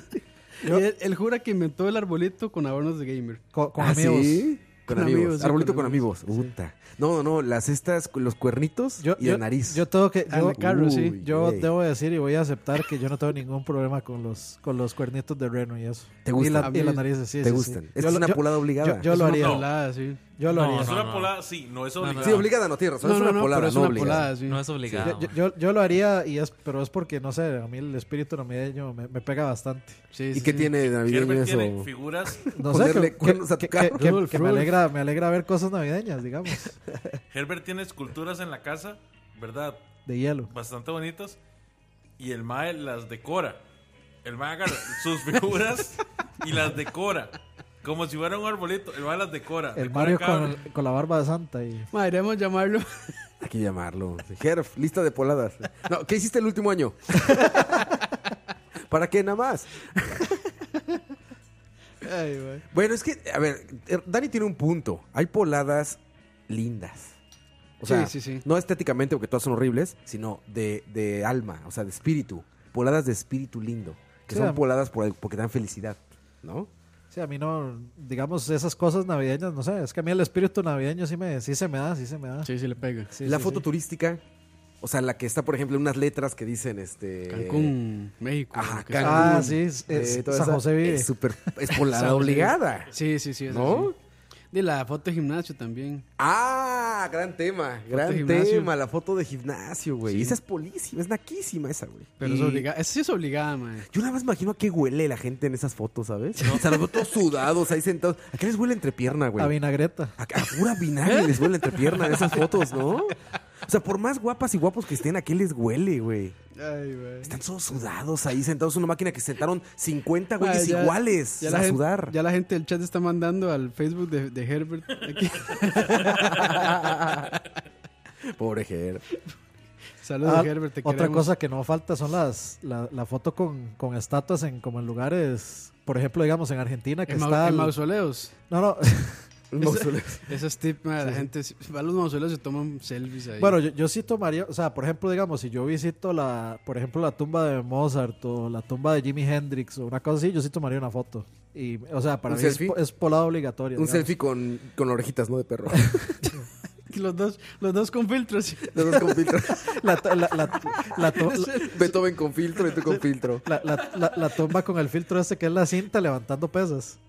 S4: Y él, él jura que inventó el arbolito con adornos de gamer.
S7: Con, con
S5: ¿Ah,
S7: amigos.
S5: sí? Con,
S4: Con
S5: amigos.
S4: amigos, sí,
S5: Arbolito
S4: con
S5: con amigos. Puta. No, no, las estas, con los cuernitos
S7: Yo,
S5: y
S7: yo-
S5: la nariz.
S7: Yo tengo que.
S4: Ah,
S7: yo-
S4: la carro, sí.
S5: Uy,
S7: Yo
S5: güey.
S7: debo decir y voy a aceptar que yo no tengo ningún problema con los, con los cuernitos de reno y eso.
S5: ¿Te gustan?
S7: Y, la, y las narices, sí.
S5: Te
S7: sí, sí.
S5: gustan. Esta
S7: Yo
S5: es
S7: lo-
S5: una
S7: yo-
S5: polada obligada.
S7: yo- yo lo
S4: Es una
S7: haría.
S4: jalada, sí.
S7: Yo lo haría.
S8: Es una polada, sí, no es obligada.
S5: Sí, obligada no, tierra.
S4: No,
S5: es
S4: no,
S5: una
S4: no,
S5: polada,
S4: pero es
S5: no
S4: una
S5: obligada.
S4: polada, sí.
S6: No es
S4: Ah,
S6: obligado.
S7: Yo, yo- yo lo haría, y es, pero es porque, no sé, a mí el espíritu navideño me, me pega bastante.
S4: Sí,
S5: ¿Y
S4: sí,
S5: qué
S4: sí.
S5: tiene de navideño
S8: Herbert tiene
S5: eso?
S8: figuras.
S7: No
S5: Ponerle
S7: sé, que-
S5: cuernos
S7: que,
S5: a tu
S7: que-
S5: carro.
S7: que-
S4: Rudolph,
S7: que me,
S4: Rudolph.
S7: alegra, me alegra ver cosas navideñas, digamos,
S8: Herbert tiene esculturas en la casa, ¿verdad?
S7: de hielo.
S8: Bastante bonitas. Y el Mae las decora. El Mae agarra sus
S4: *laughs*
S8: figuras y las decora. Como si fuera un arbolito. El Mae las decora.
S7: El
S8: Decora
S7: Mario
S8: cada-
S7: con, con la barba de Santa y
S4: Ma, iremos a llamarlo. *laughs*
S5: Hay que llamarlo. Herf, lista de poladas. No, ¿qué hiciste el último año? ¿Para qué nada más? Bueno, es que, a ver, eh, Dani tiene un punto. Hay poladas lindas. O sea,
S4: Sí, sí, sí.
S5: no estéticamente, porque todas son horribles, sino de, de alma, o sea, de espíritu. Poladas de espíritu lindo. Que
S7: Sí,
S5: son
S7: am-
S5: poladas por- porque dan felicidad, ¿no?
S7: Sí, a mí no, digamos, esas cosas navideñas, no sé, es que a mí el espíritu navideño sí, me, sí se me da, sí se me da.
S4: Sí, sí, le pega.
S7: Sí,
S5: la
S7: sí,
S5: foto
S7: sí.
S5: turística, o sea, la que está, por ejemplo, en unas letras que dicen, este...
S4: Cancún, México.
S5: Ajá,
S4: lo que sea.
S5: Cancún.
S7: Ah, sí, es-
S5: eh,
S7: es-
S5: toda
S7: San
S5: esa-
S7: José vive.
S5: Es, súper-
S7: *laughs*
S5: es
S4: San
S5: polada
S4: José.
S5: obligada.
S4: Sí, sí, sí. es
S5: ¿No?
S4: así. De la foto de gimnasio también.
S5: Ah, gran tema,
S4: de
S5: gran
S4: gimnasio.
S5: tema, la foto de gimnasio, güey. Esa es polísima, es naquísima esa, güey.
S4: Pero es
S5: Y-
S4: obligada. Esa sí es obligada, man.
S5: Yo nada más imagino a qué huele la gente en esas fotos, ¿sabes? *laughs* O sea, los veo todos sudados, ahí sentados. ¿A qué les huele entrepierna, güey?
S7: A vinagreta.
S5: A, a pura vinagre les huele entrepierna en esas fotos, ¿no? O sea, por más guapas y guapos que estén, ¿a qué les huele, güey?
S7: Ay, güey.
S5: Están todos sudados ahí, sentados en una máquina que sentaron 50 güeyes
S4: Ma, ya-
S5: iguales
S4: ya
S5: a
S4: la gen-
S5: sudar.
S4: Ya la gente del chat está mandando al Facebook de, de Herbert. Aquí. *laughs*
S5: *laughs* Pobre Ger.
S4: Saludos,
S7: Ah,
S4: Herbert. Te
S7: otra
S4: queremos.
S7: cosa que no falta son las la, la foto con, con estatuas en como en lugares, por ejemplo, digamos en Argentina que
S4: En, mau-
S7: está
S4: en
S7: el-
S4: mausoleos.
S7: No, *laughs* no.
S4: Eso es tip, ma, la gente sí- va a los mausoleos y se toman selfies ahí.
S7: bueno, yo, yo sí tomaría, o sea, por ejemplo, digamos, si yo visito la, por ejemplo, la tumba de Mozart o la tumba de Jimi Hendrix o una cosa así, yo sí tomaría una foto. Y, o sea, para
S5: ¿Un
S7: mí es,
S5: selfie?
S7: po- es polada obligatoria.
S5: Un
S7: digamos.
S5: selfie con, con orejitas, ¿no? De perro.
S4: *laughs*
S5: *laughs*
S4: los dos, los dos con filtros.
S5: Los dos con filtro.
S7: La, to- la- la-
S5: *laughs*
S7: la to- la-
S5: Beethoven con filtro y tú con filtro.
S7: la, la- la- la tumba con el filtro este que es la cinta levantando pesas.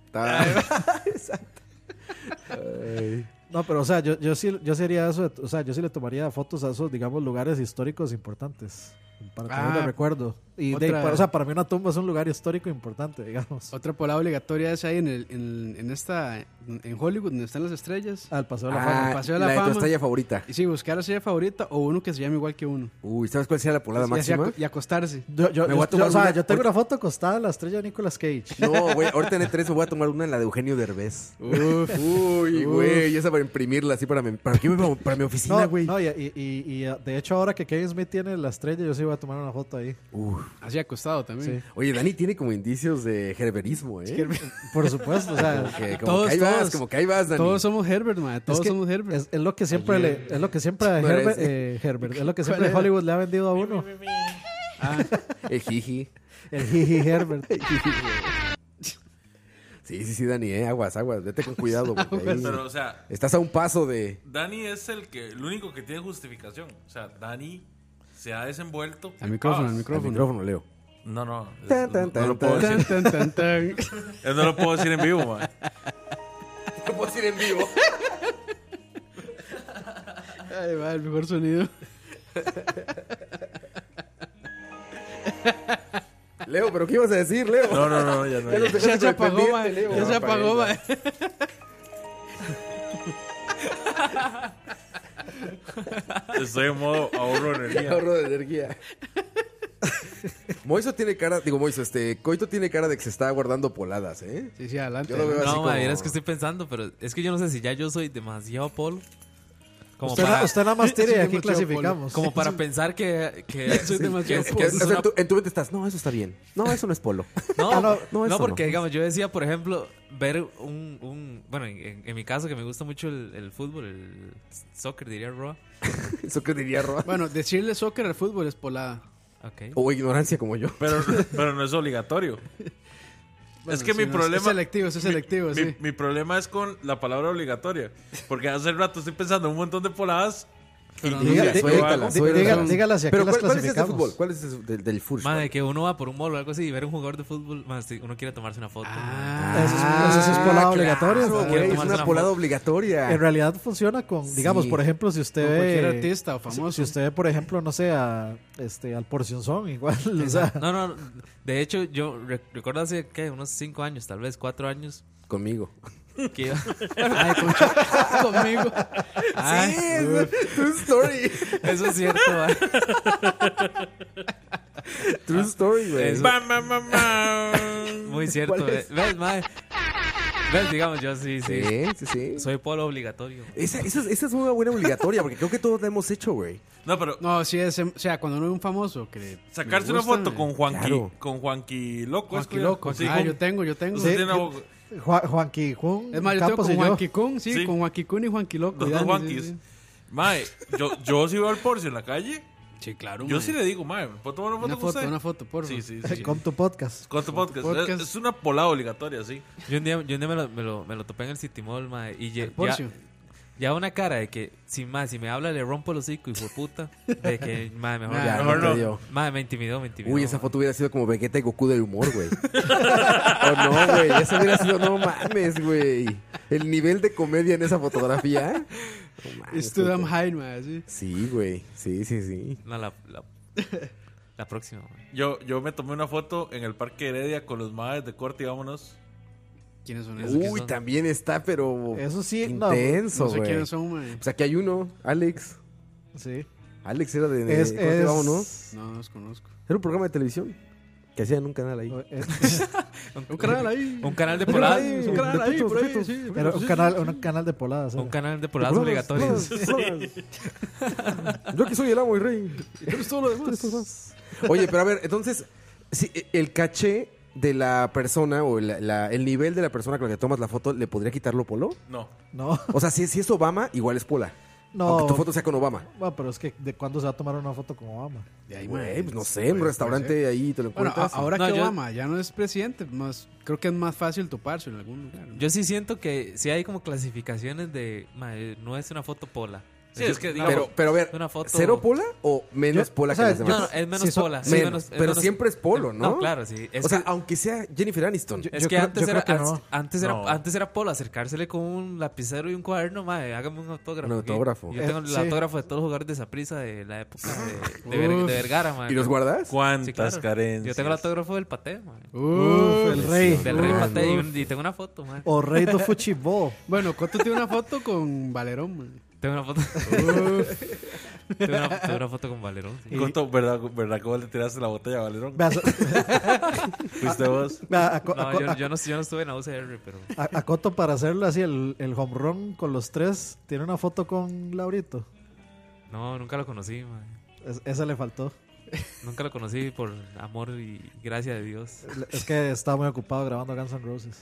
S7: No, pero o sea, yo, yo sí yo sería eso, de- o sea, yo sí le tomaría fotos a esos, digamos, lugares históricos importantes para tenerlo
S4: Ah,
S7: de recuerdo. Y de-
S4: otra-
S7: o sea, para mí una tumba es un lugar histórico importante, digamos.
S4: Otra palabra obligatoria es ahí en, el, en, en esta en Hollywood donde están las estrellas.
S7: Al paseo de la fama.
S5: Ah,
S4: Paseo de
S5: la
S4: la
S5: de tu
S4: Fama.
S5: estrella favorita.
S4: Y sí, buscar la silla favorita o uno que se llame igual que uno.
S5: Uy, ¿sabes cuál sería la polada
S4: Y, así
S5: máxima?
S4: *laughs* aco- y acostarse.
S7: Yo, yo-
S5: Me
S7: yo-
S5: voy a tomar
S7: o sea,
S5: una-
S7: yo tengo una foto acostada a la estrella de Nicolas Cage.
S5: No, güey, ahorita en el 3 me voy a tomar una, la de Eugenio Derbez.
S4: Uf.
S5: Uy, güey, esa para imprimirla así para mi, para, yo
S4: *laughs*
S5: me- para mi oficina,
S7: No,
S5: güey.
S7: no, y, y- y- y, de hecho ahora que Kevin Smith tiene la estrella, yo sí voy a tomar una foto ahí.
S5: Uf.
S4: Así acostado también.
S5: Oye, Dani tiene como indicios de gerberismo, ¿eh?
S7: Por supuesto,
S5: *laughs*
S7: o
S5: Como
S7: sea,
S5: que, como
S4: Todos,
S5: que ahí vas,
S4: todos.
S5: como que ahí vas, Dani.
S4: Todos somos Herbert, madre. Todos
S7: que-
S4: somos Herbert.
S7: es, es lo que siempre le, es lo que siempre a
S5: No
S7: Herbert,
S5: eres-
S7: eh, Herbert, es lo que
S4: ¿Cuál
S7: siempre
S4: era?
S7: Hollywood le ha vendido a uno,
S5: El jiji.
S7: el jiji Herbert.
S5: Sí, sí, sí, Dani, ¿eh? Aguas, aguas. Vete con cuidado, porque ahí
S8: Pero, o sea,
S5: Estás a un paso de...
S8: Dani es el que el único que tiene justificación. O sea, Dani se ha desenvuelto.
S4: Al micrófono,
S8: Ah,
S4: al
S5: El
S4: micrófono.
S5: micrófono, Leo.
S8: No, no. es-
S5: Tan, tan,
S8: no,
S5: tan,
S8: lo
S5: *laughs*
S8: puedo
S5: tan.
S8: decir.
S4: Tan, tan, tan, tan.
S8: Yo no lo puedo decir en vivo, man.
S5: No puedo decir en vivo.
S4: Ahí va, el mejor sonido.
S5: Leo, ¿pero qué ibas a decir, Leo?
S8: No, no, no, ya
S4: *laughs*
S8: no.
S5: Ya los
S8: ya.
S4: Ya
S5: dejaste
S4: se
S5: con el
S4: apagó,
S5: pendiente,
S4: madre.
S5: Leo.
S4: Ya se
S5: No,
S4: apagó,
S5: apagué,
S4: madre.
S8: Estoy en modo ahorro de
S5: ya.
S8: energía.
S5: Ahorro de energía. Moiso tiene cara, digo Moiso, este, Coito tiene cara de que se está guardando poladas, ¿eh?
S4: Sí, sí, adelante.
S5: Yo lo veo
S4: adelante.
S5: así
S6: No,
S5: como-
S6: ma, vieras que estoy pensando, pero es que yo no sé si ya yo soy demasiado polo. Como
S7: Usted,
S6: para,
S7: na- usted nada más tire y
S4: Sí,
S7: aquí
S4: mucho polo.
S7: clasificamos.
S6: como para pensar que, que,
S4: Soy
S6: que-
S4: demasiado
S6: que-
S5: Que-
S6: que
S5: o
S6: es
S5: sea,
S6: una-
S5: tú- en tu mente estás, no, eso está bien. No, eso no es polo.
S6: No,
S7: Ah, no,
S6: no,
S5: *laughs* no, eso
S6: porque
S5: no.
S6: digamos, yo decía, por ejemplo, ver un, un bueno, en, en mi caso que me gusta mucho el, el fútbol, el soccer, diría Roa.
S5: Eso que diría Roa.
S4: Bueno, decirle soccer al fútbol es polada.
S6: Ok.
S5: O ignorancia como yo.
S8: Pero, pero no es obligatorio. es
S4: Bueno,
S8: que
S4: sí,
S8: mi
S4: no,
S8: problema.
S4: Es selectivo, es selectivo,
S8: mi,
S4: sí.
S8: *laughs* mi problema es con la palabra obligatoria. Porque hace rato estoy pensando en un montón de poladas
S6: Pero no,
S5: Dígala,
S6: no, no,
S5: suéltala,
S6: no,
S5: suéltala.
S7: dígala- dígala si aquí
S5: Pero
S7: las
S5: ¿cuál, cuál es este
S7: clasificamos?
S5: fútbol? ¿Cuál es este del, del fútbol?
S6: Madre, que uno va por un mall o algo así y ver a un jugador de fútbol, madre, si uno quiere tomarse una foto.
S4: Ah,
S7: Eso es- eso sí es polada obligatoria,
S5: güey,
S6: Quiero
S5: es
S6: tomarse
S5: una
S6: Ah, la
S5: polada
S6: foto.
S5: obligatoria.
S7: En realidad funciona con, digamos,
S5: Ah. Sí.
S7: por ejemplo, si usted
S4: Con cualquier
S7: ve-
S4: artista o
S7: si-
S4: famoso.
S7: Si, usted ve, por ejemplo, no sé, a, este, al Porcionzón, igual. *laughs* o sea,
S6: No, no, de hecho, yo re- recuerdo hace, ¿qué? Unos 5 años, tal vez 4 años,
S5: Conmigo. *laughs*
S6: que iba-
S4: Ay, concha, conmigo.
S6: Ay, *laughs*
S5: True story.
S6: eso es cierto, madre. Ah,
S5: True story, güey.
S6: Eso-
S8: eh, Bam, bam, bam, bam.
S6: Muy cierto,
S5: ¿Cuál
S6: ve-
S5: es?
S6: ¿ves, madre? ¿Ves? Digamos, yo sí, sí.
S5: Sí, sí, sí.
S6: Soy polo obligatorio.
S5: Esa, esa es- esa es una buena obligatoria porque creo que todos la hemos hecho, güey.
S8: No, pero
S4: No, sí, es, em, o sea, cuando uno es un famoso que le-
S8: sacarse
S4: le
S8: una
S4: gusta,
S8: foto con Juanqui,
S5: Claro.
S8: con Juanqui Loco.
S4: eh,
S8: es
S4: Juanqui
S8: que-
S4: Loco.
S8: Pues, sí,
S4: ah,
S8: con-
S4: yo tengo, yo tengo.
S8: usted
S7: Sí,
S8: tiene
S7: yo-
S8: una-
S7: Juan, Juanqui Jun,
S4: Es más, yo tengo
S7: Campos
S4: con
S7: y yo.
S4: Juanqui Kun, sí,
S8: Sí.
S4: con Juanqui Kun y Juanqui Loco.
S8: los
S4: y
S8: dos
S4: Dani,
S8: Juanquis.
S4: Sí, sí.
S8: Mae, yo, yo si veo al Porcio en la calle,
S4: Sí, claro.
S8: yo
S4: mae.
S8: sí le digo, mae, ¿puedo tomar una
S4: Una
S8: foto con
S4: foto,
S8: usted?
S4: una foto, por *laughs*
S8: Sí, sí, sí.
S7: Con tu podcast.
S8: Con tu podcast.
S4: podcast.
S8: Es- Es una polada obligatoria, sí.
S6: Yo un día, yo un día me, lo, me, lo, me lo topé en el City Mall, madre, y ya,
S4: Porcio.
S6: ya- ya una cara de que, sin más, si me habla le rompo el hocico, hijo de puta, de que, madre, mejor,
S5: *laughs*
S4: Nah,
S6: ya,
S5: Ya,
S6: mejor
S5: no te
S8: no.
S5: dio.
S6: Madre, me intimidó, me intimidó.
S5: Uy, esa
S6: madre.
S5: foto hubiera sido como Vegeta y Goku del humor,
S6: *laughs*
S5: güey. o no, güey. Esa hubiera sido, no mames, güey. El nivel de comedia en esa fotografía. No mames,
S4: It's too damn
S5: güey.
S4: high, mae, sí.
S5: Sí, güey. Sí, sí, sí.
S6: No, la, la, la próxima, madre.
S8: Yo, yo me tomé una foto en el Parque Heredia con los madres de corte y vámonos.
S4: ¿Quiénes son esos?
S6: Eso que
S5: Uy,
S6: son-
S5: también está, pero.
S7: Eso sí, no.
S5: intenso,
S4: No sé
S5: güey.
S4: quiénes son, mae.
S5: Pues aquí hay uno, Alex.
S7: Sí.
S5: Alex era de.
S7: Es,
S5: ¿cómo se
S7: es-
S5: llamaba, no?
S4: No, no los conozco.
S5: Era un programa de televisión que hacían en un canal ahí.
S7: es-
S4: Un canal ahí.
S6: Un canal de
S5: Un
S6: poladas,
S5: canal
S6: un,
S5: de
S4: ahí,
S5: putos,
S4: por ahí,
S5: putos.
S4: sí.
S7: era un canal, un canal de poladas. ¿eh?
S6: un
S7: era.
S6: canal de poladas obligatorias.
S5: Yo que soy el amo y rey. Oye, pero a ver, entonces, si eh, el caché de la persona o la- la- el nivel de la persona con la que tomas la foto, ¿le podría quitarlo polo?
S8: No.
S7: No,
S5: O sea, si, si es Obama, igual es pola.
S7: no.
S5: Aunque tu foto sea con Obama.
S7: Bueno, pero es que de cuándo se va a tomar una foto con Obama.
S4: De ahí,
S5: Güey,
S4: mae.
S5: pues no sé, en un
S4: Puede- puede ser.
S5: restaurante ahí te lo
S4: Bueno, a-
S5: encuentras.
S4: ahora
S6: No,
S4: que
S6: yo-
S4: Obama ya no es presidente, más, creo que es más fácil toparse en algún lugar. ¿no?
S6: Yo sí siento que sí hay como clasificaciones de, madre, no es una foto pola.
S8: Sí, es que digamos.
S5: pero, pero a ver,
S6: Una foto-
S5: ¿cero pola o menos
S7: Yo-
S5: pola
S7: o sea,
S5: que las
S7: yo-
S6: No,
S5: demás?
S6: no, es menos
S7: Sí, son-
S6: pola. sí,
S5: Menos,
S6: menos- es
S5: pero
S6: menos-
S5: siempre es polo, ¿no?
S6: No, claro, sí. Es
S5: o sea,
S6: que-
S5: aunque sea Jennifer Aniston.
S6: Es
S7: yo
S6: que
S7: creo-
S6: antes
S7: yo creo
S6: era,
S7: que no.
S6: ans- antes, era,
S8: No.
S6: antes era Polo acercársele con un lapicero y un cuaderno, madre, hágame un autógrafo.
S5: Un
S6: aquí.
S5: autógrafo.
S6: Yo tengo
S7: Eh,
S6: el
S7: sí.
S6: autógrafo de todos los jugadores de esa prisa de la época de, de, Ver-
S4: Uf.
S6: de Vergara, madre.
S5: ¿Y los guardas?
S8: ¿Cuántas
S6: Sí, claro.
S8: carencias?
S6: Yo tengo el autógrafo del Pate, madre.
S7: Uf, el rey.
S6: Del Rey Pate y, un- y tengo una foto, madre.
S7: O rey do futebol.
S4: Bueno, Coto tiene una foto con Valerón, mae.
S6: Tengo una foto. *laughs* tengo, una, tengo una foto con Valerón. sí.
S8: Coto, ¿verdad, ¿verdad que vos le tiraste la botella a Valerón?
S7: Vea, so-
S5: Ah.
S8: Fuiste vos.
S4: *laughs*
S7: vea, a, co- a
S6: No,
S7: co-
S6: yo,
S7: a-
S6: yo no, yo no estuve en la UCR, pero.
S7: a- a Coto para hacerlo así, el, el home run con los tres, tiene una foto con Laurito.
S6: No, nunca lo conocí, madre.
S7: Es- esa le faltó.
S6: Nunca lo conocí por amor y gracia de Dios.
S7: Es que estaba muy ocupado grabando Guns N' Roses.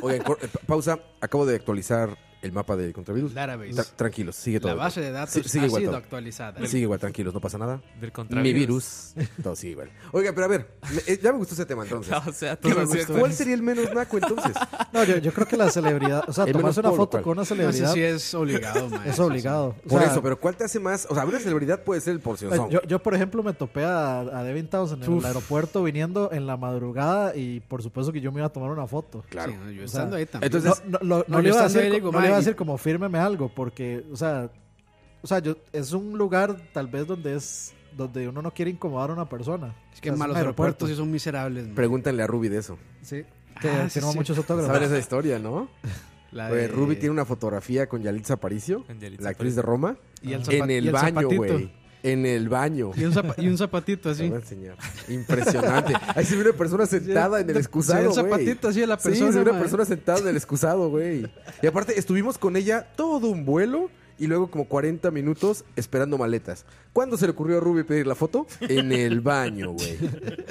S5: Oigan, cor- eh, pa- pausa. Acabo de actualizar el mapa del contravirus.
S4: Database.
S5: Tra- tranquilos, sigue todo.
S4: La base de datos Ah,
S5: Sí, sigue
S4: ha
S5: igual
S4: sido
S5: todo.
S4: actualizada.
S5: Sigue igual, tranquilos, no pasa nada. Mi
S6: Del contrario.
S5: virus. Todo sigue igual. Oiga, pero a ver, me- eh, ya me gustó ese tema
S6: *laughs*
S5: entonces.
S6: *laughs* o sea,
S5: ¿Qué-
S6: Ah, todo lo cierto.
S5: *laughs* ¿Cuál sería el menos naco entonces?
S7: No, yo, yo creo que la celebridad, o sea,
S5: El menos
S7: tomarse una
S5: polo,
S7: foto
S5: ¿cuál?
S7: con una
S4: No sé
S7: celebridad
S4: si es obligado, mae.
S7: es obligado. O
S5: Por
S7: sea, eh,
S5: eso, pero ¿cuál te hace más? O sea, una celebridad puede ser el porcionzón.
S7: Yo, yo, por ejemplo, me topé a, a Devin Townsend en el aeropuerto viniendo en la madrugada y por supuesto que yo me iba a tomar una foto.
S5: claro.
S4: Sí, no, yo estando ahí también.
S5: Entonces,
S7: no, no, no-
S4: no,
S7: no le
S4: yo
S7: iba a
S4: estando
S7: decir,
S4: ahí
S7: co-
S4: digo,
S7: no le iba
S4: "Mae,
S7: a decir como fírmeme algo, porque, o sea, o sea, yo, es un lugar tal vez donde es donde uno no quiere incomodar a una persona.
S4: es que
S7: O sea,
S4: malos
S7: un aeropuerto.
S4: aeropuertos sí son miserables, mae.
S5: pregúntale a Ruby de eso.
S7: Sí, que
S4: Ah, sí,
S7: firmó
S4: sí.
S7: muchos
S5: Saber
S7: autógrafos.
S5: esa historia, ¿no?
S4: La
S5: Pues, Ruby tiene una fotografía con Yalitza Aparicio,
S6: Con Yalitza
S5: la actriz de Roma,
S4: Y el
S5: en
S4: zapat- y
S5: el
S4: el
S5: baño,
S4: zapatito.
S5: güey. En el baño.
S4: Y un, zapa- y un
S5: Te
S4: zapatito así.
S5: voy *laughs* a enseñar. Impresionante. Ahí se ve una persona sentada en el excusado,
S4: Sí,
S5: güey.
S4: el zapatito así de la persona, ¿eh?
S5: Sí, se ve una
S4: mae.
S5: persona sentada en el excusado, güey. Y aparte, estuvimos con ella todo un vuelo y luego como 40 minutos esperando maletas. ¿Cuándo se le ocurrió a Ruby pedir la foto? En el baño, güey.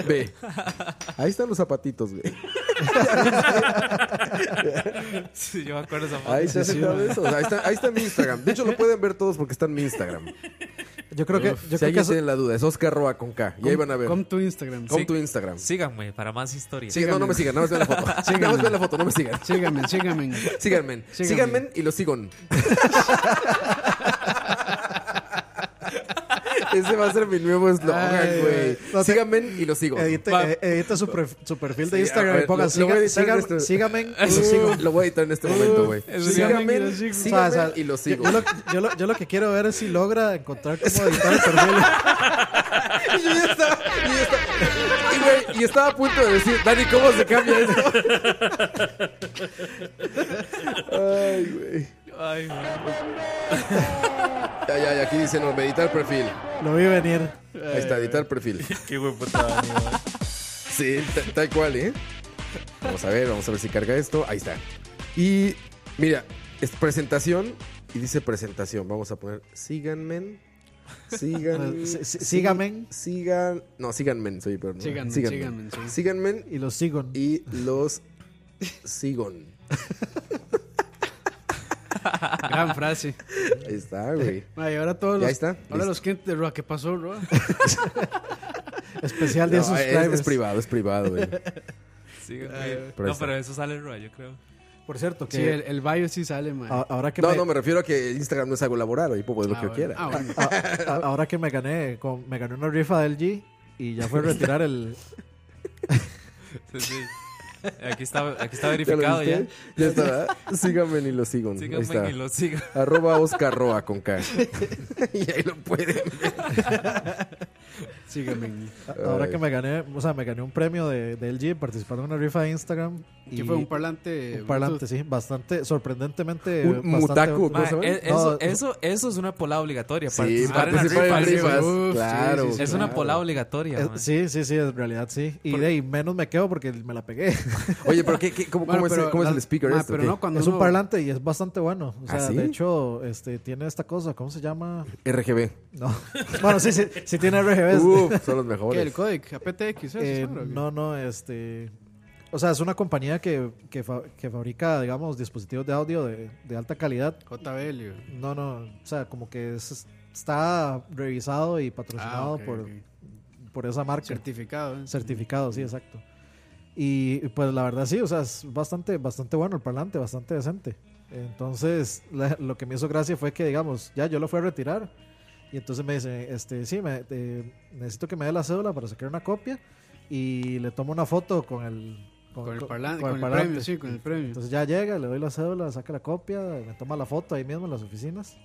S5: Ve. Ahí están los zapatitos, güey.
S6: Sí, yo me acuerdo esa foto.
S5: Ahí se ha sentado eso. O sea, ahí, está, ahí está mi Instagram. De hecho, lo pueden ver todos porque está en mi Instagram.
S7: Yo creo que, yo
S5: si
S7: creo que
S5: alguien
S7: eso-
S5: tiene la duda, es Oscar Roa con K. Y ahí van a ver.
S4: Con
S5: Con
S4: tu Instagram.
S6: Sí.
S5: tu Instagram.
S6: Síganme para más historias.
S5: Sí, no, no me sigan, nada más vean
S7: *laughs*
S5: la foto. Nada más vean la foto, no me sigan.
S4: Síganme, síganme.
S7: *laughs*
S5: Síganme. Síganme,
S4: Síganme.
S5: y los sigan. Ese va a ser mi nuevo
S7: Ay,
S5: eslogan, güey.
S7: no te-
S5: Síganme y lo sigo.
S7: Edite,
S5: Va.
S7: eh, *laughs* edita su, pref- su perfil
S5: Sí,
S7: de
S5: a
S7: Instagram
S5: ver,
S7: y pongan
S5: lo- lo voy a
S7: "Siga-
S5: editar en
S7: siga-
S5: este-
S7: sígame,
S5: *laughs* Lo
S7: lo sigo.
S5: sigo. Lo voy a editar en este momento, güey.
S4: síganme y
S5: Síganme,
S4: lo sigo.
S7: O sea,
S5: síganme
S7: o sea,
S5: y lo sigo.
S7: Yo, yo lo, yo lo- yo lo que quiero ver es si logra encontrar cómo editar el
S5: *laughs*
S7: perfil.
S5: Y yo ya estaba, y, yo ya estaba- y, güey, y estaba a punto de decir, Dani, ¿cómo se cambia esto?
S7: *laughs*
S5: Ay, güey.
S2: Ay, güey.
S5: Ya, ya, ya, aquí dicen, no, editar perfil.
S7: Lo vi venir.
S5: Ahí está, editar perfil.
S8: Qué güey putada,
S5: Sí, ta- tal cual, ¿eh? Vamos a ver, vamos a ver si carga esto. Ahí está. Y mira, es presentación y dice presentación. Vamos a poner síganme. Sigan,
S7: Ah, sí, sí, síganme.
S5: Sigan. No, síganme, soy pero no.
S4: Síganme, síganme, sí.
S5: Síganme
S7: Y lo sigo.
S5: y los sigon.
S4: *laughs* Gran frase.
S5: Ahí está, güey.
S4: Ma, y ahora todos
S5: Ya
S4: los,
S5: está,
S4: ahora
S5: listo.
S4: los clientes de Roa, ¿qué pasó,
S5: *laughs*
S4: Roa?
S7: Especial de
S5: No, es,
S7: subscribers.
S5: es privado, es privado, güey.
S6: no, pero eso sale en Roa, yo creo.
S7: Por cierto, que
S4: Sí, el, el bio sí sale, ma.
S7: a- ahora que
S5: No,
S7: me,
S5: no, me refiero a que Instagram no es algo laboral, ahí puedo poner lo Ah,
S4: Ah,
S5: que yo
S4: bueno.
S5: quiera.
S4: Ah, bueno.
S7: a- a- ahora que me gané, con- me gané una rifa del G y ya fue a
S5: *laughs*
S7: retirar el.
S6: Sí, sí. Aquí está, aquí
S5: *laughs* *laughs*
S6: está
S5: ¿Ya lo
S6: verificado ya.
S5: viste? Ya está, ¿verdad? Síganme y los sigon. Ahí está.
S6: Síganme y lo sigo.
S5: Arroba Oscar Roa con K. *laughs* y ahí lo pueden ver.
S4: Síganme.
S7: a- Ahora
S5: Ay.
S7: que me gané, o sea, me gané un premio de, del G participando en una rifa de Instagram. Y
S4: Que fue un parlante.
S7: un parlante, sí, bastante, sorprendentemente.
S5: Un
S7: bastante-
S5: mutaku.
S6: Ma,
S5: se llama?
S6: eh,
S7: No,
S6: eso, eso, eso es una pola obligatoria.
S5: Sí,
S6: participar en la
S5: participar en
S6: rifa.
S5: rifas.
S4: Uf,
S5: claro.
S4: sí, sí, sí.
S6: Es
S5: claro.
S6: una pola obligatoria.
S7: Eh,
S6: ma.
S7: sí, sí, sí, en realidad sí. Y de ahí menos me quedo porque me la pegué.
S5: Oye, pero qué, qué- cómo,
S4: Bueno,
S5: cómo es,
S4: pero
S5: el- cómo es
S4: la-
S5: el speaker
S4: ma,
S5: este?
S4: pero
S5: ¿Qué?
S4: Ah, no, cuando
S7: es
S4: uno-
S7: un parlante y es bastante bueno. O sea,
S5: ¿Ah, sí?
S7: de hecho, este, tiene esta cosa, ¿cómo se llama?
S5: RGB.
S7: No. *laughs* bueno, sí, sí, sí tiene RGB.
S5: Uf, son los
S4: ¿Qué,
S5: mejores.
S4: Pues, el codec? ¿APTX?
S7: Eh, no, no, este. O sea, es una compañía que, que, fa- que fabrica, digamos, dispositivos de audio de, de alta calidad.
S4: JBL.
S7: No, no, o sea, como que es- está revisado y patrocinado
S4: ok,
S7: por,
S4: ok.
S7: por esa marca.
S4: Certificado. ¿eh?
S7: Certificado, sí, exacto. Y y pues la verdad sí, o sea, es bastante, bastante bueno el parlante, bastante decente. Entonces, la- lo que me hizo gracia fue que, digamos, ya yo lo fui a retirar. Y entonces me dice, este, sí, me, eh, necesito que me dé la cédula para sacar una copia. Y le tomo una foto con el,
S4: Con el parlante. Con,
S7: con
S4: el
S7: parlante.
S4: premio, sí, con el premio.
S7: Entonces ya llega, le doy la cédula, saca la copia, me toma la foto ahí mismo en las oficinas.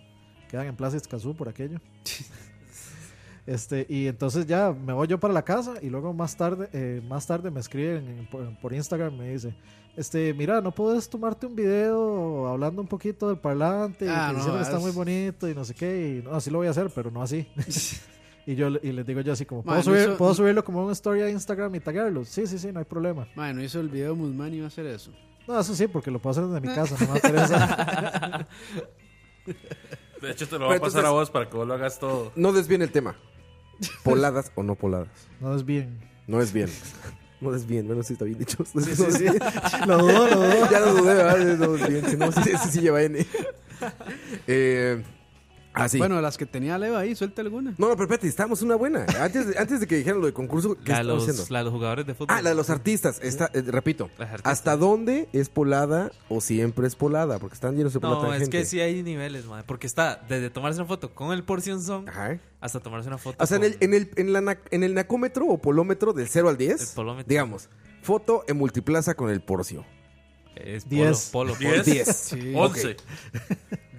S7: Quedan en Plaza Escazú
S4: *laughs*
S7: por aquello. Este, y entonces ya me voy yo para la casa y luego más tarde, eh, más tarde me escriben en- por, por Instagram, me dice, este, mira, ¿no puedes tomarte un video hablando un poquito del parlante? Y
S4: Ah,
S7: que
S4: no,
S7: diciendo que está
S4: es-
S7: muy bonito y no sé qué, y no, así lo voy a hacer, pero
S4: *laughs*
S7: no así. *laughs* y yo le- y les digo yo así como, ¿puedo,
S4: Man,
S7: subir-
S4: eso-
S7: ¿puedo subirlo como un story a Instagram y tagarlo? Sí, sí, sí, no hay problema.
S4: Ma, no hizo el video Musman iba a hacer eso.
S7: No, eso sí, porque lo puedo hacer
S4: *laughs*
S7: desde mi casa, no me interesa.
S8: De hecho, te lo voy
S5: Pero
S8: a pasar
S5: entonces-
S8: a vos para que vos lo hagas todo.
S5: No desvíen el tema. Poladas o no poladas.
S7: No es bien.
S5: No es bien. No es bien, bueno, sí está bien dicho. Sí,
S7: Lo dudo, lo dudo.
S5: ya lo dudé, ¿verdad? No es bien. si
S4: *laughs*
S5: No, sí, sí, sí lleva N. Eh, ah, sí.
S4: Bueno, las que tenía Leo ahí, suelta alguna.
S5: No, no, pero espérate, estábamos una buena. Antes de, antes de que dijeran lo de concurso, ¿qué
S6: La de
S5: estamos
S6: los,
S5: haciendo?
S6: la de los jugadores de fútbol.
S5: Ah, la de los artistas. Está, eh, repito,
S6: Las artistas.
S5: ¿hasta dónde es polada o siempre es polada? Porque están llenos de polada.
S6: No, es
S5: gente.
S6: que sí hay niveles, madre. Porque está desde tomarse una foto con el porción son
S5: Ajá.
S6: hasta tomarse una foto.
S5: Ah. O sea, en el,
S6: con-
S5: en, el, en, la na- en el nacómetro o polómetro del 0 al 10,
S6: El polómetro.
S5: digamos, foto en multiplaza con el porcio.
S6: Es
S7: Diez.
S6: polo, polo, polo.
S5: *laughs*
S8: Diez.
S5: 10.
S4: Sí.
S8: Once.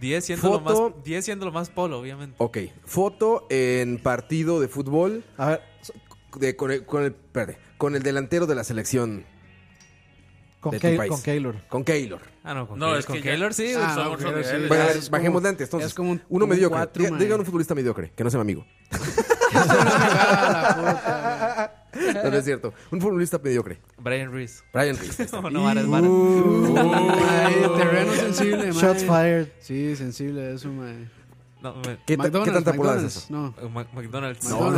S6: 10 siendo, lo
S5: Foto.
S6: más- 10 siendo lo más polo, obviamente.
S5: Ok, foto en partido de fútbol
S7: A ver,
S5: de- con, el, con, el, espérate, con el delantero de la selección,
S7: con,
S5: De tu
S7: Kay-
S5: país.
S7: con Keylor.
S5: con Keylor.
S6: Ah, no, con,
S8: No,
S6: Keylor-
S8: es
S6: con
S8: que ya-
S6: Keylor sí.
S4: Ah,
S8: son
S4: no,
S8: otros
S4: pero sí.
S8: niveles.
S5: Bueno, a
S4: Ya
S5: ver,
S4: es como-
S5: bajemos de antes, entonces.
S4: ya es como un-
S5: uno
S4: un
S5: mediocre.
S4: cuatro,
S5: Diga-
S4: man.
S5: Digan un futbolista mediocre, que no sea mi
S4: *laughs*
S5: amigo. *laughs* No, no es cierto. Un futbolista mediocre.
S6: Brian
S8: *laughs*
S6: Reese.
S5: Brian
S4: *laughs*
S5: Reese.
S6: No, no, varas, varas.
S4: Ay, terreno sensible, ma.
S7: Shots fired.
S4: Sí, sensible a eso, ma.
S6: No, me-
S5: ¿Qué, ta- qué
S4: McDonald's,
S5: tanta polada es
S4: McDonald's,
S5: eso?
S4: No.
S6: Mac- McDonald's.
S4: No,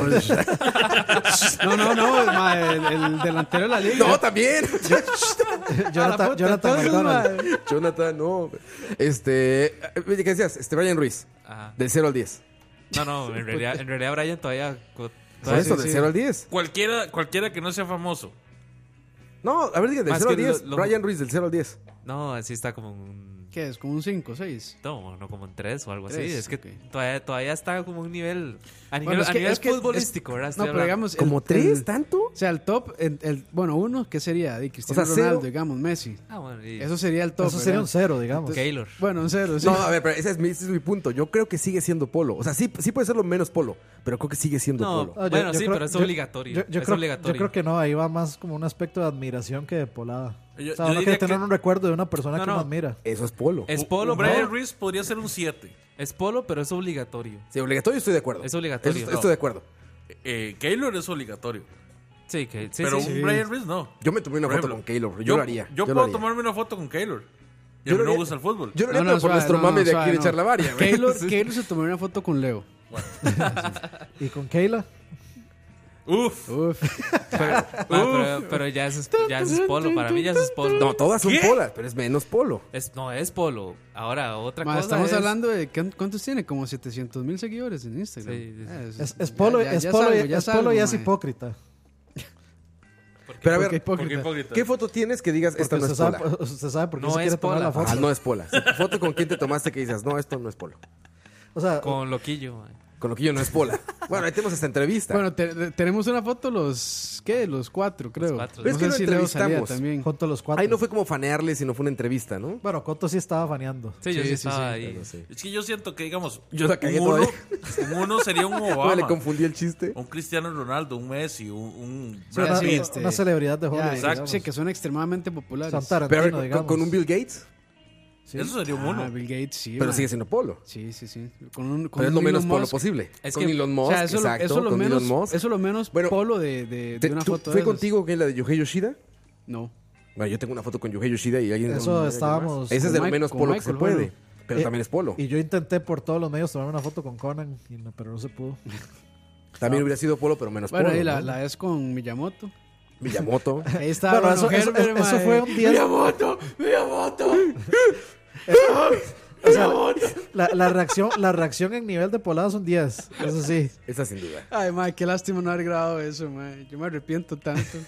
S4: no, no, no, no, ma, el, el delantero de la *laughs* liga.
S5: No, también. *laughs*
S4: A la
S7: Jonathan,
S4: puta,
S7: Jonathan
S4: entonces,
S7: McDonald.
S4: ma.
S5: Jonathan, no. Este. eh, ¿Qué decías? Este, Brian Ruiz.
S6: *laughs* Ajá.
S5: Del 0 al 10.
S6: No, no, en realidad, en realidad Brian todavía. co-
S5: Por
S6: todavía
S5: eso,
S6: sí,
S5: del
S6: sí.
S5: 0 al 10.
S8: Cualquiera, cualquiera que no sea famoso.
S5: No, a ver, diga, del
S6: Más
S5: 0 al
S6: que
S5: 10.
S6: lo- lo-
S5: Brian Ruiz, del 0 al 10.
S6: No, así está como un
S4: ¿Qué es? ¿Como un 5 o 6?
S6: No, no como en tres o algo
S4: Tres,
S6: así. Es que
S4: ok.
S6: todavía, todavía está como un nivel. A nivel, a nivel futbolístico, ¿verdad?
S4: no,
S6: Estoy
S4: pero
S6: hablando.
S4: digamos.
S5: ¿Como tres,
S4: ¿Tanto? O sea, el top. El, el- bueno, uno, que sería? Di Cristiano
S5: O sea, cero.
S4: Ronaldo, digamos, Messi.
S6: Ah, bueno, y-
S4: Eso sería el top.
S7: Eso sería
S4: ¿verdad?
S7: un cero, digamos.
S4: Entonces-
S6: Keylor.
S4: Bueno, un cero, sí.
S5: No, a ver, pero ese es, mi, ese es mi punto. Yo creo que sigue siendo polo. O sea, sí, sí puede ser lo menos polo, pero creo que sigue siendo
S6: No,
S5: polo.
S7: Ah,
S6: Bueno, sí, pero es obligatorio.
S7: Yo, yo
S6: Es
S7: creo,
S6: obligatorio.
S7: yo creo que no, ahí va más como un aspecto de admiración que de polada.
S8: Yo-
S7: o sea,
S8: yo
S7: uno
S8: diría
S7: quiere tener
S8: que-
S7: un recuerdo de una persona
S6: No,
S7: que
S6: no.
S7: uno admira.
S5: Eso es polo.
S6: Es polo,
S8: Polo, Brian
S6: no,
S8: Reeves podría ser un 7.
S6: es polo, pero es obligatorio.
S5: Sí, obligatorio estoy de acuerdo.
S6: Es obligatorio.
S5: Eso- Estoy de acuerdo.
S8: Eh, Keylor es obligatorio.
S6: Sí, que sí,
S8: pero
S6: sí, sí.
S8: un Brian Reeves no.
S5: Yo me tomé una
S8: Por
S5: foto
S8: ejemplo,
S5: con Keylor. Yo,
S8: yo
S5: lo haría.
S8: Yo,
S5: lo
S8: puedo
S5: haría.
S8: tomarme una foto con Keylor. Y
S5: Yo lo
S8: a mí no me
S5: haría.
S8: gusta el fútbol.
S5: Yo lo haría, pero por
S4: suave,
S5: nuestro
S4: no, no,
S5: mame de
S4: suave,
S5: aquí de
S4: no.
S5: Charlavaria, güey. *laughs*
S4: Keylor, Keylor se tomó una foto con Leo.
S7: Y con Keila,
S8: Uf.
S4: Uf. *laughs*
S6: Ah, pero, pero ya eso es, ya eso es polo. Para mí ya eso es polo.
S5: No, todas son
S8: ¿Qué?
S5: polas, pero es menos polo.
S6: Es, no, es polo. Ahora, otra
S4: Ma,
S6: cosa.
S4: estamos
S6: es-
S4: hablando de ¿cuán- cuántos tiene, como 700 mil seguidores en Instagram.
S6: Sí, sí, sí.
S4: Ah,
S7: es, es polo,
S4: ya-
S7: es,
S4: ya
S7: polo,
S4: salgo,
S7: y-
S4: ya
S7: es, polo
S4: salgo,
S7: y es
S4: mae.
S7: hipócrita.
S5: Pero a
S4: Porque
S5: ver,
S8: Porque
S4: hipócrita.
S8: hipócrita.
S5: ¿qué foto tienes que
S4: Este
S5: digas esta
S7: Porque
S5: no
S7: usted
S5: es
S7: sabe,
S5: pola?
S7: usted sabe por qué
S6: No
S7: se
S6: es
S7: quiere tomar
S6: pola.
S7: la foto.
S5: Ah, no es pola. Foto con quién te tomaste que dices, no, esto no es polo.
S7: O sea,
S6: Con loquillo, man.
S5: Con lo que yo no es pola.
S4: *laughs*
S5: Bueno, ahí tenemos esta entrevista.
S4: Bueno, te- te- tenemos una foto los, ¿qué? Los cuatro, creo.
S6: cuatro.
S5: Es que lo
S4: Leo salía
S5: entrevistamos.
S4: también.
S7: junto a los cuatro.
S5: ahí no fue como fanearle, sino fue una entrevista, ¿no?
S7: Bueno, Coto sí estaba faneando.
S6: Sí,
S4: Sí,
S6: yo sí,
S4: sí,
S6: estaba
S4: sí.
S6: ahí.
S8: Es que yo siento que, digamos,
S5: Yo la cagué
S8: un, uno,
S5: todavía.
S8: un uno
S5: *laughs*
S8: sería un
S5: Ah, le
S8: Obama,
S5: confundí el chiste.
S8: un Cristiano Ronaldo, un Messi, un, un
S7: O sea,
S8: Brad
S7: una,
S8: Pitt.
S4: este-
S7: una celebridad de Hollywood.
S4: Ya,
S8: Exacto.
S4: Sí, que son extremadamente populares.
S7: San
S5: Pero a ver,
S7: Tarantino,
S5: con-
S7: digamos.
S5: con un Bill Gates,
S7: Sí.
S8: Eso sería un
S4: Ah,
S8: uno.
S4: Bill Gates, sí.
S5: pero
S4: ma.
S5: sigue siendo polo.
S4: Sí, sí, sí. Con un, con
S5: Pero es
S4: un
S5: lo
S4: Elon
S5: menos polo
S4: Musk.
S5: posible.
S6: Es
S5: con
S6: que-
S5: Elon
S4: O
S5: Musk,
S4: sea, eso, lo-
S5: exacto.
S4: eso lo
S5: con
S4: menos,
S5: Elon Musk.
S4: eso lo menos
S5: Bueno,
S4: polo de, de, Eh, de
S5: Te-
S4: una
S5: tú-
S4: foto de
S5: ¿Fue
S4: esas.
S5: contigo que la de Yohei Yoshida?
S4: No.
S5: Bueno, yo tengo una foto con Yohei Yoshida y alguien...
S7: Eso estábamos.
S5: Ese es de lo
S4: Mike-
S5: menos
S4: con
S5: polo que se
S4: Michael
S5: puede.
S4: Jordan.
S5: Pero
S7: Eh,
S5: también es polo.
S7: Y yo intenté por todos los medios tomarme una foto con Conan, y no- pero no
S5: *laughs*
S7: se pudo.
S5: También hubiera sido polo, pero menos
S4: Bueno,
S5: polo.
S4: ahí la,
S5: ¿no?
S4: la Eh, es con Miyamoto.
S5: *laughs*
S4: *laughs*
S5: Miyamoto.
S4: Ahí está.
S7: Bueno,
S4: Bueno,
S7: eso, eso-
S4: Gerber,
S7: eso
S4: ma,
S7: fue
S4: eh.
S7: un 10.
S5: ¡Miyamoto! ¡Miyamoto!
S7: O sea, la, la reacción, la reacción en nivel de polada es un 10. Eso sí.
S5: Esa sin duda.
S4: *laughs* Ay, madre, qué lástima no haber grabado eso, madre. Yo me arrepiento
S5: *laughs*
S4: tanto.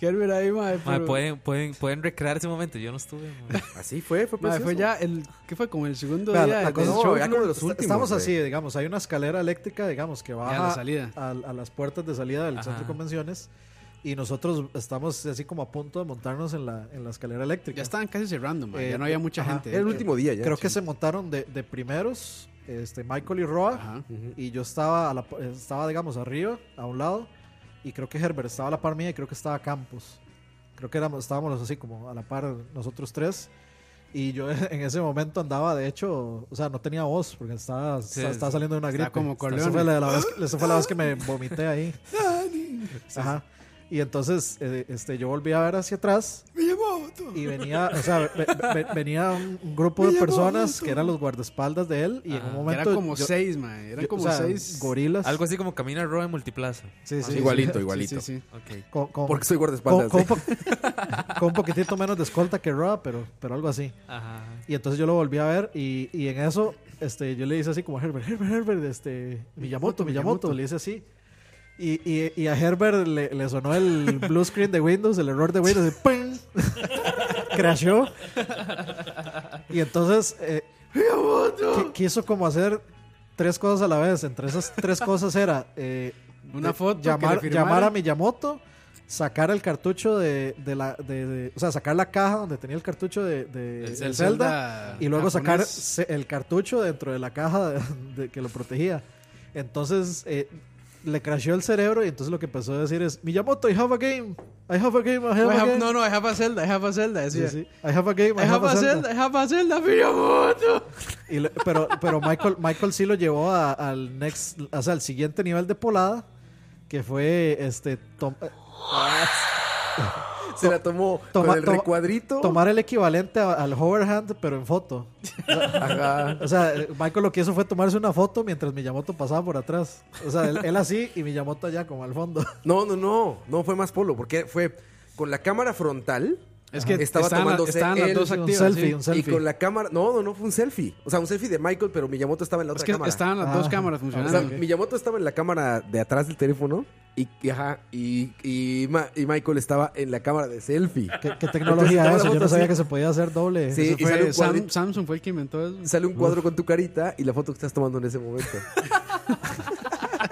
S4: Herbert ahí, madre.
S6: Man,
S4: pero-
S6: pueden, pueden, pueden recrear ese momento. Yo no estuve, man.
S4: *laughs*
S5: Así fue, fue
S4: Madre,
S5: precioso.
S4: fue ya el... ¿Qué fue? Como el segundo
S7: Vea,
S4: día
S7: la
S4: del
S7: cosa-
S5: No,
S4: show,
S5: ya
S4: ¿no?
S5: como de los
S7: Est-
S5: últimos.
S7: Estamos
S5: güey.
S7: así, digamos. Hay una escalera eléctrica, digamos, que
S4: Ya,
S7: baja
S4: la salida.
S7: A, a las puertas de salida del
S6: Ajá.
S7: centro de convenciones. Y nosotros estamos así como a punto de montarnos en la, en la escalera eléctrica.
S4: Ya estaban casi cerrando, madre.
S7: Eh,
S4: ya no había mucha
S7: ajá.
S4: gente. de
S5: Era el
S4: hecho.
S5: último día ya.
S7: Creo que se montaron de, de primeros este, Michael y Roa.
S4: Ajá.
S7: Y yo estaba, a la, pa- estaba, digamos, arriba, a un lado. Y creo que Herbert estaba a la par mía y creo que estaba Campos. Creo que éramos, estábamos así como a la par nosotros tres. Y yo *laughs* en ese momento andaba, de hecho, o sea, no tenía voz porque estaba,
S6: Sí,
S7: estaba, estaba saliendo de una gripe.
S4: estaba como
S7: Esa
S4: Corleone.
S7: fue la, la vez,
S4: *laughs*
S7: que- esa fue la vez que me vomité ahí. Ajá. Y entonces eh, este, yo volví a ver hacia atrás y venía, o sea, ve- ve- venía un, un grupo de personas que eran los guardaespaldas de él y en
S6: Ajá.
S7: un
S6: Que
S4: Que
S7: momento...
S4: Eran como
S7: yo-
S4: seis, madre. Eran
S7: yo-
S4: como
S7: o sea,
S4: seis.
S7: Gorilas.
S6: Algo así como camina Roa en multiplaza.
S7: Sí, sí, sí.
S5: Igualito,
S4: Sí,
S5: igualito.
S4: sí, sí.
S6: Ok.
S7: Con, con-
S5: Porque soy
S7: con-
S5: guardaespaldas.
S7: con
S5: ¿eh?
S7: un po- *laughs* con un poquitito menos de escolta que Raw, pero, pero algo así.
S6: Ajá.
S7: Y entonces yo lo volví a ver y, y en eso este, yo le hice así como a Herbert, Herbert, Herbert, este, Miyamoto, Miyamoto, le hice así. Y, y, y a Herbert le, le sonó el blue screen de Windows, el error de Windows, y ¡pum! *laughs* Crashó. Y entonces eh, qui- quiso como hacer tres cosas a la vez. Entre esas tres cosas era eh,
S4: Una
S7: de-
S4: foto que
S7: llamar,
S4: le
S7: llamar
S4: firmara.
S7: a Miyamoto, sacar el cartucho de, de la... de- de- o sea, sacar la caja donde tenía el cartucho de, de-
S6: El- el
S7: del
S6: Zelda
S7: Zelda y luego sacar
S4: japonés.
S7: se- el cartucho dentro de la caja de- de que lo protegía. Entonces eh, le crasheó el cerebro y entonces lo que empezó a decir es: Miyamoto, I have a game. I have a game. I have
S4: No,
S7: a
S4: I have-
S7: game.
S4: Pues, no, no, I have a Zelda, I have a Zelda.
S7: Sí,
S4: Decía.
S7: sí. I have a game.
S4: I have a Zelda, I have a Zelda, Miyamoto.
S7: Y le- pero pero Michael, Michael sí lo llevó a- al, next, o sea, al siguiente nivel de polada, que fue este, tom- eh,
S5: *laughs* Se la tomó
S7: Toma-
S5: con el
S7: toma-
S5: recuadrito.
S7: tomar el equivalente a- al hoverhand, pero en foto.
S5: Ajá.
S7: O sea, eh, Michael lo que hizo fue tomarse una foto mientras Miyamoto pasaba por atrás. O sea, él, él así y Miyamoto allá como al fondo.
S5: No, no, no. No fue más polo. Porque fue con la cámara frontal.
S4: Es que
S5: estaba
S4: estaban la-
S5: tomándose
S4: estaban las
S5: él
S4: dos
S7: un
S4: activas.
S7: selfie,
S4: sí.
S7: un
S5: y con la cámara. No, no, no, fue un selfie. O sea, un selfie de Michael, pero Miyamoto estaba en la
S4: Es
S5: otra
S4: que
S5: cámara.
S4: estaban las
S7: Ah.
S4: dos cámaras
S5: O
S4: funcionando.
S5: sea, Miyamoto estaba en la cámara de atrás del teléfono y, y, ajá, y, y, Ma- y Michael estaba en la cámara de selfie.
S7: ¿Qué, qué tecnología
S5: Entonces,
S7: es eso? Yo
S5: estaba la
S7: no
S5: foto
S7: sabía
S5: así.
S7: que se podía hacer doble.
S5: Sí,
S4: Eso
S5: y
S4: fue-
S5: sale un,
S4: Sam-
S5: cuadri-
S4: Samsung fue el que inventó eso.
S5: sale un cuadro con tu carita y la foto que estás tomando en ese
S4: *laughs*
S5: momento.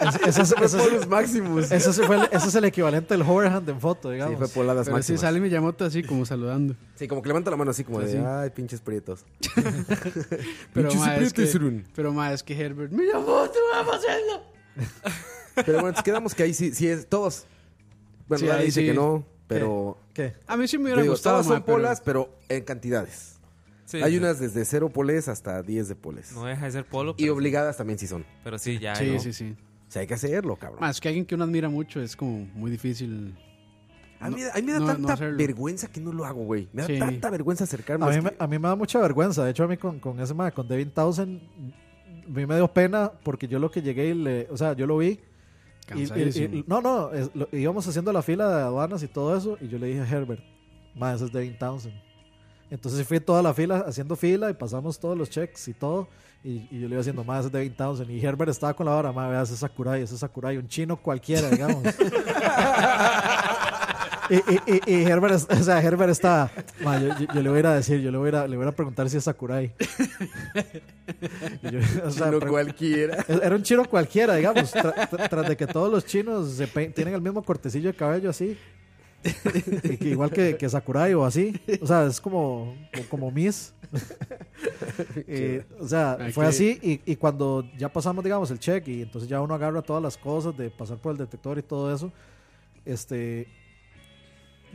S7: Es- ese, es-
S5: Fue
S7: ese es-
S5: Polus Maximus.
S7: ese es- fue el- ese es el equivalente del Horehand en foto,
S5: Sí,
S7: digamos.
S5: fue Poladas
S4: Pero sí
S5: Maximus.
S4: sale Miyamoto así como saludando.
S5: Sí, como que levanta la mano así como
S4: Sí,
S5: de,
S4: sí.
S5: ay, pinches prietos.
S4: *laughs* Pero
S5: *laughs* Pinches
S4: más es que,
S5: prietos, Irún.
S4: pero ma, es que Herbert, Miyamoto, vamos a hacerlo.
S5: Pero bueno, pues quedamos que ahí sí, sí es, todos. Bueno,
S4: Sí,
S5: Lara
S4: ahí
S5: dice
S4: sí.
S5: que no, pero...
S7: ¿Qué?
S4: A mí sí me
S5: yo
S4: hubiera
S5: digo,
S4: gustado,
S5: todas son
S4: ma, pero-
S5: polas, pero... en cantidades.
S6: Sí,
S5: Hay
S6: sí.
S5: unas desde cero poles hasta 10 de poles.
S6: No deja de ser polo.
S5: y
S6: Pero,
S5: obligadas también sí son.
S6: pero sí, ya.
S4: Sí,
S6: ¿no?
S4: sí, sí.
S5: O sea, hay que hacerlo, cabrón.
S4: Ma, es que alguien que uno admira mucho es como muy difícil.
S5: A mí,
S4: No-
S5: a mí me da
S4: no- no
S5: tanta
S4: hacerlo.
S5: vergüenza que no lo hago, güey. Me da
S4: Sí.
S5: tanta vergüenza acercarme. este
S7: A mí,
S5: es
S7: me,
S5: que-
S7: a mí me da mucha vergüenza. De hecho, a mí con, con ese mae, con Devin Townsend, a mí me dio pena porque yo lo que llegué y le. O sea, yo lo vi. y- y-
S4: Cansadísimo.
S7: y- no, no, es- lo- íbamos haciendo la fila de aduanas y todo eso. Y yo le dije a Herbert, mae, ese es Devin Townsend. Entonces fui toda la fila haciendo fila y pasamos todos los checks y todo. Y, y yo le iba haciendo, mae, ese es Devin Townsend. Y Herbert estaba con la vara, mae, vea, ese es Sakurai, ese es Sakurai, un chino cualquiera, digamos. Y, y, y, y Herbert, es- o sea, Herbert está. "Ma, yo, yo- yo le voy a ir a decir, yo le voy a, ir a- le voy a preguntar si es Sakurai. Y yo, o sea,
S5: no
S4: *laughs*
S7: pre-
S5: cualquiera.
S7: era un chino cualquiera, digamos. tra- tra- tras de que todos los chinos se pe- tienen el mismo cortecillo de cabello así. Y que igual que, que Sakurai o así. O sea, es como, como, como Miss. Eh, o sea,
S4: Hay
S7: fue
S4: que-
S7: así. Y, y cuando ya pasamos, digamos, el check, y entonces ya uno agarra todas las cosas de pasar por el detector y todo eso. Este.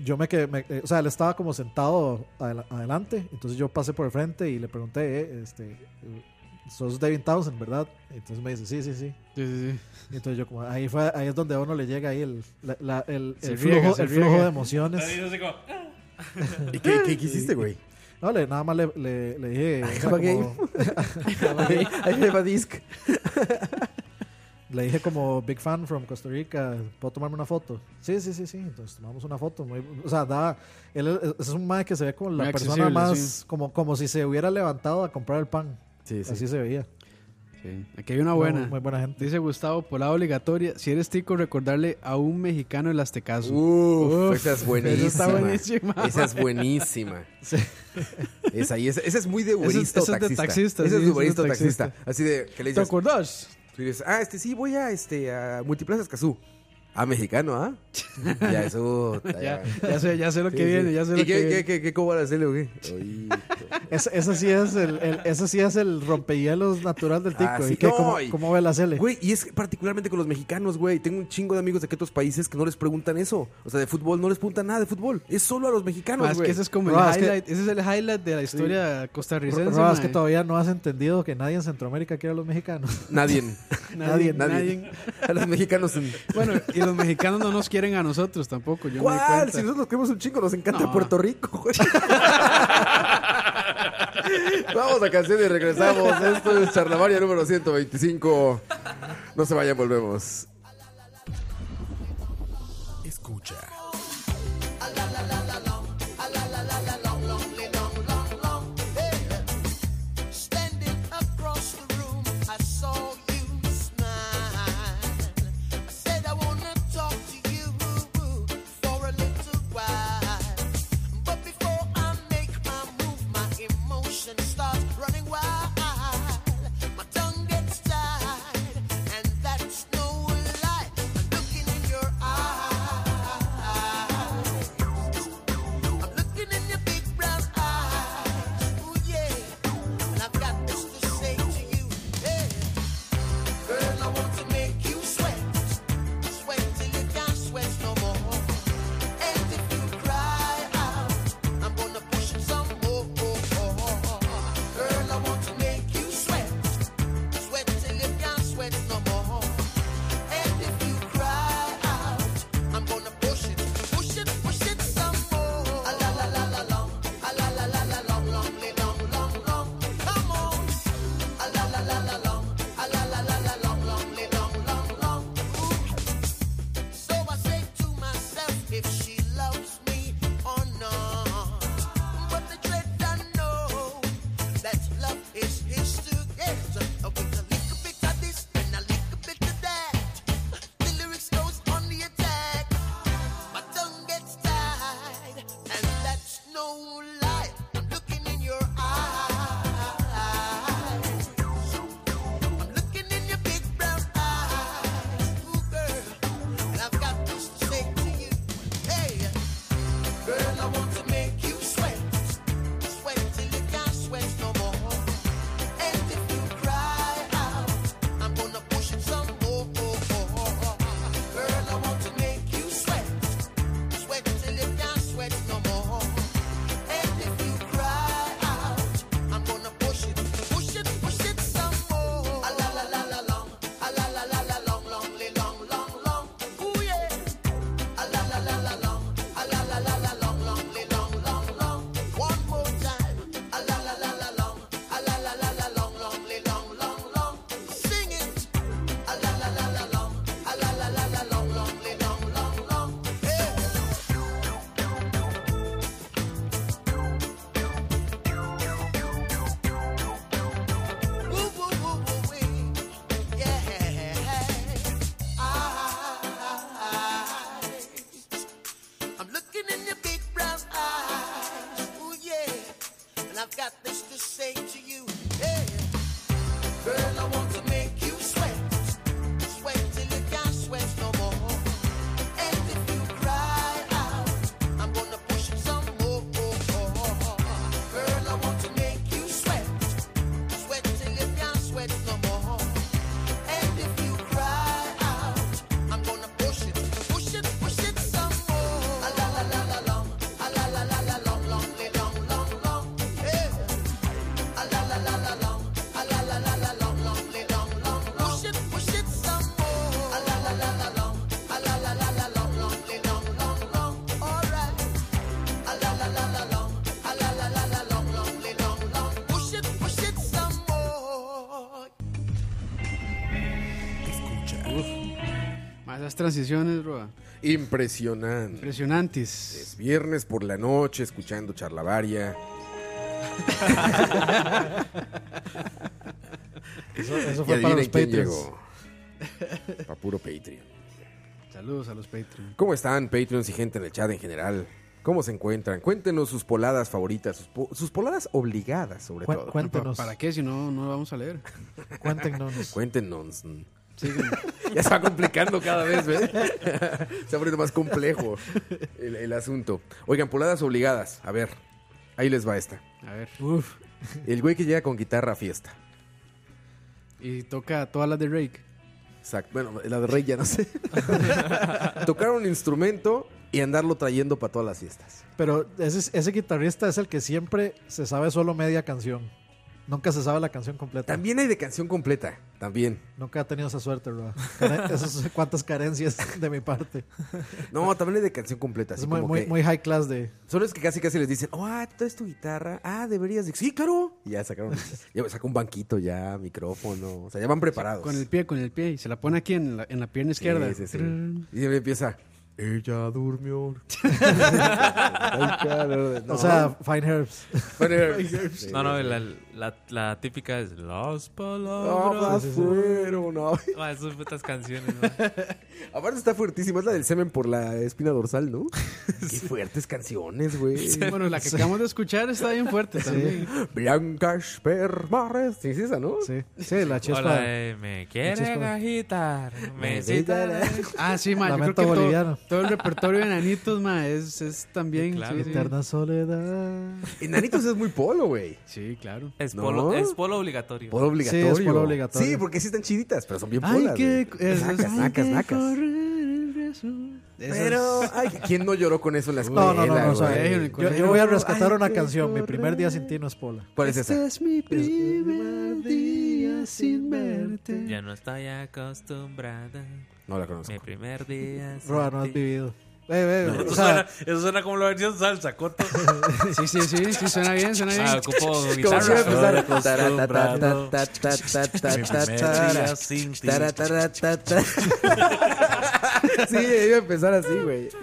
S7: Yo me quedé. me- eh, o sea, él estaba como sentado adela- adelante. Entonces yo pasé por el frente y le pregunté, eh, este. eh, Sos David Townsend, ¿verdad? Entonces me dice, sí, sí, sí.
S4: Sí, sí, sí.
S7: Y entonces yo como, ahí, fue, ahí es donde a uno le llega ahí el, la- la- el,
S4: Se
S7: el
S4: riega,
S7: flujo,
S4: se
S7: el flujo
S4: riega. *laughs*
S7: de emociones.
S8: Así como,
S5: ¿Y qué, qué hiciste, güey?
S7: No, le, nada más le, le, le dije, o sea,
S5: have a
S7: como-
S5: *laughs* I have a disc.
S7: le dije como big fan from Costa Rica, ¿puedo tomarme una foto? Sí, sí, sí, sí. Entonces tomamos una foto. muy- o sea, da, él es- es un mae que se ve como la
S4: Muy
S7: persona
S4: accesible,
S7: más,
S4: sí.
S7: como, como si se hubiera levantado a comprar el pan.
S5: Sí, sí.
S7: Así se veía.
S4: Sí. Aquí hay una Ah, buena.
S7: Muy, muy buena gente.
S4: Dice Gustavo, polada obligatoria. Si eres tico, recordarle a un mexicano el aztecaso.
S5: Uf,
S4: Uf,
S5: esa es
S4: esa
S5: buenísima.
S4: está buenísima.
S5: Esa es buenísima.
S7: Sí.
S5: Esa, y esa, esa es muy de
S4: es-
S5: buenista
S4: esa es de
S5: taxista.
S4: taxista,
S5: Esa
S4: sí,
S5: es de
S4: esa
S5: buenista
S4: es de
S5: taxista.
S4: taxista.
S5: Así de que le
S4: ¿Te
S5: dices,
S4: acordás?
S5: tú dices, ah, este sí, voy a, este, a Multiplaza Escazú. Ah, mexicano,
S4: *laughs*
S5: ¿ah? ya, eso.
S4: Ya, ya sé, ya sé lo que viene, ya sé lo
S5: ¿Y
S4: que
S5: qué,
S4: viene.
S5: qué, qué, qué cobra hacerle o qué? Oí,
S7: Ese, ese sí es el, el- ese sí es el rompehielos natural del tico.
S5: Ah, sí.
S7: ¿Y qué?
S5: No,
S7: ¿Cómo,
S5: y-
S7: cómo ve la cele?
S5: Güey, y es que particularmente con los mexicanos, güey. Tengo un chingo de amigos de que otros países que no les preguntan eso. O sea, de fútbol no les preguntan nada de fútbol. Es solo a los mexicanos,
S4: Más
S5: güey.
S4: que ese Ah, es como el
S7: Roa, es que-
S4: highlight, ese es el highlight de la historia costarricense.
S7: Roa, es que
S4: mae.
S7: todavía no has entendido que nadie en Centroamérica quiere a
S5: *laughs*
S7: los mexicanos.
S5: Nadie.
S4: Nadie,
S5: nadie.
S4: nadie.
S5: A los mexicanos. en-
S4: Bueno, y los mexicanos no nos quieren a nosotros tampoco. Yo me di
S5: ¿Cuál?
S4: cuenta.
S5: Si nosotros queremos un chingo, nos encanta
S4: No.
S5: Puerto Rico, güey. *laughs* Vamos a canción y regresamos. Esto es Charlavaria número 125. No se vayan, volvemos.
S1: Escucha.
S10: Standing across the room, I saw you smile. I said I wanna talk to you for a little while. But before I make my move, my emotions start running wild. My tongue gets tied, and that's no lie. I'm looking in your eyes. Oh,
S4: esas transiciones, Roa.
S5: Impresionante.
S4: Impresionantes.
S5: Es viernes por la noche escuchando charlavaria.
S7: Eso, eso
S5: Y
S7: fue para
S5: adivinen
S7: los
S5: quién
S7: Patreons.
S5: llegó. Pa' puro Patreon.
S4: Saludos a los Patreon.
S5: ¿Cómo están, Patreons y gente en el chat en general? ¿Cómo se encuentran? Cuéntenos sus poladas favoritas, sus, po- sus poladas obligadas, sobre
S7: Cué-
S5: todo.
S4: *laughs*
S7: Cuéntenos.
S4: ¿Para qué? Si no, no lo vamos a leer.
S7: Cuéntenos.
S5: Cuéntenos.
S4: Síguenos.
S5: *laughs* Ya se va complicando cada vez, ¿ves? *laughs* Se va poniendo más complejo el, el asunto. Oigan, poladas obligadas. A ver, ahí les va esta.
S4: A ver.
S5: El güey que llega con guitarra a fiesta.
S4: Y toca todas las de Rake.
S5: Exacto. Bueno, la de Rey ya no sé. *laughs* Tocar un instrumento y andarlo trayendo para todas las fiestas.
S7: Pero ese, ese guitarrista es el que siempre se sabe solo media canción. Nunca se sabe la canción completa.
S5: También hay de canción completa. También.
S7: Nunca he tenido esa suerte, bro.
S5: *laughs*
S7: Care- Esas son cuantas carencias de mi parte.
S5: No, también hay de canción completa. Así
S7: Es muy,
S5: como
S7: muy,
S5: que-
S7: muy high class de...
S5: Son los que casi casi les dicen, oh, ah, ¿tú es tu guitarra? Ah, deberías. de- Sí, claro. Y ya sacaron. ya sacó un banquito ya, micrófono. O sea, ya van preparados.
S4: Con el pie, con el pie. Y se la pone aquí en la, en la pierna izquierda.
S5: Sí, sí, sí. Y siempre empieza. Ella durmió.
S7: O sea, Fine Herbs.
S6: No, no, la, la, la típica es Las
S5: no,
S7: Ah,
S6: palabras.
S5: fueron. pues, no.
S7: pues.
S6: Ah, esas putas canciones, ma.
S5: *laughs* Aparte está fuertísima, es la del semen por la espina dorsal, ¿no? Qué fuertes canciones, güey.
S4: Bueno, la que acabamos de escuchar está bien fuerte también.
S5: Blanca Spermares. Sí, es esa, ¿no?
S7: Sí, sí la
S6: O
S7: chespa.
S6: la de, me quiere
S7: Chispa.
S6: agitar, me cita.
S4: Ah, sí, ma, yo creo
S7: Lamento
S4: que todo,
S7: boliviano.
S4: todo el repertorio de Nanitos, ma, es, es también.
S6: Claro.
S4: sí, sí.
S7: Eterna soledad.
S5: Enanitos es muy polo, güey.
S4: Sí, claro.
S6: Es
S5: ¿No?
S6: polo, es polo obligatorio.
S5: Polo obligatorio.
S7: Sí, es polo obligatorio.
S5: Sí, porque sí están chiditas, pero son bien
S4: Ay,
S5: polas.
S4: que
S5: güey.
S7: eh,
S4: es-
S5: Nacas,
S4: hay
S5: nacas,
S4: que
S5: nacas.
S4: correr el riesgo. Esas-
S5: Pero, ay, ¿quién no lloró con eso en la escuela?
S7: No, no, no, no,
S5: güey?
S7: o sea,
S4: güey, en el
S7: yo, yo voy a rescatar una canción. Mi primer día sin ti no es pola.
S5: ¿Cuál es esa?
S4: Este es mi primer día sin verte.
S6: Ya no estoy acostumbrada.
S5: No la
S6: *laughs*
S5: conozco.
S6: Mi primer
S5: *laughs*
S6: día. sin
S7: Roa, no has
S6: ti.
S7: vivido. Eh, eh,
S8: Eso,
S7: o sea,
S8: suena, eso suena como la versión salsa, Coto.
S4: Sí, sí, sí, sí, suena bien, suena bien.
S6: Ah,
S7: *laughs*
S6: ocupo
S5: Como si iba a
S6: guitarra.
S8: siempre.
S5: empezar.
S8: acostumbrado. Mi primer día
S5: Sí,
S8: sin ti.
S5: iba a empezar así, güey. *laughs*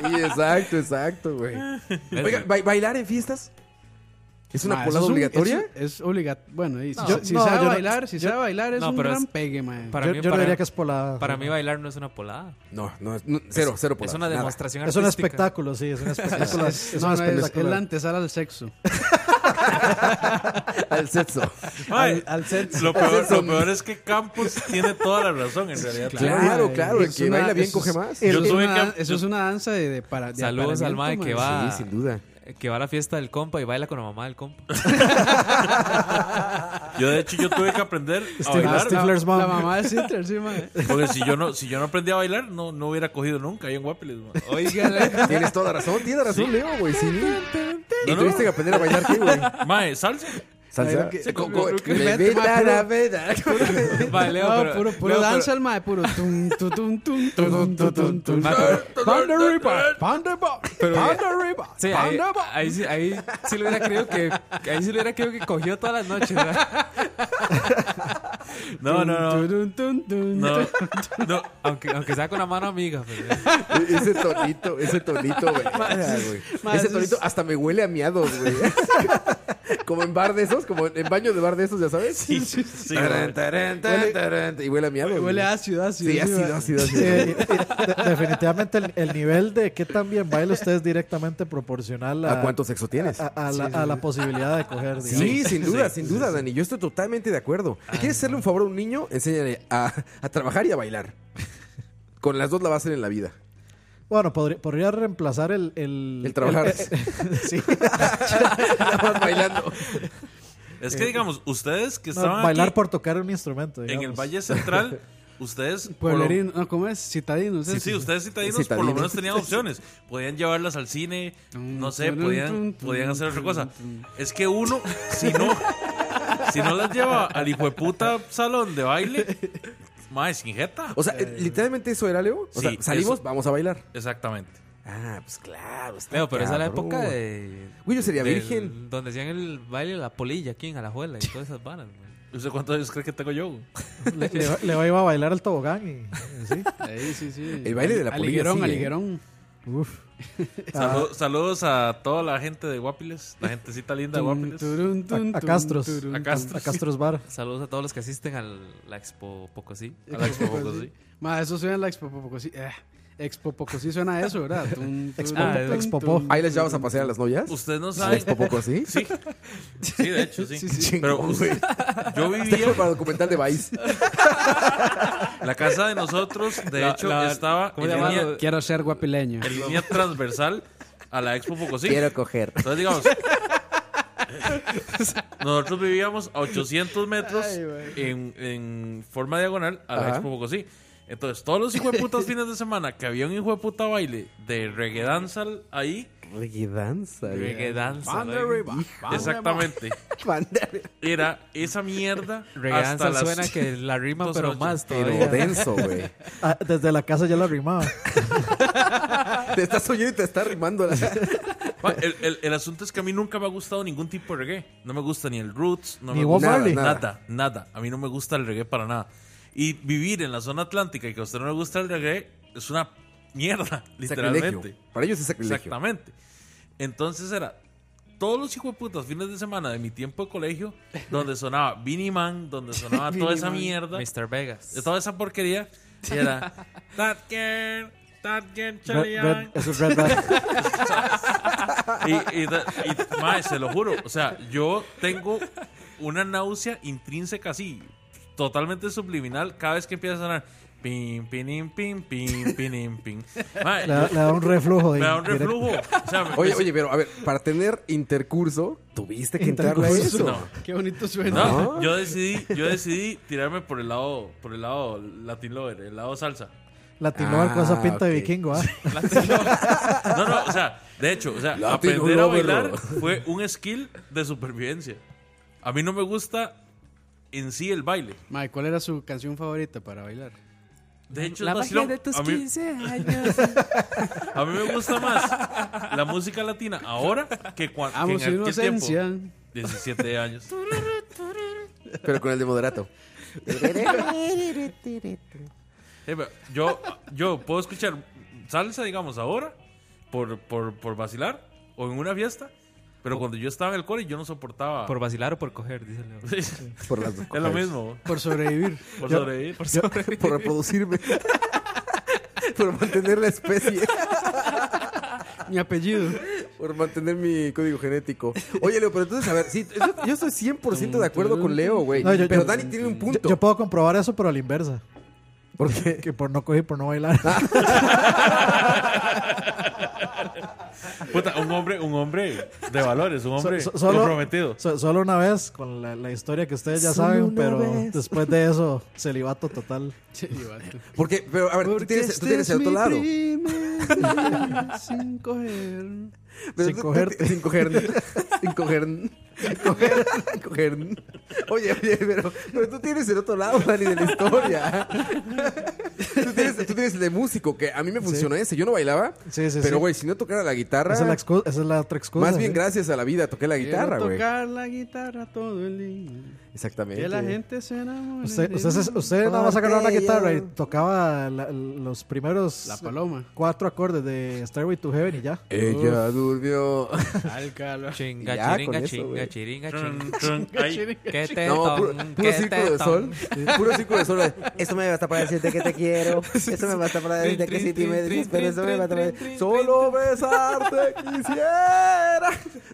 S5: Sí, exacto, exacto, güey. Oiga, ¿ba- ¿bailar en fiestas? ¿Es una
S4: Ma,
S5: polada
S4: Ah, eso es un-
S5: obligatoria?
S4: Es, es obligatorio. Bueno, y si,
S7: Yo-
S4: si
S7: no,
S4: sabe
S7: yo no-
S4: bailar, si sabe bailar, es
S6: no,
S4: un
S6: pero
S4: gran
S6: es-
S4: pegue, ma.
S6: Para
S7: yo,
S6: mí,
S7: yo no
S6: para-
S7: diría que es pola.
S6: Para mí bailar no es una polada.
S5: No, no, es- no, cero, cero polada.
S6: es una
S5: nada.
S6: demostración
S7: Es un
S6: artística.
S7: espectáculo, sí, es un espectáculo.
S4: Es,
S7: es
S4: no,
S7: un
S4: es- es
S7: espectáculo.
S4: la antesala al sexo.
S5: Al sexo.
S8: Mae,
S7: Al set.
S8: lo, peor, lo peor es que Campos tiene toda la razón, en realidad.
S5: Claro, claro. El
S4: Es
S5: que
S4: una-
S5: baila bien
S4: eso es-
S5: coge más.
S8: Yo
S4: Eso es,
S8: tuve
S4: una,
S8: que-
S4: eso es una danza de, de para. de
S6: Saludos al mae
S4: apareamiento,
S6: que
S4: ma.
S6: va,
S5: Sí, sin duda.
S6: que va a la fiesta del compa y baila con la mamá del compa. *laughs*
S8: Yo, de hecho, yo tuve que aprender a
S7: Steve-
S8: bailar.
S7: Stifler's
S4: La
S7: mom.
S4: mamá de Stifler, sí, ma.
S8: Porque si yo no, si yo no aprendí a bailar, no, no hubiera cogido nunca ahí en Guapiles. mae.
S4: Oígale.
S5: Tienes toda razón, tienes razón, Leo, güey. Sí. ¿Y
S8: No, no.
S5: tuviste que aprender a bailar qué, güey?
S8: Mae, salsa.
S5: Salsa.
S4: que-
S5: Sí, co- co-
S4: creo que-
S5: le
S4: vete,
S5: vete
S4: ma,
S5: a la
S4: puro-
S5: veda.
S6: Mae, Leo,
S4: no,
S6: pero-
S4: puro, puro
S6: Leo,
S4: danza el mae, puro. Tum, tu, tum, tum, tu, tum, tu, tum, tum.
S6: mae, pero-
S4: Panda Ripa, Panda Ripa, Panda Ripa,
S6: Sí, ahí,
S4: Panda Ripa.
S6: ahí, sí- ahí sí le hubiera creído que ahí sí le hubiera creído que cogió todas las noches. ¿verdad?
S8: No, no, no.
S4: Tum, tum, tum,
S8: No,
S4: tum.
S8: no.
S6: Aunque, aunque sea con la mano amiga. pues, pero-
S5: E-, Ese tonito, ese tonito, güey. Verga, güey.
S4: ma,
S5: Ese
S4: eso es-
S5: tonito hasta me huele a miados, güey. *laughs* Como en bar de esos, como en baño de bar de esos, ya sabes.
S8: Sí, sí, sí,
S5: Tarán,
S8: mae.
S5: tarán, tarán, tarán, y huele a miados. güey.
S4: Huele ácido, ácido.
S5: Sí,
S4: ma.
S5: ácido, ácido,
S7: *laughs* Sí, Eh,
S5: ácido.
S7: de- definitivamente el, el nivel de qué tan bien baila usted es directamente proporcional a,
S5: ¿A cuánto sexo tienes?
S7: a, a la, a la posibilidad de coger. digamos.
S5: Sí, sin duda, sin duda, Dani. Yo estoy totalmente de acuerdo. ¿Quieres hacerle un favor a un niño? Enséñale a, a trabajar y a bailar. Con las dos la va a hacer en la vida.
S7: Bueno, podría, podría reemplazar el... El,
S5: El trabajar.
S7: *laughs* sí.
S5: Nada más bailando.
S8: Es que digamos, ustedes que
S7: No,
S8: estaban
S7: bailar
S8: aquí
S7: por tocar un instrumento.
S8: en
S7: digamos.
S8: el
S7: *laughs*
S8: Valle Central, ustedes por lo-
S4: Pueblerino, no, ¿cómo es? Citadino,
S8: Sí, sí, ustedes citadinos por
S5: Citadinos.
S8: lo menos tenían opciones. Podían llevarlas al cine, no sé,
S4: tum, tum,
S8: podían,
S4: tum,
S8: podían hacer otra
S4: tum,
S8: cosa.
S4: tum.
S8: Es que uno, si no, si no las lleva al hijo de puta salón de baile, madre, sin jeta.
S5: O sea, eh, literalmente eso era, Leo. O sea,
S8: Sí,
S5: salimos,
S8: eso.
S5: vamos a bailar.
S8: Exactamente.
S5: Ah, pues claro. está
S6: Leo, pero esa es la
S5: cabrón.
S6: época de.
S5: Güey, yo sería
S6: del-
S5: virgen.
S6: Donde hacían el baile de la polilla aquí en Alajuela y todas esas varas. güey.
S8: ¿Y usted cuántos años cree que tengo yo?
S7: Le, le va- le va a ir a bailar al tobogán y, y sí.
S4: Ahí, sí, sí.
S5: El baile de la polilla,
S4: Aliguerón,
S5: sí, ¿eh?
S4: aliguerón.
S7: Uf.
S8: Salu- saludos a toda la gente de Guapiles, la gentecita linda de
S4: Tum,
S8: Guapiles.
S4: turun,
S7: A,
S4: tum,
S7: a
S4: tum,
S7: Castros.
S4: turun,
S8: A
S4: tum.
S8: Castros.
S7: A Castros Bar.
S6: Saludos a todos los que asisten a la Expo Pocosí.
S8: A la Expo
S4: *laughs*
S8: Bogotá.
S4: Ma, eso suena a la Expo Pocosí. Eh, Expo Pocosí suena a eso, ¿verdad? Tum, tum,
S7: Expo-
S4: tum,
S7: Expo
S4: tum,
S7: Po.
S4: tum.
S5: Ahí les llevas a pasear a las novias.
S8: Ustedes no
S5: ¿Sabes
S8: saben.
S5: poco así?
S8: Sí. Sí, de hecho, sí.
S4: Sí, sí.
S8: Pero
S5: *laughs* Chingón,
S8: usted-
S5: güey.
S8: yo
S5: Está
S8: vivía
S5: como para documental de Vice.
S8: la casa de nosotros, de
S6: La-
S8: hecho,
S6: la-
S8: estaba
S6: ¿cómo
S8: en
S6: se llama?
S8: línea,
S4: Quiero ser guapileño.
S8: en línea transversal a la Expo Pocosí.
S5: coger.
S8: Entonces, digamos, nosotros vivíamos a 800 metros en, en forma diagonal a la
S5: Ajá.
S8: Expo Bogotá. Entonces, todos los hijueputas fines de semana que había un hijueputa baile de reggae danzal ahí,
S5: Reggae danza. güey.
S6: Reggae danza. ¿no?
S8: exactamente, era esa mierda
S6: *laughs* Reggae
S8: hasta
S6: danza
S8: las...
S6: suena que la rima,
S8: dos
S6: pero
S8: ocho.
S6: más
S5: Pero
S6: todavía.
S5: denso, güey.
S7: Ah, desde la casa ya la rimaba.
S5: Te estás oyendo y te está rimando. La...
S8: Ma, El, el- el asunto es que a mí nunca me ha gustado ningún tipo de reggae. No me gusta ni el roots, no
S7: Ni
S8: me
S7: Bob
S8: gusta
S7: Marley.
S8: nada, nada, A mí no me gusta el reggae para nada. Y vivir en la zona atlántica y que a usted no le gusta el reggae es una mierda, *laughs* literalmente.
S5: Sacrilegio. Para ellos es sacrilegio.
S8: Exactamente. Entonces era todos los hijos de putas fines de semana de mi tiempo de
S5: *laughs*
S8: colegio, donde sonaba Vinnie Man, donde sonaba toda esa mierda,
S6: Mr. Vegas.
S8: de toda esa porquería,
S5: *laughs*
S8: y era That girl, that girl, Charlie
S7: Red, red,
S8: Young".
S7: eso es Red Band.
S8: Y, y da- y, mae, se lo juro. O sea, yo tengo una náusea intrínseca así, totalmente subliminal, cada vez que empieza a sonar. Pim, pim, pim, pim, pim, pim. Mae,
S7: Le, da- le da un reflujo.
S8: *laughs* me
S7: ahí,
S8: da un
S7: directo.
S8: reflujo. O sea, me-
S5: Oye,
S8: me-
S5: oye, pero a ver, para tener intercurso, tuviste que entrarle a eso.
S8: No.
S4: *laughs* Qué bonito suena.
S8: No, yo decidí, yo decidí tirarme por el lado, por el lado Latin Lover, el lado salsa.
S7: Latino Bar con esa
S5: Ah,
S7: pinta de
S5: ok.
S7: vikingo. ah.
S8: Latin Lover. No, no, o sea, de hecho, o sea,
S5: Latin
S8: aprender a
S5: Lover.
S8: bailar fue un skill de supervivencia. A mí no me gusta en sí el baile.
S4: Ma, ¿cuál era su canción favorita para bailar?
S8: De hecho,
S6: la
S8: es
S6: magia
S8: vacilón.
S6: de tus
S8: a, mí,
S6: 15 años.
S8: a mí me gusta más la música latina ahora que cuando
S4: Amo su inocencia.
S8: 17 años.
S5: Pero con el de moderato.
S8: Eh, pero Yo, yo puedo escuchar salsa, digamos, ahora por, por, por vacilar o en una fiesta, pero cuando yo estaba en el core yo no
S6: *laughs*
S8: soportaba.
S6: por vacilar o por coger, dice Leo.
S8: Sí, sí.
S5: Por las
S8: *laughs* es lo mismo,
S4: Por sobrevivir.
S8: *laughs* por
S7: Yo-
S8: sobrevivir.
S5: *laughs* Por
S8: *laughs*
S5: reproducirme. por mantener la especie.
S4: Mi apellido. *laughs*
S5: Por mantener mi código genético. Oye, Leo, pero entonces, a ver, sí, yo, yo estoy 100% de acuerdo con Leo, güey.
S7: No, yo-
S5: pero
S7: yo-
S5: Dani tiene un *laughs*
S7: Yo,
S5: punto.
S7: yo puedo comprobar eso, pero a la inversa.
S5: ¿Por qué?
S7: Que por no coger, por no bailar.
S8: Puta, un hombre, un hombre de valores, un
S7: *laughs*
S8: hombre
S7: So- so- solo-
S8: comprometido.
S7: So- solo una vez, con la, la historia que ustedes ya saben, pero después de eso, celibato total.
S4: Che, y vato.
S5: Porque, pero, a ver, tú tienes, tú
S7: este
S4: este
S5: tienes el otro lado. *laughs*
S4: Sin coger.
S5: Pero
S7: Sin
S5: tú-
S7: cogerte.
S5: Sin coger. Sin coger. Sin coger. sin coger. Oye, oye, pero, pero tú tienes el otro lado, Dani, de la historia. tú, tienes, tú tienes el de músico, que a mí me funcionó ese. Yo no bailaba.
S7: Sí, sí, sí.
S5: pero, güey, si no tocara la guitarra.
S7: Esa es la, ¿eh? excu- esa es la otra excusa.
S5: más bien
S7: ¿sí?
S5: gracias a la vida toqué la guitarra,
S4: Quiero
S5: güey.
S4: tocar la guitarra todo el día.
S5: Exactamente.
S4: Que la gente se enamore.
S7: Usted,
S4: de
S7: usted, se-
S4: mí.
S7: usted nada más agarraba la
S5: Porque
S7: guitarra y
S5: yo-
S7: tocaba la- los primeros
S4: La paloma.
S7: cuatro acordes de Stairway to Heaven y ya.
S5: Ella durmió.
S6: Chinga,
S5: Ya,
S6: chiringa,
S5: con eso,
S6: chinga,
S5: güey.
S6: chiringa,
S8: Trun, *laughs*
S6: chinga.
S8: trun, ahí.
S6: ¿Qué te
S5: No, puro,
S6: ton,
S5: puro
S6: qué
S5: círculo de
S6: te
S5: sol.
S6: ton.
S5: Puro círculo de sol. Eso me basta para decirte que te
S6: *laughs*
S5: quiero. Eso me basta para decirte que sí te me dices, pero eso me basta para Solo besarte quisiera. *laughs*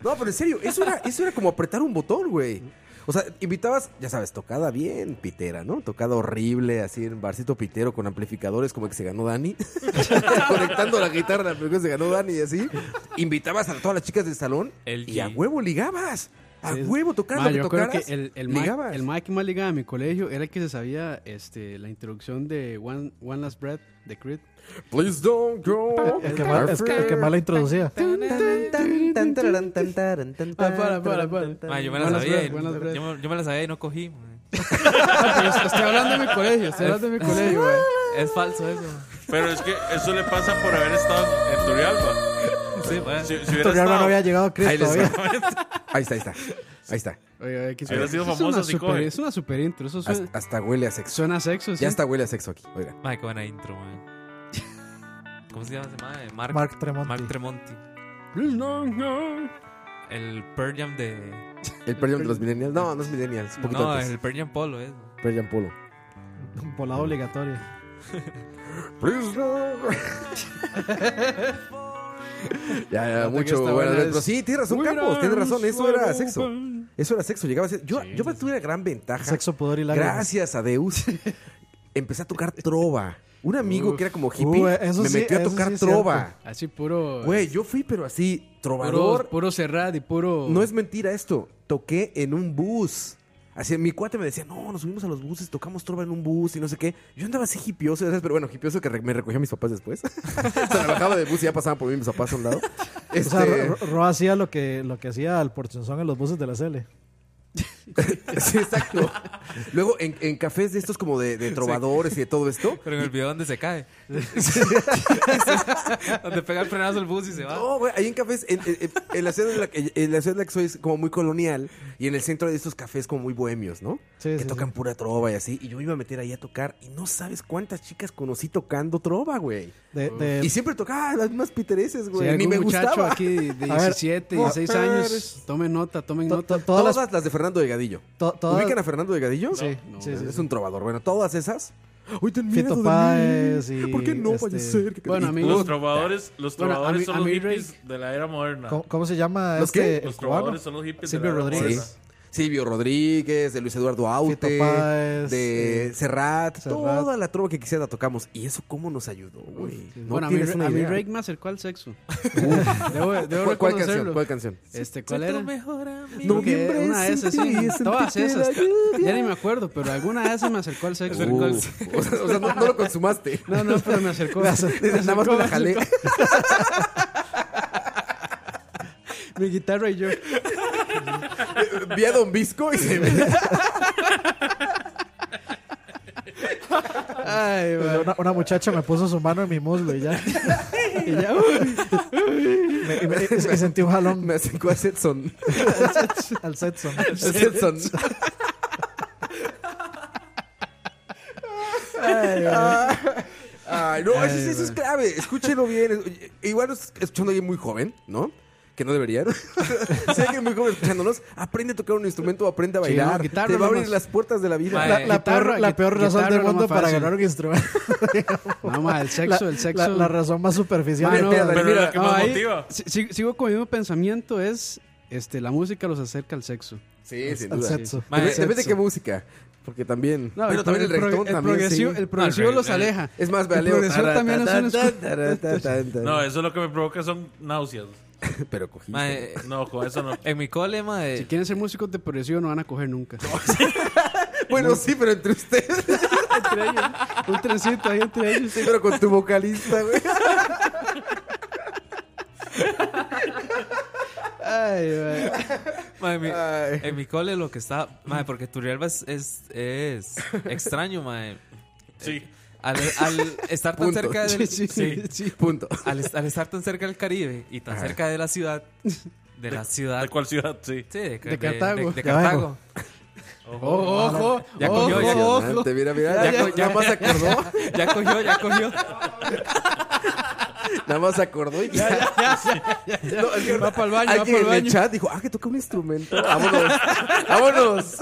S5: No, pero en serio, eso era, eso era como apretar un botón, güey. O sea, invitabas, ya sabes, tocada bien pitera, ¿no? Tocada horrible, así en barcito pitero con amplificadores como el que se ganó Dani. *laughs* Conectando la guitarra al amplificador que se ganó Dani y así. Invitabas a todas las chicas del salón
S6: El
S5: y a
S6: G.
S5: huevo ligabas. A
S4: Sí.
S5: huevo tocabas
S4: Ma,
S5: lo que
S4: yo creo
S5: tocaras,
S4: que el, el,
S5: ligabas.
S4: Mike, el Mike que más ligaba a mi colegio era el que se sabía este, la introducción de One, One Last Breath de Creed.
S5: Please don't go.
S7: El que más, es que- el que más la introducía.
S4: Ah, para, para, para.
S6: Ma, yo me la
S4: Buenas
S6: sabía.
S4: breves,
S6: y-
S4: buenas breves.
S6: Yo me- yo me la sabía y no cogí. ma.
S4: Ah, pero yo estoy hablando de mi colegio, estoy hablando de mi colegio,
S5: *laughs*
S4: güey.
S6: Es falso eso. ma.
S8: Pero es que eso le pasa por haber estado en Turrialba.
S6: Sí, ma.
S8: Si, si hubiera
S7: Todavía no
S8: estado-
S7: había llegado a Cristo
S5: Ahí les va.
S7: todavía.
S5: Ahí está, ahí está.
S8: si
S5: Ahí está.
S4: Oye, oye, aquí
S8: Hubiera sido
S4: es
S8: famoso
S4: una
S8: si
S4: super,
S8: coge.
S4: Es una super intro. Eso suena,
S5: Hasta, hasta huele a sexo.
S4: suena a sexo. sí.
S5: Ya hasta huele a sexo aquí. Oigan.
S6: Mae, qué buena intro, mae. ¿Cómo se llama ese mae? Mark,
S7: Mark Tremonti.
S6: Mark Tremonti. El Pearl Jam de...
S5: El perdión de los millennials. No, no es millennials. Un poquito
S6: No,
S5: antes.
S6: el Pearl Jam Polo eh. es.
S5: Perdian Polo.
S7: *laughs* Volada obligatoria.
S5: *laughs* ya, ya,
S4: Fíjate que
S5: mucho.
S4: esta
S5: Bueno,
S4: buena
S5: pero
S4: es-
S5: sí, tienes razón, Campos. Tienes razón. Eso era sexo. Eso era sexo. Llegaba a ser. Yo, yo tuve una gran ventaja.
S7: Sexo, pudor y lágrimas.
S5: Gracias a
S7: *laughs*
S5: Deus. Empecé a tocar trova. Un amigo que era como hippie
S7: Uh, eso
S5: me
S7: sí,
S5: metió a
S7: eso
S5: tocar
S7: sí es
S5: trova.
S4: Así puro.
S5: Güey, yo fui, pero así,
S4: puro,
S5: trovador.
S4: puro cerrado y puro.
S5: No es mentira esto. Toqué en un bus. Así, mi cuate me decía, no, nos subimos a los buses, tocamos trova en un bus y no sé qué. Yo andaba así hipioso, ¿sabes? pero bueno, hipioso que re- me recogían mis papás después. *laughs* Se me bajaba del bus y ya pasaban por mí mis papás a un lado. Este,
S7: *laughs* O sea, Ro, Ro hacía lo que, lo que hacía al Porchenzón en los buses de la Cele.
S5: *laughs* sí, exacto. Luego, en, en cafés de estos como de, de trovadores y de todo esto.
S6: Pero en el video donde se cae. donde pega el frenazo el bus y
S4: ¿Ah?
S6: se va.
S5: No, güey, ahí en cafés, en, en- en- en la ciudad en la, que, en la ciudad en la que soy es como muy colonial y en el centro de estos cafés como muy bohemios, ¿no?
S7: Sí,
S5: que
S7: sí,
S5: tocan
S7: sí.
S5: pura trova y así. Y yo me iba a meter ahí a tocar y no sabes cuántas chicas conocí tocando trova, güey.
S7: De, de-
S5: Y siempre tocaba las mismas pitereses,
S4: Si
S5: güey.
S4: algún
S5: Ni me
S4: muchacho
S5: gustaba.
S4: aquí de de
S7: A ver,
S4: 17, 16 años,
S5: mujeres.
S4: tomen nota, tomen
S7: to-
S4: nota.
S7: to-
S5: Todas
S7: todas las...
S5: las, de Fernando Delgadillo.
S7: to- todas-
S5: ¿Ubican a Fernando Delgadillo?
S7: Sí, sí, sí,
S5: es
S7: sí.
S5: un trovador. Bueno, todas esas. Uy, ten miedo
S7: Fito
S5: de mí.
S7: Páez y,
S5: ¿Por qué no
S7: este,
S5: vaya a ser? que-
S4: Bueno,
S5: y-
S4: a mí-
S8: Los trovadores, los
S4: Bueno, a
S8: trovadores
S4: mí-
S8: son
S4: a
S8: los
S4: mí,
S8: hippies de la era moderna.
S7: ¿Cómo, cómo se llama
S5: ¿Los qué?
S7: este?
S8: Los
S7: El cubano.
S8: trovadores son los hippies
S7: Silvio
S8: de la era
S7: Rodríguez.
S8: moderna.
S5: Sí. Silvio Rodríguez, de Luis Eduardo Aute,
S7: Fito
S4: Pues,
S7: Páez,
S5: de
S7: eh,
S5: Serrat,
S7: Serrat.
S5: toda la trova que quisiera tocamos. Y eso cómo nos ayudó, güey. No
S4: bueno, a mí,
S5: tienes una
S4: a mí
S5: idea.
S4: Drake me acercó
S5: *laughs*
S4: al sexo. debo debo
S5: ¿Cuál, cuál canción?
S4: reconocerlo.
S5: ¿Cuál canción?
S4: Este, ¿Cuál era? Creo que
S5: Noviembre
S4: una de
S5: sin
S4: esas,
S5: ti,
S4: sí.
S5: sentí
S4: Todas
S5: que
S4: esas.
S5: la lluvia.
S4: Ya ni me acuerdo, pero alguna de esas me acercó al sexo.
S5: Uh, o sea, *laughs* o sea, no, no lo
S4: *laughs*
S5: consumaste.
S4: No, no, pero me acercó. *laughs*
S5: Nada más *laughs* me la jalé.
S4: Mi guitarra y yo.
S5: *laughs* Vi a Don Visco y se me...
S4: Ay, va.
S7: Una, una muchacha me puso su mano en mi muslo y ya.
S4: Y ya, uy.
S7: Me, y me- y- y sentí un jalón
S5: me acercó a Setson.
S7: al Setson.
S5: A Setson. Ay, no, eso, sí- eso es clave. Escúchenlo bien. Igual nos está escuchando a alguien muy joven, ¿no? Que no
S4: *laughs*
S5: deberían. si hay alguien muy joven escuchándonos, aprende a tocar un instrumento, aprende a
S4: Sí,
S5: bailar.
S4: no, guitarra
S5: Te va a abrir
S4: nomás.
S5: las puertas de la vida.
S6: Mae,
S7: La, la
S4: Guitarra,
S7: peor, la
S4: gui-
S7: peor razón
S4: guitarra
S7: del
S4: lo más
S7: mundo para
S4: fácil.
S7: ganar un instrumento.
S4: No, ma, el
S7: La,
S4: sexo, el sexo.
S7: la- la razón más superficial.
S4: Mano,
S5: Mira,
S8: Pero
S5: mira,
S8: lo que me
S4: ahí-
S8: motiva.
S4: si- si- sigo con el mismo pensamiento, es este, la música los acerca al sexo.
S5: Sí, sin
S7: al
S5: duda.
S7: Setson.
S6: Mae,
S5: Dep- Depende de qué
S7: Setson.
S5: música. Porque también.
S4: No,
S5: pero también el,
S4: pro-
S5: reggaetón también.
S4: progresivo-
S5: sí. Eh.
S4: el progresivo
S8: el
S4: los
S8: reggaetón.
S4: aleja.
S5: Es más,
S4: El
S5: valeo.
S4: progresivo también es un
S5: *laughs*
S4: escu- *laughs*
S8: No, eso lo que me provoca son náuseas.
S5: Pero cogí.
S6: Mae,
S8: No, con eso no.
S6: en mi cole, mae,
S4: Si quieren ser músicos de progresivo, no van a coger nunca.
S5: Bueno, sí, pero entre ustedes.
S4: Entre ellos, un trencito ahí entre ellos.
S5: Sí, pero con tu vocalista, güey.
S4: Ay, va.
S6: mae, mi-
S5: Ay.
S6: en mi cole lo que está, mae, porque Turrialba es, es, es extraño, mae.
S8: Sí.
S6: Al, al estar tan
S5: Punto.
S6: cerca
S4: Sí,
S6: del,
S4: sí,
S6: sí,
S4: sí.
S5: Punto.
S6: al, est- al estar tan cerca del Caribe y tan
S5: Ajá.
S6: cerca de la ciudad, de, la ciudad,
S8: ¿De cuál ciudad? Sí.
S6: sí, de,
S4: de Cartago.
S6: de
S7: Ya vengo.
S6: Cartago.
S4: Ojo, ojo,
S6: Ya
S4: ojo,
S6: cogió, ya cogió.
S4: ojo.
S5: Impresionante, Mira, mira,
S6: Ya,
S5: Oh, ya,
S6: ya,
S5: nada más se acordó.
S6: Ya cogió, ya cogió.
S5: Nada más se acordó y No, es que
S4: Va pa'l baño, va
S5: alguien
S4: pa'l
S5: en el
S4: baño.
S5: chat dijo, ah, que toca un instrumento. Vámonos. Vámonos.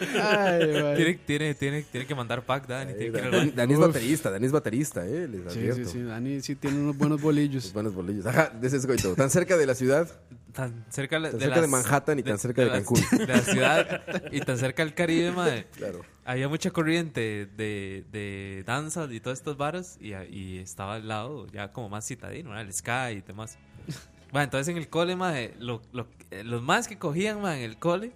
S4: Ay, va.
S6: Tiene, tiene, tiene, tiene que mandar pack, Dani. Tiene que ir al baño.
S5: Dan- Dani es baterista, Dani es baterista, eh. *laughs* Les
S4: Sí,
S5: advierto.
S4: sí, sí. Dani sí tiene unos buenos bolillos.
S5: Los buenos bolillos. Ajá, de ese es Goito. Tan cerca de la ciudad.
S6: tan cerca, la-
S5: Tan
S6: de,
S5: cerca
S6: las-
S5: de Manhattan y tan cerca de
S6: la-
S5: Cancún.
S6: *laughs* de la ciudad y tan cerca del Caribe, madre.
S5: Claro.
S6: Había mucha corriente de, de danzas y todas estas varas y, y estaba al lado ya como más citadino, ¿verdad? el Sky y demás. Bueno, entonces en el cole, madre, lo- lo- eh, los más que cogían, madre, en el cole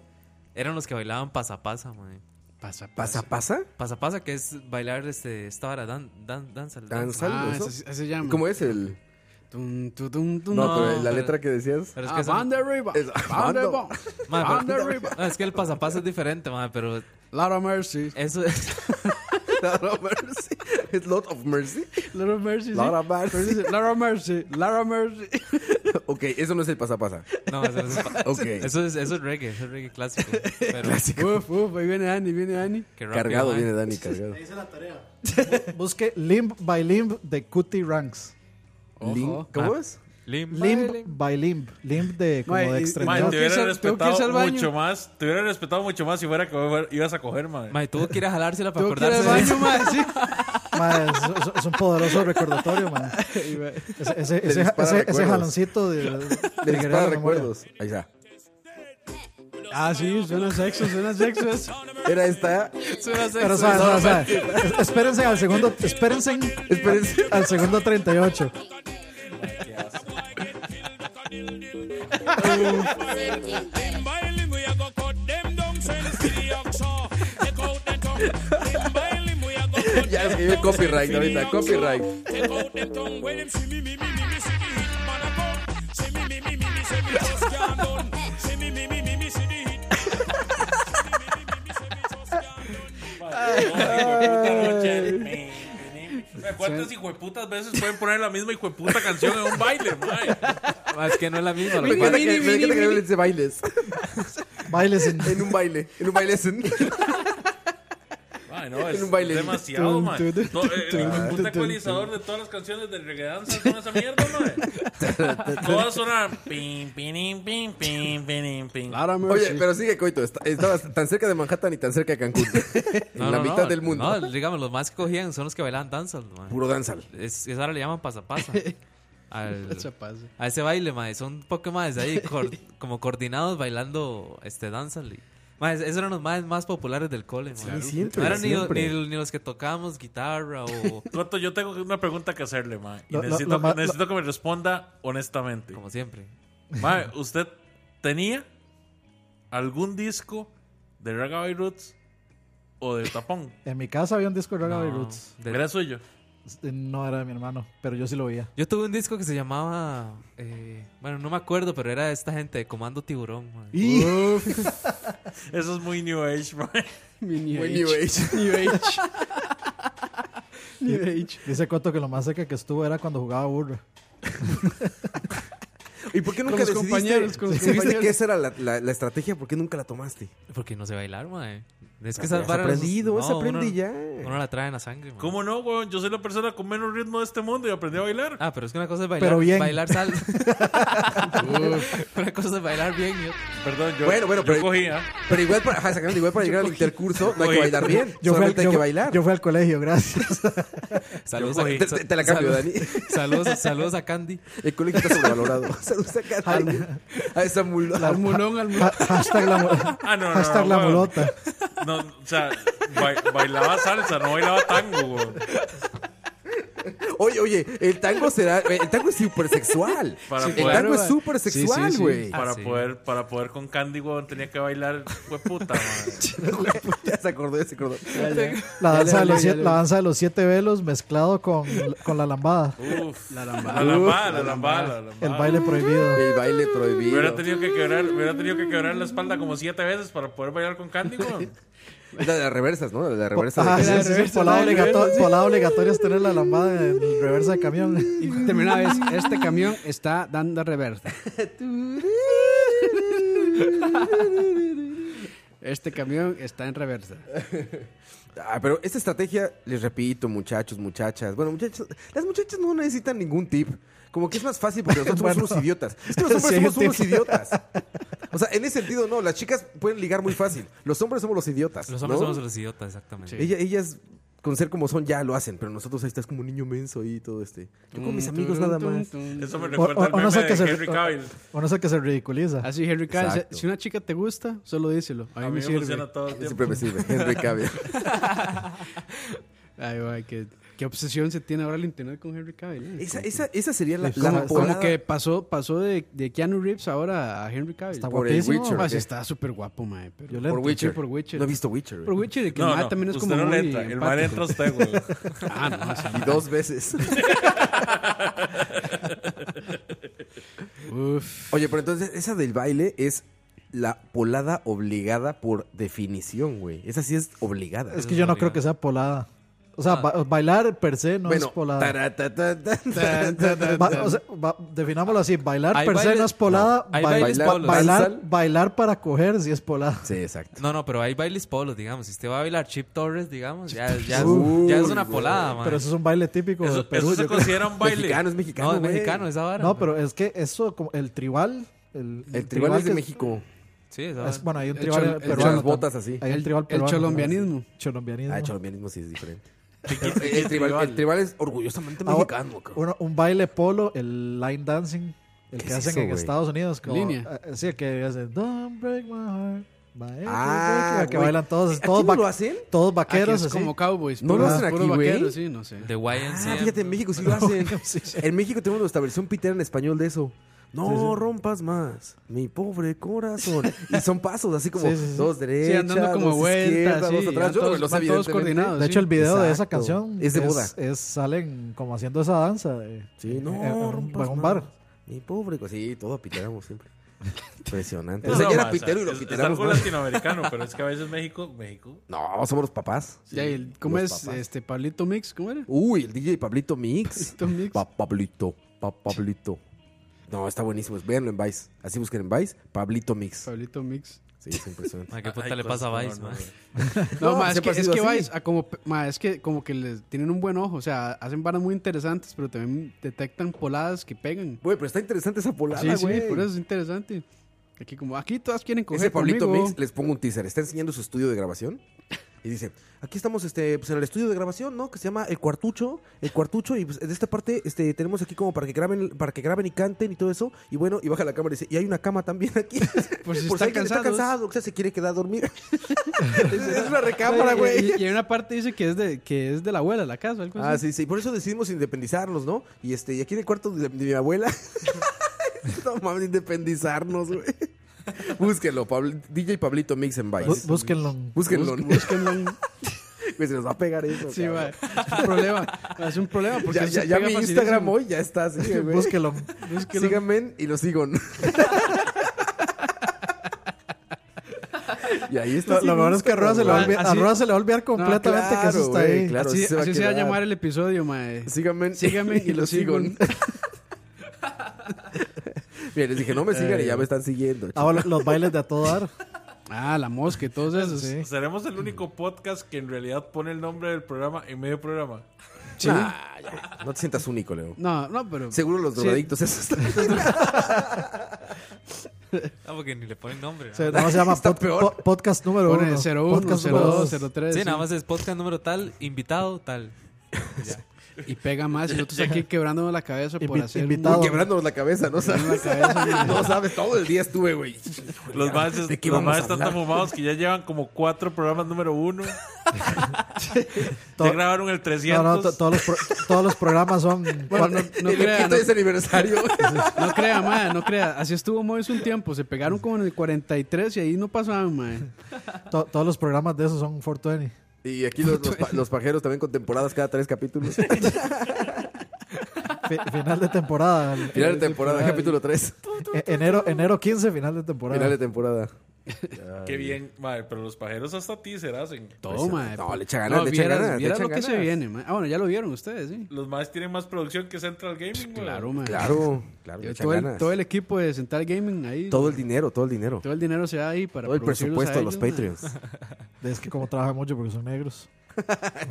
S6: eran los que bailaban pasapasa, madre.
S4: Pasa,
S5: ¿Pasa, pasa?
S6: Pasapasa que es bailar este, esta vara, dan, dan- danza.
S5: Danza.
S4: Ah,
S5: ¿Eso?
S4: ese, ese se llama.
S5: ¿Cómo es el.?
S4: Tum, tu, tum, tum.
S5: No,
S6: No,
S5: pero la
S6: pero-
S5: letra que
S6: *laughs*
S5: decías. *laughs*
S6: Pero es que
S4: Ah,
S6: eso no-
S4: van de arriba.
S5: Es-
S4: Van de
S5: Bando.
S4: bo-
S6: madre, pero-
S4: van de arriba.
S6: *laughs* no, es que el pasapasa es diferente, madre, pero
S4: Lot of mercy.
S6: eso es... *laughs*
S5: Lot of Mercy. Es Lot of Mercy.
S4: Lot of mercy. sí.
S5: Lot of Mercy. *laughs*
S4: Pero dice, Lot of mercy. Lot of mercy.
S5: ok, eso no es el pasapasa.
S6: No, eso, es,
S5: Ok.
S6: eso, es, eso es reggae, eso es reggae clásico.
S5: *laughs*
S6: Pero
S4: Uf, uf, ahí viene Dani, viene Dani.
S6: qué rápido,
S5: Cargado
S6: mae.
S5: viene Dani, cargado.
S7: Busque Limb by Limb de Cutie Ranks.
S5: Link, ¿Cómo es?
S6: Lim-
S7: Limb by Limb. Limb de como
S4: Mae,
S7: de
S4: y-
S8: Mae,
S4: Tengo
S7: extremidad.
S8: te
S4: que
S8: hubiera
S4: ir al- tengo que ir
S8: respetado
S4: al baño.
S8: mucho más. Te hubiera respetado mucho más si fuera que ibas a coger, mae.
S6: Mae, tuvo que ir a jalársela para
S4: Tengo que ir al
S6: acordarse. de eso.
S4: baño, mae, sí.
S7: Mae, es, es- es un poderoso recordatorio, man. Ese, ese, ese-
S5: dispara
S7: ese- ese
S5: recuerdos.
S7: jaloncito de, de
S5: Le
S7: guerrear
S5: dispara
S7: la memoria.
S5: recuerdos. Ahí está.
S4: Ah, sí, suena sexo, suena sexo eso.
S5: Era esta.
S7: Pero sabe, sabe, sabe. Es- Espérense al segundo, espérense,
S5: Espérense.
S7: *laughs* al segundo 38.
S5: Ya escribió copyright ahorita, copyright.
S8: ¿Cuántas hijueputas veces pueden poner la misma hijueputa canción en un baile, mae?
S6: Mae, es que no es la misma. lo
S5: Me
S6: que pasa.
S5: encanta que me encanta que hables de bailes.
S7: Bailes en
S5: En un baile. En un baile. en-
S8: Ay, no, es
S5: En un baile.
S8: demasiado, man. To- eh, eh, Un ecualizador de todas las canciones del reggae dance con esa mierda, man. Todas sonan pim, pim, pim, pim, pim, pim.
S4: Claro, mae,
S5: Oye,
S4: sí.
S5: pero sigue, Coito. est- Estabas tan cerca de Manhattan y tan cerca de Cancún.
S6: No,
S5: en la
S6: no,
S5: mitad
S6: no,
S5: del mundo.
S6: No, digamos, los más que cogían son los que bailaban danzas, mae.
S5: Puro danzal.
S6: Es, es ahora le llaman pasapasa. Al,
S4: Esa pasa.
S6: a ese baile, mae. Son poco más ahí, cor- como coordinados bailando este danza. Mae, es- esos eran los más, más populares del cole, mae.
S5: siempre,
S6: no eran ni,
S5: siempre.
S6: ni- ni los que tocábamos guitarra o
S8: Coto, yo tengo una pregunta que hacerle, man. Y
S7: Lo- lo-
S8: necesito,
S7: lo ma-
S8: necesito que me responda honestamente.
S6: como siempre.
S8: Mae, ¿usted tenía algún disco de Ragabay Roots o de Tapón?
S7: En mi casa había un disco de Ragabay
S6: No,
S7: Roots.
S6: de-
S8: Era suyo.
S7: No era de mi hermano, pero yo sí lo veía.
S6: Yo tuve un disco que se llamaba. eh, bueno, no me acuerdo, pero era esta gente de Comando Tiburón. man.
S5: *laughs*
S8: Eso es muy New Age, man.
S4: Mi
S5: Muy New Age.
S4: New
S5: *laughs*
S4: Age. New Age.
S7: Dice Coto que lo más cerca que estuvo era cuando jugaba burro.
S5: ¿Y por qué nunca
S4: los
S5: decidiste?
S4: compañeros, con los
S5: si viste
S4: compañeros.
S5: que esa era la, la- la estrategia, ¿por qué nunca la tomaste?
S6: Porque no sé bailar, man. Es que
S5: Ya
S6: esas
S5: has
S6: varas-
S5: aprendido, has
S6: no, uno-
S5: aprendí ya.
S6: Uno la trae en la sangre, man.
S8: ¿Cómo no, weón? Yo soy la persona con menos ritmo de este mundo y aprendí a bailar.
S6: Ah, pero es que una cosa es bailar,
S7: Pero bien.
S6: bailar
S5: *laughs*
S6: sal. *laughs* una cosa es bailar bien. y
S7: Ah.
S6: otra-
S8: Perdón, yo,
S5: Bueno, bueno,
S8: yo ¿ah?
S5: pero-
S8: cogía.
S5: Pero igual para, ajá, exactamente, igual para llegar al intercurso no hay que
S8: Oye,
S5: bailar bien.
S7: Yo fui, al,
S5: solamente hay
S7: yo-
S5: que bailar.
S7: yo fui al colegio,
S5: *laughs*
S7: gracias.
S6: Saludos
S5: Oye,
S6: a,
S5: te, te- te la cambio,
S6: saludos-
S5: Dani.
S6: *laughs* Saludos, saludos a Candy.
S5: El colegio está sobrevalorado. Saludos a Catalina. A esa mula.
S4: Al mulón, al *laughs* mulón.
S7: Ha- hashtag la, mo-
S8: Ah, no, no,
S7: hashtag
S8: no,
S7: la
S8: weón.
S7: mulota.
S8: No, o sea, ba- bailaba salsa, no bailaba tango, weón.
S5: Oye, oye, el tango será. El tango es súper sexual.
S8: Para
S5: el
S8: poder-
S5: tango es súper
S4: Sí,
S5: sexual,
S4: sí, sí.
S5: *laughs* güey.
S8: Para,
S6: Ah, sí.
S8: poder, para poder con Candy, weón, tenía que bailar, fue
S5: *laughs*
S8: puta, man.
S5: Ya se acordó, ya se acordó.
S7: La danza,
S4: dale,
S7: de los
S4: ya
S7: siete,
S4: le-
S7: la danza de los siete velos mezclado con, con la lambada.
S8: Uf. La lambada. La lambada, la lambada,
S7: El
S4: Ah.
S7: baile prohibido.
S5: El baile prohibido.
S8: Hubiera tenido, que quebrar, hubiera tenido que quebrar la espalda como siete veces para poder bailar con Candy, weón.
S5: Es La de las reversas, ¿no? La de las reversas.
S7: Ah,
S5: de-
S7: sí, sí, sí,
S4: reversa,
S7: por la
S4: la de
S7: obligato-
S4: reversa, sí.
S7: por la obligatoria es tener la lambada en reversa de camión.
S4: Y termina vez, este camión está dando reversa. Este camión está en reversa.
S5: Ah, pero esta estrategia, les repito, muchachos, muchachas. Bueno, muchachas, las muchachas no necesitan ningún tip. Como que es más fácil porque nosotros
S7: Bueno.
S5: somos unos idiotas. Es que los hombres
S7: Sí, hay un
S5: somos unos
S7: tip.
S5: idiotas. O sea, en ese sentido, no. Las chicas pueden ligar muy fácil. Los hombres somos los idiotas.
S6: Los hombres
S5: ¿no?
S6: somos los idiotas, exactamente.
S5: Ella- ellas, con ser como son, ya lo hacen. Pero nosotros ahí estás como niño menso y todo este. Yo con mis amigos nada más.
S8: Eso me
S7: O,
S8: recuerda
S7: o-
S8: al
S7: o no
S8: meme
S7: sé
S8: de
S7: que se,
S8: Henry Cavill.
S7: o- o no sé que se ridiculiza.
S4: Así, Henry Cavill,
S5: Exacto.
S4: si una chica te gusta, solo díselo. A mí,
S8: A mí
S4: me
S8: me
S4: sirve.
S8: funciona todo el tiempo.
S5: Siempre me sirve. Henry Cavill.
S4: Ay, guay, qué, qué obsesión se tiene ahora el internet con Henry Cavill. ¿eh?
S5: Esa, esa, esa sería la,
S7: Sí,
S5: la
S7: como-
S5: volada
S4: Como que pasó, pasó de, de Keanu Reeves ahora a Henry Cavill.
S7: Está
S5: por el
S7: guapísimo.
S5: Witcher.
S4: No,
S5: ¿o
S4: más,
S5: qué?
S4: está súper guapo, mae. Pero...
S7: Violento.
S5: Por Witcher.
S4: Sí, por Witcher.
S5: No he visto Witcher.
S4: Por Witcher, y que el
S8: No,
S4: mae
S8: no,
S4: también es
S8: usted
S4: como
S8: no le
S4: muy
S8: entra. El mal
S4: empático.
S8: entra a usted, weón.
S4: Ah, no, sí.
S5: Y dos veces.
S4: Uf.
S5: Oye, pero entonces esa del baile es la polada obligada por definición, güey. Esa sí es obligada.
S7: Es que yo no creo que sea polada. O
S4: Ah.
S7: sea, ba- bailar per se no
S5: bueno,
S7: es polada.
S5: tara, ta, ta, ta, ta, ta, ta,
S7: Ba- o sea, ba- definámoslo así, bailar
S6: Hay
S7: per se
S6: bailes-
S7: no es polada,
S6: no, hay
S7: ba-
S6: bailes
S7: ba-
S6: polos.
S7: bailar,
S5: Danzal.
S7: bailar para coger si es polada.
S5: Sí, exacto.
S6: No, no, pero hay bailes polos, digamos. Si usted va a bailar Chip Torres, digamos, ya, ya, es,
S5: Uy,
S6: ya es una
S5: güey.
S6: polada, man.
S7: Pero eso es un baile típico
S8: Eso,
S7: de Perú.
S8: eso se
S7: yo creo.
S8: considera un baile.
S5: Mexicano es
S6: no,
S5: mexicano.
S6: es
S5: güey.
S6: mexicano esa vara.
S7: No,
S6: man.
S7: pero es que eso, como el tribal. El,
S5: El tribal es de
S7: que-
S5: México.
S6: Sí, esa vara.
S7: es- bueno, hay un
S4: El
S7: tribal
S4: chol- el
S7: peruano.
S5: Echan las
S7: también.
S5: botas así.
S7: Hay un
S4: El-
S7: tribal
S4: el
S7: peruano. también.
S4: cholombianismo.
S7: Cholombianismo.
S5: Ah, el cholombianismo sí es diferente. el, el tribal, el tribal es orgullosamente
S7: Ahora,
S5: mexicano. cabrón.
S7: Ah, uno- un baile polo, el line dancing, el
S5: ¿Qué
S7: que
S5: es
S7: hacen
S5: eso,
S7: en
S5: güey?
S7: Estados Unidos. Como,
S4: Línea.
S7: eh, sí, que hacen Don't break my heart. my everything",
S5: Ah,
S7: que
S5: güey.
S7: bailan todos,
S5: ¿Aquí
S7: todos,
S5: no
S7: va-
S5: lo hacen?
S7: todos
S4: Aquí es
S7: vaqueros. así. *laughs*
S4: como cowboys.
S5: ¿No lo
S4: puro-
S5: hacen
S4: puro
S5: aquí, güey?
S4: vaquero, sí, no sé.
S6: The YNCA.
S5: Ah, fíjate, en México sí lo hacen. *laughs* En México tenemos nuestra versión pitera en español de eso. No
S7: Sí, sí.
S5: rompas más, mi pobre corazón. Y son pasos así como
S7: Sí, sí, sí.
S5: dos derechas,
S4: Sí, andando como
S5: dos
S4: vueltas,
S5: izquierdas,
S4: sí.
S5: dos atrás.
S4: van
S5: Yo no me
S4: todos,
S5: lo sé,
S4: van todos
S5: evidentemente.
S4: coordinados.
S7: De
S4: sí.
S7: hecho, el video de
S5: Ah,
S7: esa
S5: Exacto.
S7: canción
S5: Es de boda.
S7: es- salen como haciendo esa danza. de-
S5: Sí,
S7: en-
S5: no
S7: en- en Eh, un-
S5: rompas
S7: en un
S5: más,
S7: bar.
S5: Mi pobre corazón. Sí, todo piteramos siempre. Impresionante.
S8: No,
S5: o sea, ya
S8: no,
S5: era
S8: ma,
S5: pitero y
S8: es-
S5: lo
S8: es- Es
S5: piteramos
S8: algo
S5: más.
S8: latinoamericano, pero es que a veces México, México.
S5: No, somos los papás.
S4: Ya, y el- ¿Cómo
S5: Los
S4: es?
S5: papás.
S4: Este, Pablito Mix,
S5: *laughs*
S4: ¿cómo era?
S5: Uy, el DJ Pablito Mix.
S4: *laughs* Pablito Mix.
S5: Pa- Pablito, pa- Pablito. No, está buenísimo. Véanlo en Vice. Así busquen en Vice. Pablito Mix.
S4: Pablito Mix.
S5: Sí, es impresionante.
S6: Man, ¿Qué puta
S8: Ay,
S6: le pasa a
S8: cosas,
S6: Vice,
S8: no,
S6: man?
S8: no, güey.
S4: No,
S5: No,
S4: ma, es
S5: siempre
S4: que,
S5: ha
S4: es
S5: sido
S4: que
S5: así.
S4: vais a como, ma, es que como que les tienen un buen ojo, o sea, hacen varas muy interesantes, pero también detectan poladas que pegan.
S5: Güey, pero está interesante esa polada,
S4: sí,
S5: güey.
S4: sí, por eso es interesante. Aquí como, aquí todas quieren coger
S5: Ese Pablito
S4: conmigo.
S5: Mix, les pongo un teaser. Está enseñando su estudio de grabación. Y dice, aquí estamos este, pues, en el estudio de grabación, ¿no? Que se llama El Cuartucho. El Cuartucho. Y pues, de esta parte este, tenemos aquí como para que graben para que graben y canten y todo eso. Y bueno, y baja la cámara y dice, y hay una cama también aquí.
S4: Por si
S5: *laughs* Por si
S4: Pues, están
S5: alguien está
S4: cansados.
S5: cansado, o sea, se quiere quedar a
S4: *laughs*
S5: dormir. es, es una recámara, güey.
S4: Y, y- y hay una parte dice que es de que es de la abuela la casa, algo
S5: Ah,
S4: así.
S5: sí, sí. Por eso decidimos independizarnos, ¿no? Y este, y aquí en el cuarto de, de mi abuela. *laughs* no mames, independizarnos, güey. Búsquenlo, Pabl- DJ Pablito Mix en Vice.
S7: Bú- Búsquenlo.
S5: Búsquenlo.
S4: Bus- búsquenlo en-
S5: *laughs* Güey, se nos va a pegar eso.
S4: Sí,
S5: cabrón.
S4: va. Es un problema. Es un problema porque
S5: Ya,
S4: eso
S5: ya,
S4: se
S5: ya
S4: pega
S5: mi
S4: facilísimo.
S5: Instagram hoy ya está así, güey.
S7: Búsquenlo.
S4: Búsquenlo.
S5: Síganme y lo sigo.
S4: *laughs*
S5: y ahí está.
S7: Lo, lo mejor es que a Roa se le va a
S4: güey.
S7: olvi- a
S4: Así-
S7: Roa se le
S5: *laughs*
S7: va a olvidar completamente que eso
S5: claro,
S7: está
S5: güey,
S7: ahí.
S5: claro,
S4: así
S5: sí se
S4: se,
S5: va a
S4: así se va a
S5: quedar.
S4: llamar el episodio, mae.
S5: Síganme,
S4: Síganme y lo
S5: *laughs*
S4: sigo.
S5: Mira, les dije, no me sigan y ya me están siguiendo.
S7: Ah, bueno, los bailes de a todo
S5: *laughs*
S7: dar.
S4: Ah, la mosca y todos esos.
S7: Sí.
S8: Seremos el único podcast que en realidad pone el nombre del programa en medio programa.
S5: ch- Nah, ya, no te sientas único, Leo.
S4: No, no, pero
S5: Seguro los
S4: Sí.
S5: drogadictos esos
S6: Ah, porque ni le ponen nombre. ¿no?
S7: Se, nada más se
S5: *laughs*
S7: llama
S5: Está
S7: pod-
S5: peor.
S7: po- podcast número
S4: Pone
S7: uno.
S4: 01,
S7: podcast número dos.
S4: 02, 03.
S6: Sí, nada
S4: sí.
S6: más es podcast número tal, invitado tal.
S4: Y pega más. Y nosotros
S5: *laughs*
S4: aquí quebrándonos la cabeza por
S7: Invi-
S4: hacer.
S7: invitado.
S4: un-
S5: quebrándonos la cabeza, ¿no sabes? no sabes, todo el día estuve, güey.
S8: Los maestros
S5: Pues ¿de qué
S8: los
S5: vamos a
S8: maes están tan
S5: hablar?
S8: fumados que ya llevan como cuatro programas número uno. ya grabaron el
S7: No,
S8: 300.
S7: no, to- todos los, pro- todos los programas
S5: *laughs*
S7: son.
S4: Bueno, no, no
S5: el
S4: crea,
S5: quinto
S4: no,
S5: es aniversario.
S4: no crea, mae, no crea. Así estuvo Mois un tiempo. Se pegaron como en el 43 y ahí no pasaban, mae.
S7: to- todos los programas de esos son 420.
S5: y aquí los, los, pa- los pajeros también con temporadas cada tres capítulos.
S7: Fi- final de temporada. El-
S5: Final de temporada, capítulo 3.
S7: e- enero, enero 15, final de temporada.
S5: Final de temporada.
S8: Qué bien, madre, pero los pajeros hasta ti se hacen.
S4: Todo, mae.
S5: Pues, No, le echa ganas, le echa
S4: vieras-
S5: ganas, le
S4: vieras
S5: echa
S4: lo que se
S5: ganas.
S4: viene, mae. Ah, bueno, ya lo vieron ustedes, sí.
S8: Los más tienen más producción que Central Gaming, güey.
S4: Pues Claro, mae.
S5: Claro, claro.
S4: Yo-
S5: le echa
S4: todo, el,
S5: ganas.
S4: todo el equipo de Central Gaming ahí. Todo,
S5: Todo el dinero, todo el dinero.
S4: el dinero se da ahí para.
S5: Todo el
S4: producirlos
S5: presupuesto
S4: a
S5: de los
S4: ellos, mae.
S5: Patreons.
S4: *laughs*
S7: Es que como trabajan mucho porque son negros.
S5: Ay,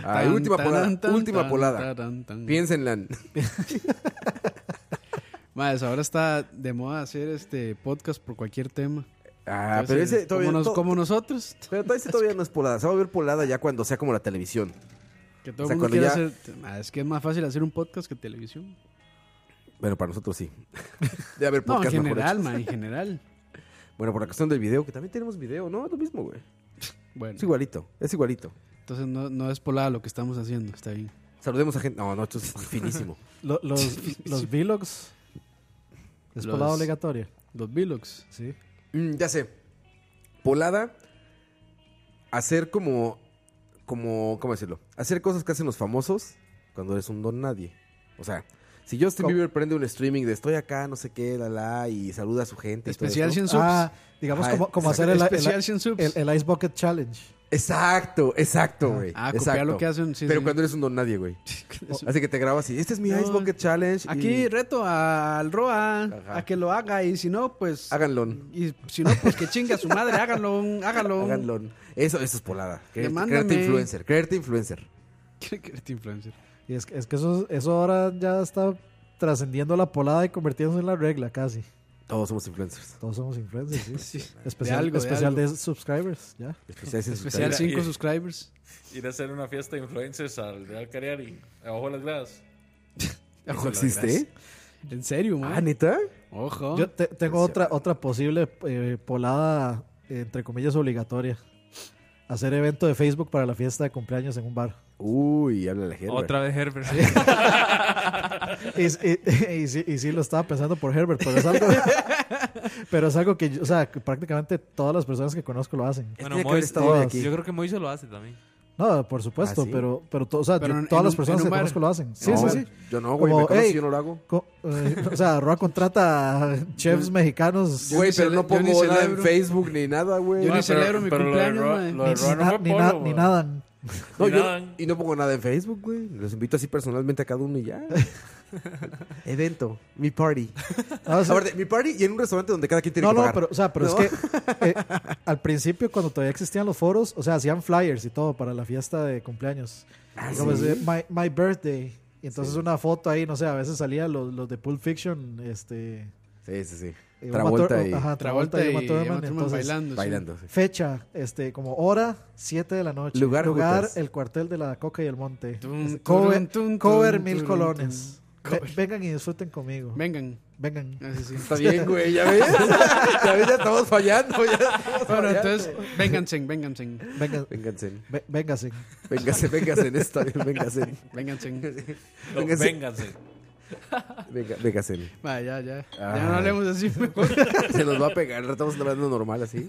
S4: Tan,
S5: Ah, última
S4: tan,
S5: polada,
S4: tan,
S5: última
S4: tan,
S5: polada.
S4: tan, tan.
S5: Piénsenla.
S4: Madres, ahora está de moda hacer este podcast por cualquier tema.
S5: Ah,
S4: Entonces,
S5: pero ese todavía
S4: como, nos-
S5: to-
S4: como nosotros,
S5: Pero ese todavía no es polada. Se va a ver polada ya cuando sea como la televisión.
S4: que todo
S5: O sea,
S4: el
S5: cuando
S4: mundo quiere
S5: ya-
S4: hacer. ma, es que es más fácil hacer un podcast que televisión.
S5: Bueno, para nosotros
S4: *laughs*
S5: sí. Debe haber
S4: No, en
S5: podcast mejor
S4: general,
S5: hechos.
S4: ma,
S5: *laughs*
S4: en general.
S5: Bueno, por la cuestión del video, que también tenemos video, ¿no? Es lo mismo, güey.
S4: Bueno,
S5: Es igualito, es igualito.
S4: entonces no, no es polada lo que estamos haciendo, está bien.
S5: Saludemos a gente. No, no, esto es finísimo.
S4: *laughs*
S7: Lo- los, los vlogs. Es
S4: Los-
S7: polada obligatoria.
S4: Los Vilox.
S7: Sí.
S5: Mm, ya sé. Polada. Hacer como. como ¿Cómo decirlo? Hacer cosas que hacen los famosos cuando eres un don nadie. O sea, si Justin
S7: ¿Cómo?
S5: Bieber prende un streaming de estoy acá, no sé qué, la la, y saluda a su gente. y todo
S4: Especial
S5: esto.
S4: 100 subs.
S7: Ah, digamos
S5: Ajá,
S7: como, como
S5: exacto.
S7: hacer el,
S4: Especial
S7: el,
S4: 100 subs.
S7: el- el Ice Bucket Challenge.
S5: Exacto, exacto, güey.
S4: Ah, copiar
S5: exacto.
S4: lo que hacen, sí,
S5: Pero
S4: sí.
S5: cuando eres un don nadie,
S4: *laughs*
S5: güey. Así que te grabas y este es mi Ice Bucket Challenge. y
S4: Aquí reto al Roa a que lo haga y si no, pues...
S5: Háganlo.
S4: Y si no, pues que chinga su madre, háganlo, háganlo. *laughs*
S5: Háganlo. Eso, eso es polada. Creerte,
S4: Demándame.
S5: creerte influencer. Creerte influencer.
S4: Creerte influencer.
S7: Y es, que- es que eso, eso ahora ya está trascendiendo la polada y convirtiéndose en la regla casi.
S5: Todos somos
S4: *laughs*
S5: influencers.
S7: Todos somos influencers, sí.
S4: De
S7: Especial,
S4: algo, de
S7: especial de,
S4: algo.
S7: subscribers, ya.
S5: Especiales en su
S4: Especial
S8: Mira,
S4: 5
S8: y-
S4: subscribers.
S8: Ir a hacer una fiesta de influencers al Real Cariari, abajo de las gradas.
S5: tarea. ¿Eso existe? ¿eh?
S4: En serio, man.
S5: Ah, neta.
S4: Ojo.
S7: Yo te- tengo otra, otra posible eh, polada, eh, entre comillas, obligatoria. Hacer evento de Facebook para la fiesta de cumpleaños en un bar.
S5: Uy, habla la gente.
S6: Otra vez Herbert.
S7: Y, y- *laughs* y sí, y sí lo estaba pensando por Herbert, pero es algo, *laughs* pero es algo que, yo- o sea, que prácticamente todas las personas que conozco lo hacen.
S6: Bueno,
S5: tiene que haber
S6: Mois,
S5: estado
S6: Mois,
S7: aquí.
S6: yo creo que Mois se lo hace también.
S7: No, por supuesto,
S5: ¿Ah, sí?
S7: pero, pero, to- o sea,
S4: Pero
S7: yo-
S4: en-
S7: todas
S4: en
S7: las
S4: un-
S7: personas
S4: en
S7: que
S4: un bar.
S7: conozco lo hacen. Sí,
S5: No,
S7: sí, sí.
S5: Yo no, güey.
S7: Como,
S5: Me conoces,
S7: "Ey".
S5: yo no lo hago.
S7: Co- eh, o sea, Roa contrata chefs mexicanos.
S5: Güey,
S4: ni
S5: pero
S4: cele-
S5: no
S4: yo
S5: pongo
S4: ni
S5: nada en
S4: celebro.
S5: Facebook ni nada, güey.
S4: Yo
S8: Ah,
S4: ni celebro mi
S8: lo de
S4: cumpleaños,
S8: Roa-
S4: mae.
S8: lo de
S7: ni,
S8: Roa no
S7: na-
S8: fue
S7: ni
S8: polo,
S7: na-
S8: güey.
S7: ni nadan.
S5: No,
S8: Ni
S5: yo
S8: nada.
S5: y no pongo nada en Facebook, güey. Los invito así personalmente a cada uno y ya. Evento, mi party.
S7: No, *laughs* o sea,
S5: Aparte, mi party y en un restaurante donde cada quien tiene
S7: no,
S5: que
S7: no,
S5: pagar.
S7: pero, o sea, pero
S5: No.
S7: es que
S5: *laughs*
S7: eh, al principio, cuando todavía existían los foros, o sea, hacían flyers y todo para la fiesta de cumpleaños. Y como
S5: Ah, ¿sí?
S7: decía, my, my birthday. Y entonces una foto ahí, no sé, a veces salía los, los de Pulp Fiction, este.
S5: Sí, sí, sí.
S7: eh,
S5: Travolta
S7: Uma Thur-
S5: y
S7: Ajá, Travolta, y Uma Thurman,
S4: Uma Thurman
S7: entonces,
S4: bailando. sí.
S5: bailando. sí.
S7: Fecha, este, como hora, 7 de la noche.
S5: Lugar, Jutas.
S7: el cuartel de la Coca y el Monte.
S4: Tum, turun,
S7: Este, cover,
S4: tum,
S7: cover
S4: tum,
S7: mil
S4: turun,
S7: colones.
S4: tum.
S7: Ve-
S4: Cover.
S7: vengan y disfruten conmigo.
S4: Vengan.
S7: vengan.
S4: Ah, sí,
S5: *laughs*
S4: sí.
S5: Está bien, güey, ya ves. ya ves, ya estamos fallando. Ya estamos
S4: Bueno,
S5: fallando.
S4: entonces, vénganse, vénganse,
S7: Vengan.
S5: Vénganse,
S7: ve- véngase.
S5: vénganse, vénganse, está bien, vénganse.
S4: vénganse.
S5: *laughs*
S8: No,
S5: Vénganse.
S8: vénganse.
S5: Venga, vénganse.
S4: Va, ya, ya. Ya no
S5: Ah.
S4: hablemos así mejor.
S5: Se nos va a pegar, estamos hablando normal así.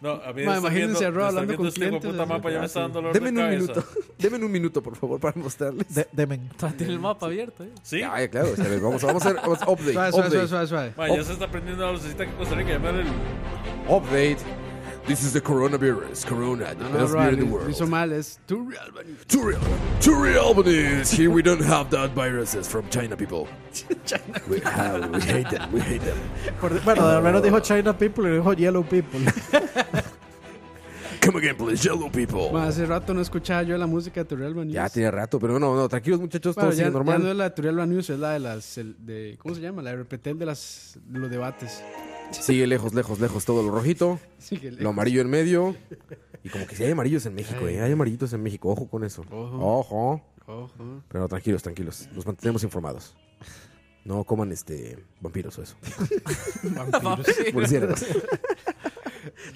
S8: No, a mí
S4: Ma,
S8: de estar
S4: imagínense
S8: viendo-
S4: a Roa
S8: de estar
S4: hablando
S8: viendo
S4: con
S8: este hijo de
S4: clientes,
S8: puta mapa ya me está dando dolor de
S5: Deme un
S8: cabeza.
S5: minuto. *laughs* Deme un minuto, por favor, para mostrarles.
S7: De- demen.
S6: Todavía Tiene el mapa abierto, ¿eh?
S8: Sí.
S5: Ah, ya, claro, o sea, a ver, vamos, vamos a hacer vamos, update,
S4: Suave, suave,
S5: update,
S4: suave, suave, suave.
S8: Ma, ya se está aprendiendo la lucecita que Costa Rica. Llamar el...
S5: update. This is the coronavirus, corona, the
S4: No, no,
S5: best
S4: Roa,
S5: beer in the
S4: lo
S5: world.
S4: hizo mal, es tu real man.
S5: Two real, two real Albanese. Here we don't have that viruses from China people.
S4: *laughs*
S5: China we, have, we hate them, we hate them.
S7: Por- bueno, al menos dijo China People y dijo Yellow People. *laughs*
S5: Come again, please, yellow people.
S4: Ma, hace rato no escuchaba yo la música de Turrialba News.
S5: Ya tiene rato, pero no, no, tranquilos muchachos, todo
S4: pues, Bueno, ya,
S5: sigue
S4: ya no es
S5: normal.
S4: la de Turrialba News, es la de las. el- de, ¿Cómo se llama? La de Repetel de, las, de los debates. *laughs*
S5: Sigue lejos, lejos, lejos todo lo rojito,
S4: Síguele.
S5: lo amarillo en medio. Y como que si hay amarillos en México, eh, hay amarillitos en México, ojo con eso.
S4: Ojo.
S5: Ojo.
S4: Ojo.
S5: Pero no, tranquilos, tranquilos, nos mantenemos informados. No coman este vampiros o eso. *laughs* Murciélagos.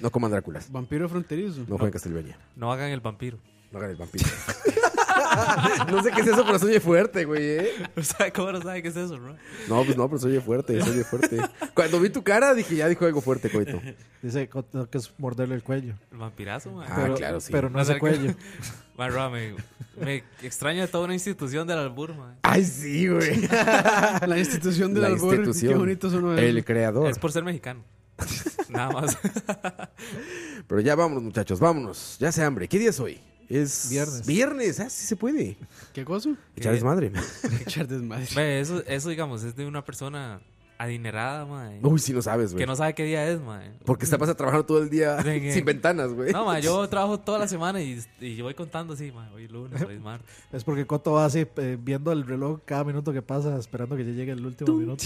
S5: no coman Dráculas.
S4: Vampiro fronterizo.
S5: No jueguen Castlevania.
S6: No hagan el vampiro.
S5: No hagan el vampiro. *laughs* no sé qué es eso, pero soy fuerte, güey, ¿eh?
S6: O sea, ¿cómo *laughs* no sabe qué es eso, bro?
S5: No, pues no, pero soy fuerte, soy fuerte. Cuando vi tu cara dije, ya dijo algo fuerte, coito.
S7: Dice co- no, que es morderle el cuello.
S6: El vampirazo, man.
S5: Ah,
S7: Pero,
S5: claro, sí.
S7: pero no
S6: *laughs*
S7: es el cuello.
S6: Man, Roa, me, me extraña toda una institución del albur, man.
S5: Ay, sí, güey.
S4: La institución del
S5: La
S4: albur.
S5: institución.
S4: Qué bonito son
S5: El creador.
S6: Es por ser mexicano. Nada más.
S5: Pero ya vámonos, muchachos, vámonos. Ya se hambre. ¿Qué día es hoy? Es
S7: Viernes.
S5: Viernes, ah, sí se puede.
S4: ¿Qué cosa? Eh,
S5: Echar desmadre.
S4: Echar desmadre.
S6: Ve, eso, eso, digamos, es de una persona adinerada, man.
S5: Uy, sí no sabes,
S6: que
S5: güey.
S6: no sabe qué día es, man.
S5: Porque está pasando trabajando todo el día
S6: Ven, eh.
S5: sin ventanas, güey.
S6: No, man, yo trabajo toda la semana y, y yo voy contando así, man. Hoy lunes, hoy martes.
S7: Es porque Coto va así eh, viendo el reloj cada minuto que pasa, esperando que ya llegue el último minuto.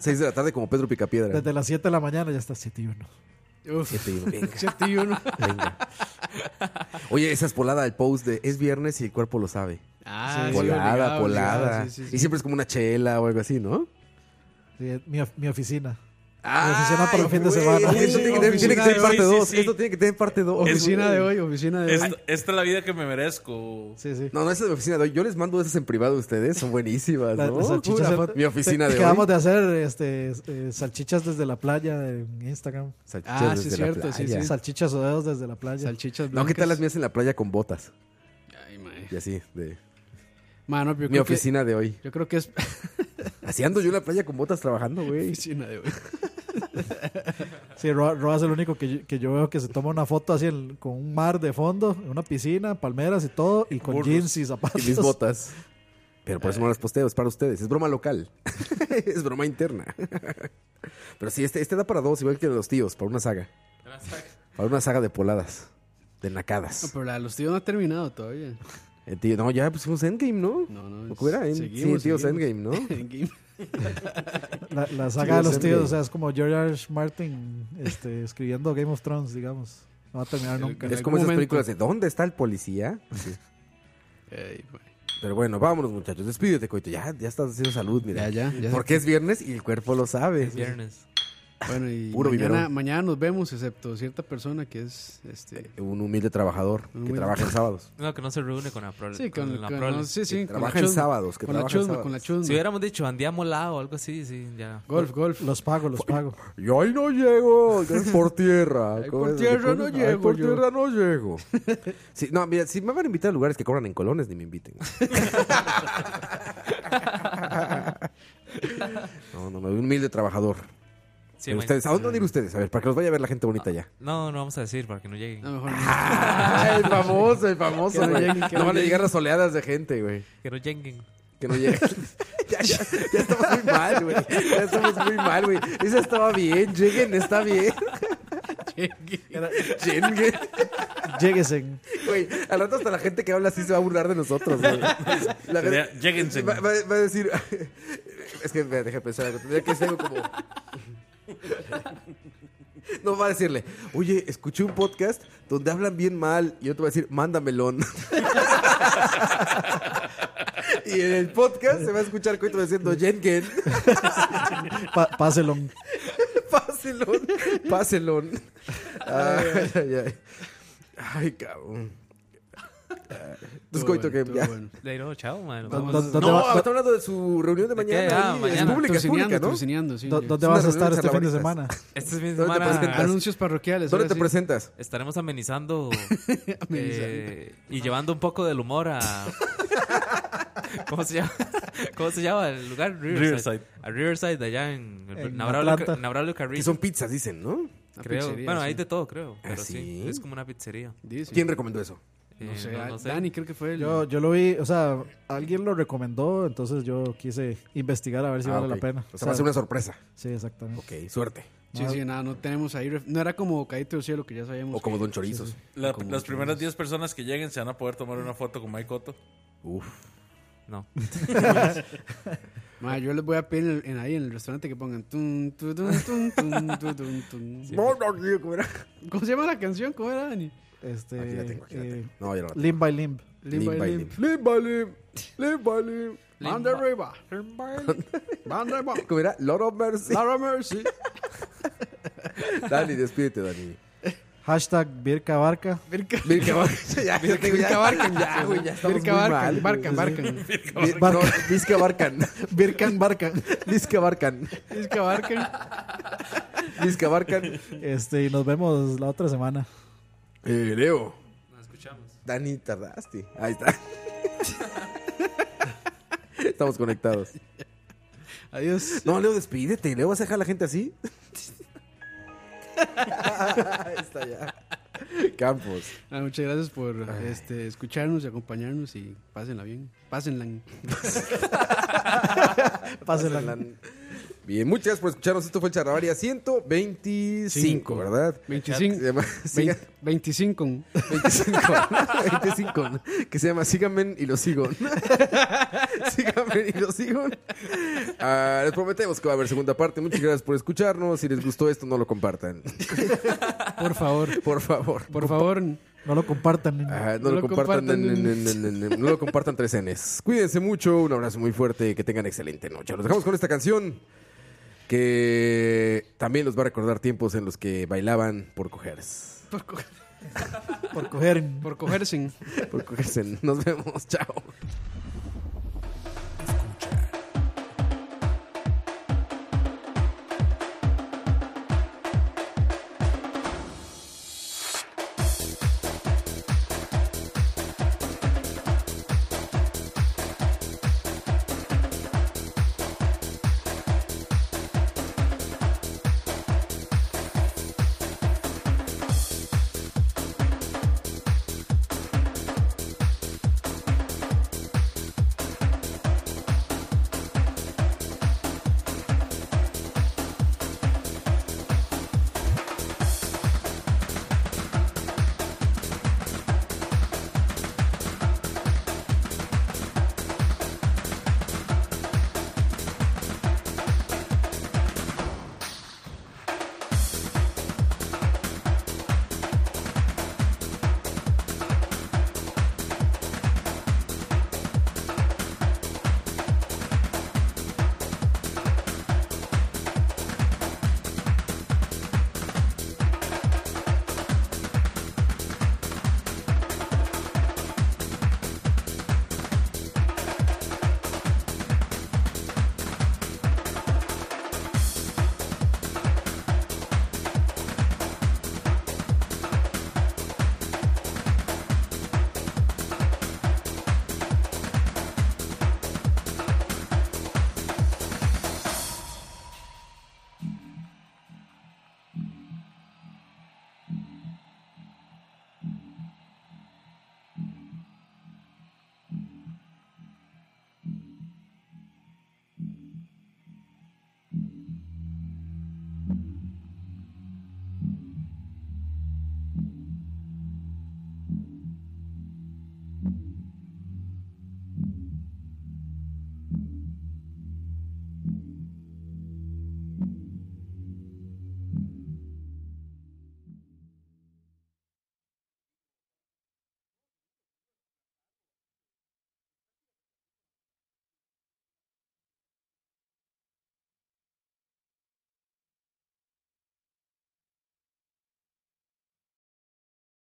S5: Seis de la tarde como Pedro Picapiedra.
S7: Desde las 7 de la mañana ya está 7 y 1.
S4: Uf.
S5: Siete y- venga.
S4: Siete y *laughs* uno.
S5: Oye, esa es polada del post de es viernes y el cuerpo lo sabe.
S4: Ah, sí,
S5: polada,
S4: obligado,
S5: polada.
S4: obligado, sí, sí, sí.
S5: Y siempre es como una chela o algo así, ¿no?
S7: mi, of- mi oficina.
S5: Ah,
S7: para el fin de semana.
S5: Esto tiene que, tener-
S4: Oficina
S5: tiene que ser
S8: de
S5: parte
S8: hoy, sí,
S5: 2.
S8: sí.
S5: Esto tiene que tener parte 2.
S4: Oficina de hoy, oficina de hoy.
S8: Esta, esta es la vida que me merezco.
S7: Sí, sí.
S5: No, no, esa es mi oficina de hoy. Yo les mando esas en privado a ustedes. Son buenísimas,
S7: La-
S5: ¿no?
S7: las salchichas
S5: Pura
S7: en-
S5: foto. mi oficina
S7: Te-
S5: de
S7: Acabamos
S5: hoy.
S7: de hacer este, eh, salchichas desde la playa en Instagram.
S5: Salchichas
S4: Ah, sí,
S5: desde
S4: cierto,
S5: la
S4: sí,
S5: playa.
S4: sí.
S7: Salchichas o dedos desde la playa.
S4: Salchichas
S5: No,
S4: blancas.
S5: ¿qué tal las mías en la playa con botas?
S4: Ay, mae.
S5: Y así, de
S4: Mano, yo
S5: mi
S4: creo que-
S5: oficina de hoy.
S4: Yo creo que es *laughs*
S5: Así ando yo en la playa con botas trabajando, güey.
S4: oficina de hoy.
S7: Sí, Roa, Roa es el único que yo, que yo veo que se toma una foto así en- con un mar de fondo, en una piscina, palmeras y todo, y con
S5: Burros.
S7: jeans y zapatos.
S5: Y mis botas. Pero por eso no
S4: Ah.
S5: las posteo, es para ustedes. Es broma local. *laughs* es broma interna. *laughs* Pero sí, este, este da para dos, igual que de los tíos, para una saga. Para una saga de poladas. De
S4: No,
S5: nacadas.
S4: pero la de los tíos no ha terminado todavía.
S5: El tío- no, ya pusimos Endgame, ¿no?
S4: No, no.
S5: ¿O qué era? En-
S4: Pues, seguimos,
S5: Pues sí, tíos
S4: seguimos.
S5: Endgame,
S4: *laughs*
S5: ¿no?
S4: Endgame.
S7: *laughs* La, la saga de
S5: Sí,
S7: los
S5: siempre.
S7: tíos, o sea, es como George R. R. Martin este, escribiendo Game of Thrones, digamos. No va a terminar
S4: El-
S7: nunca.
S4: En
S5: Es
S4: algún
S5: como esas
S4: momento. Pues
S5: películas de ¿Dónde está el policía? Sí.
S4: Ey, pues, güey.
S5: Pero bueno, vámonos, muchachos. Despídete, coito. Ya, ya estás haciendo salud,
S4: ya,
S5: mira.
S4: ya. ya.
S5: Porque es viernes y el cuerpo lo sabe.
S6: Es viernes.
S4: Bueno, y
S5: Puro
S4: mañana,
S5: biberón.
S4: mañana nos vemos, excepto cierta persona que es este.
S5: Eh, Un humilde trabajador
S4: Un
S5: que
S4: humilde-
S5: trabaja en sábados.
S6: No, que no se reúne con la prole.
S4: Sí, con,
S6: la
S4: con-
S6: prole.
S4: no, sí, sí,
S5: que
S4: con la
S5: trabaja en
S4: chusma,
S5: sábados. Que
S4: Con la
S5: trabaja en
S4: chusma, con
S5: sábados.
S4: la chusma.
S6: Si hubiéramos dicho andía molado o algo así, sí, ya.
S4: Golf, golf.
S7: Los pago, los pago.
S5: Yo ahí no llego, yo es por tierra.
S4: *laughs* Ay,
S5: ¿Cómo
S4: por
S5: es?
S4: tierra no
S5: Ay,
S4: llego
S5: Por
S4: yo.
S5: tierra no
S4: *laughs*
S5: llego. Sí, no, mira, si me van a invitar a lugares que cobran en colones, ni me
S4: *laughs*
S5: inviten. *laughs* No, no, no, un humilde trabajador.
S6: Sí,
S5: Pero
S6: ma-
S5: ustedes, ¿A dónde van a ir ustedes? A ver, para que los vaya a ver la gente
S4: Ah,
S5: bonita ya.
S6: No, no vamos a decir para que no lleguen.
S4: No, mejor no.
S5: *laughs* Ah, el famoso, el famoso.
S4: Que no
S5: güey.
S4: lleguen, que
S5: no
S4: no
S5: van a
S4: lleguen.
S5: llegar las oleadas de gente, güey.
S6: Que no lleguen.
S5: Que no lleguen. *laughs* ya, ya, ya estamos muy mal, güey. Ya estamos muy mal, güey. Esa estaba bien. Lleguen, está bien. Lleguen.
S7: Lléguesen.
S5: Güey, al rato hasta la gente que habla así se va a burlar de nosotros, güey. La
S8: Sería,
S5: gente-
S8: "Lléguense".
S5: Va, va- va a decir... *laughs* Es que, me deja pensar algo. Tendría que ser algo como... *laughs* No, va a decirle, oye, escuché un podcast donde hablan bien mal. Y yo te voy a decir, mándamelón. *laughs* y en el podcast se va a escuchar Coito diciendo, *laughs* Jengen,
S7: Pa páselo.
S5: páselón, páselón. Ay, *laughs* ay, ay. Ay, cabrón. Entonces,
S4: Estuvo
S5: Coito,
S4: bueno,
S5: que
S4: estuvo
S5: ya...
S4: bueno.
S6: Le digo, chao, madre.
S7: ¿Dó-
S4: Vamos.
S7: dó- ¿Dónde,
S5: No,
S7: va-
S5: está hablando de su reunión de mañana.
S6: Ah,
S5: ahí, es
S6: mañana.
S5: pública, es pública,
S4: Turcineando,
S5: ¿no?
S4: turcineando, sí.
S7: dó-
S4: ya.
S7: dónde
S5: una
S7: vas a
S5: reunión
S7: estar
S5: de
S7: este fin de
S5: calabacitas.
S7: semana?
S6: Este es mi
S5: ¿Dónde te
S6: semana.
S5: presentas?
S4: Pues Anuncios parroquiales.
S5: Ah, ¿Dónde
S4: ahora
S5: te
S4: sí.
S5: presentas?
S6: Estaremos amenizando,
S5: *laughs*
S6: eh,
S4: *laughs* Amenizando.
S6: y llevando un poco del humor a. *laughs* ¿Cómo se llama? *laughs* ¿Cómo se llama el lugar?
S8: Riverside.
S6: A Riverside, de allá en, el-
S7: En
S6: Navarro
S7: Atlanta.
S6: Navarro
S5: Que
S6: Carrillo.
S5: son pizzas, dicen, ¿no?
S4: Una
S6: Creo.
S4: pizzería,
S6: bueno,
S4: sí.
S6: hay de todo, creo.
S5: ¿Ah,
S6: Pero sí?
S5: sí?
S6: es como una pizzería.
S4: Dice.
S5: ¿Quién recomendó eso?
S6: Eh,
S4: No sé, ah,
S6: no- no sé.
S4: Dani creo que fue el...
S7: Yo, yo lo vi, o sea, alguien lo recomendó, entonces yo quise investigar a ver si
S5: Ah,
S7: vale
S5: ok.
S7: la pena.
S5: O sea, va a ser una sorpresa.
S7: Sí, exactamente.
S5: Ok, suerte.
S4: Sí, sí, nada, no tenemos ahí... ref- No era como Caíto del Cielo, que ya sabíamos.
S5: O como
S4: que-
S5: Don Chorizos.
S8: La- las primeras 10 personas que lleguen se van a poder tomar una foto con Mike Cotto.
S5: Uf.
S6: No.
S4: Ma, yo les voy a pedir en, el- en ahí, en el restaurante, que pongan... tun, tu, tun, tun, tun, tu, tun, tun.
S5: No, no, tío, ¿cómo era?
S4: ¿Cómo se llama la canción? ¿Cómo era, Dani?
S7: Este,
S5: Aquí la tengo, aquí la
S7: eh,
S5: tengo. No, ya la tengo.
S7: Limb by Limb.
S4: Limp by Limp.
S5: Limp by limp. Limp by limp.
S4: Banda arriba. Banda arriba.
S5: *laughs* ¿Cómo era? Lord of Mercy.
S4: Laura Mercy.
S5: Dani, despídete, Dani.
S7: Hashtag Birka Barca.
S4: Virca.
S5: Virca Barca. Ya, ya, tengo- ya.
S4: Virca Barcan.
S5: Ya, güey, ya estamos
S4: Virca
S5: muy
S4: Barcan.
S5: mal.
S4: Barcan, Barcan.
S5: Vir- no, Vizca Barcan.
S7: Birkan Barca.
S5: Vizca Barcan.
S4: Virca Barcan.
S5: Vizca Barcan.
S7: Este, y nos vemos la otra semana.
S5: Eh, Leo.
S6: Nos escuchamos.
S5: Dani, tardaste. Ahí está. *laughs* Estamos conectados.
S4: Adiós.
S5: No, Leo, despídete. Leo, ¿vas a dejar a la gente así? *laughs* Ahí está ya. Campos.
S4: Ah, muchas gracias por este, escucharnos y acompañarnos y pásenla bien. Pásenla. *laughs*
S7: Pásenla.
S5: Bien, muchas gracias por escucharnos. Esto fue el Charrabaria 125,
S4: Cinco.
S5: ¿verdad?
S4: 25.
S5: Se llama- *laughs* Siga-
S4: 25.
S5: 25. *laughs* 25. Que se llama Síganme y lo sigo. *laughs* Síganme y lo sigo. Ah, les prometemos que va a haber segunda parte. Muchas gracias por escucharnos. Si les gustó esto, no lo compartan.
S4: Por favor.
S5: Por favor.
S4: Por favor.
S7: No lo compartan.
S5: Ah, no, lo compartan, en- en- en- en- en- no lo compartan tres Ns. Cuídense mucho, un abrazo muy fuerte, que tengan excelente noche. Los dejamos con esta canción que también los va a recordar tiempos en los que bailaban por cogerse.
S4: Por, co-
S7: por coger.
S4: por cogerse.
S5: Por cogerse. Nos vemos, chao.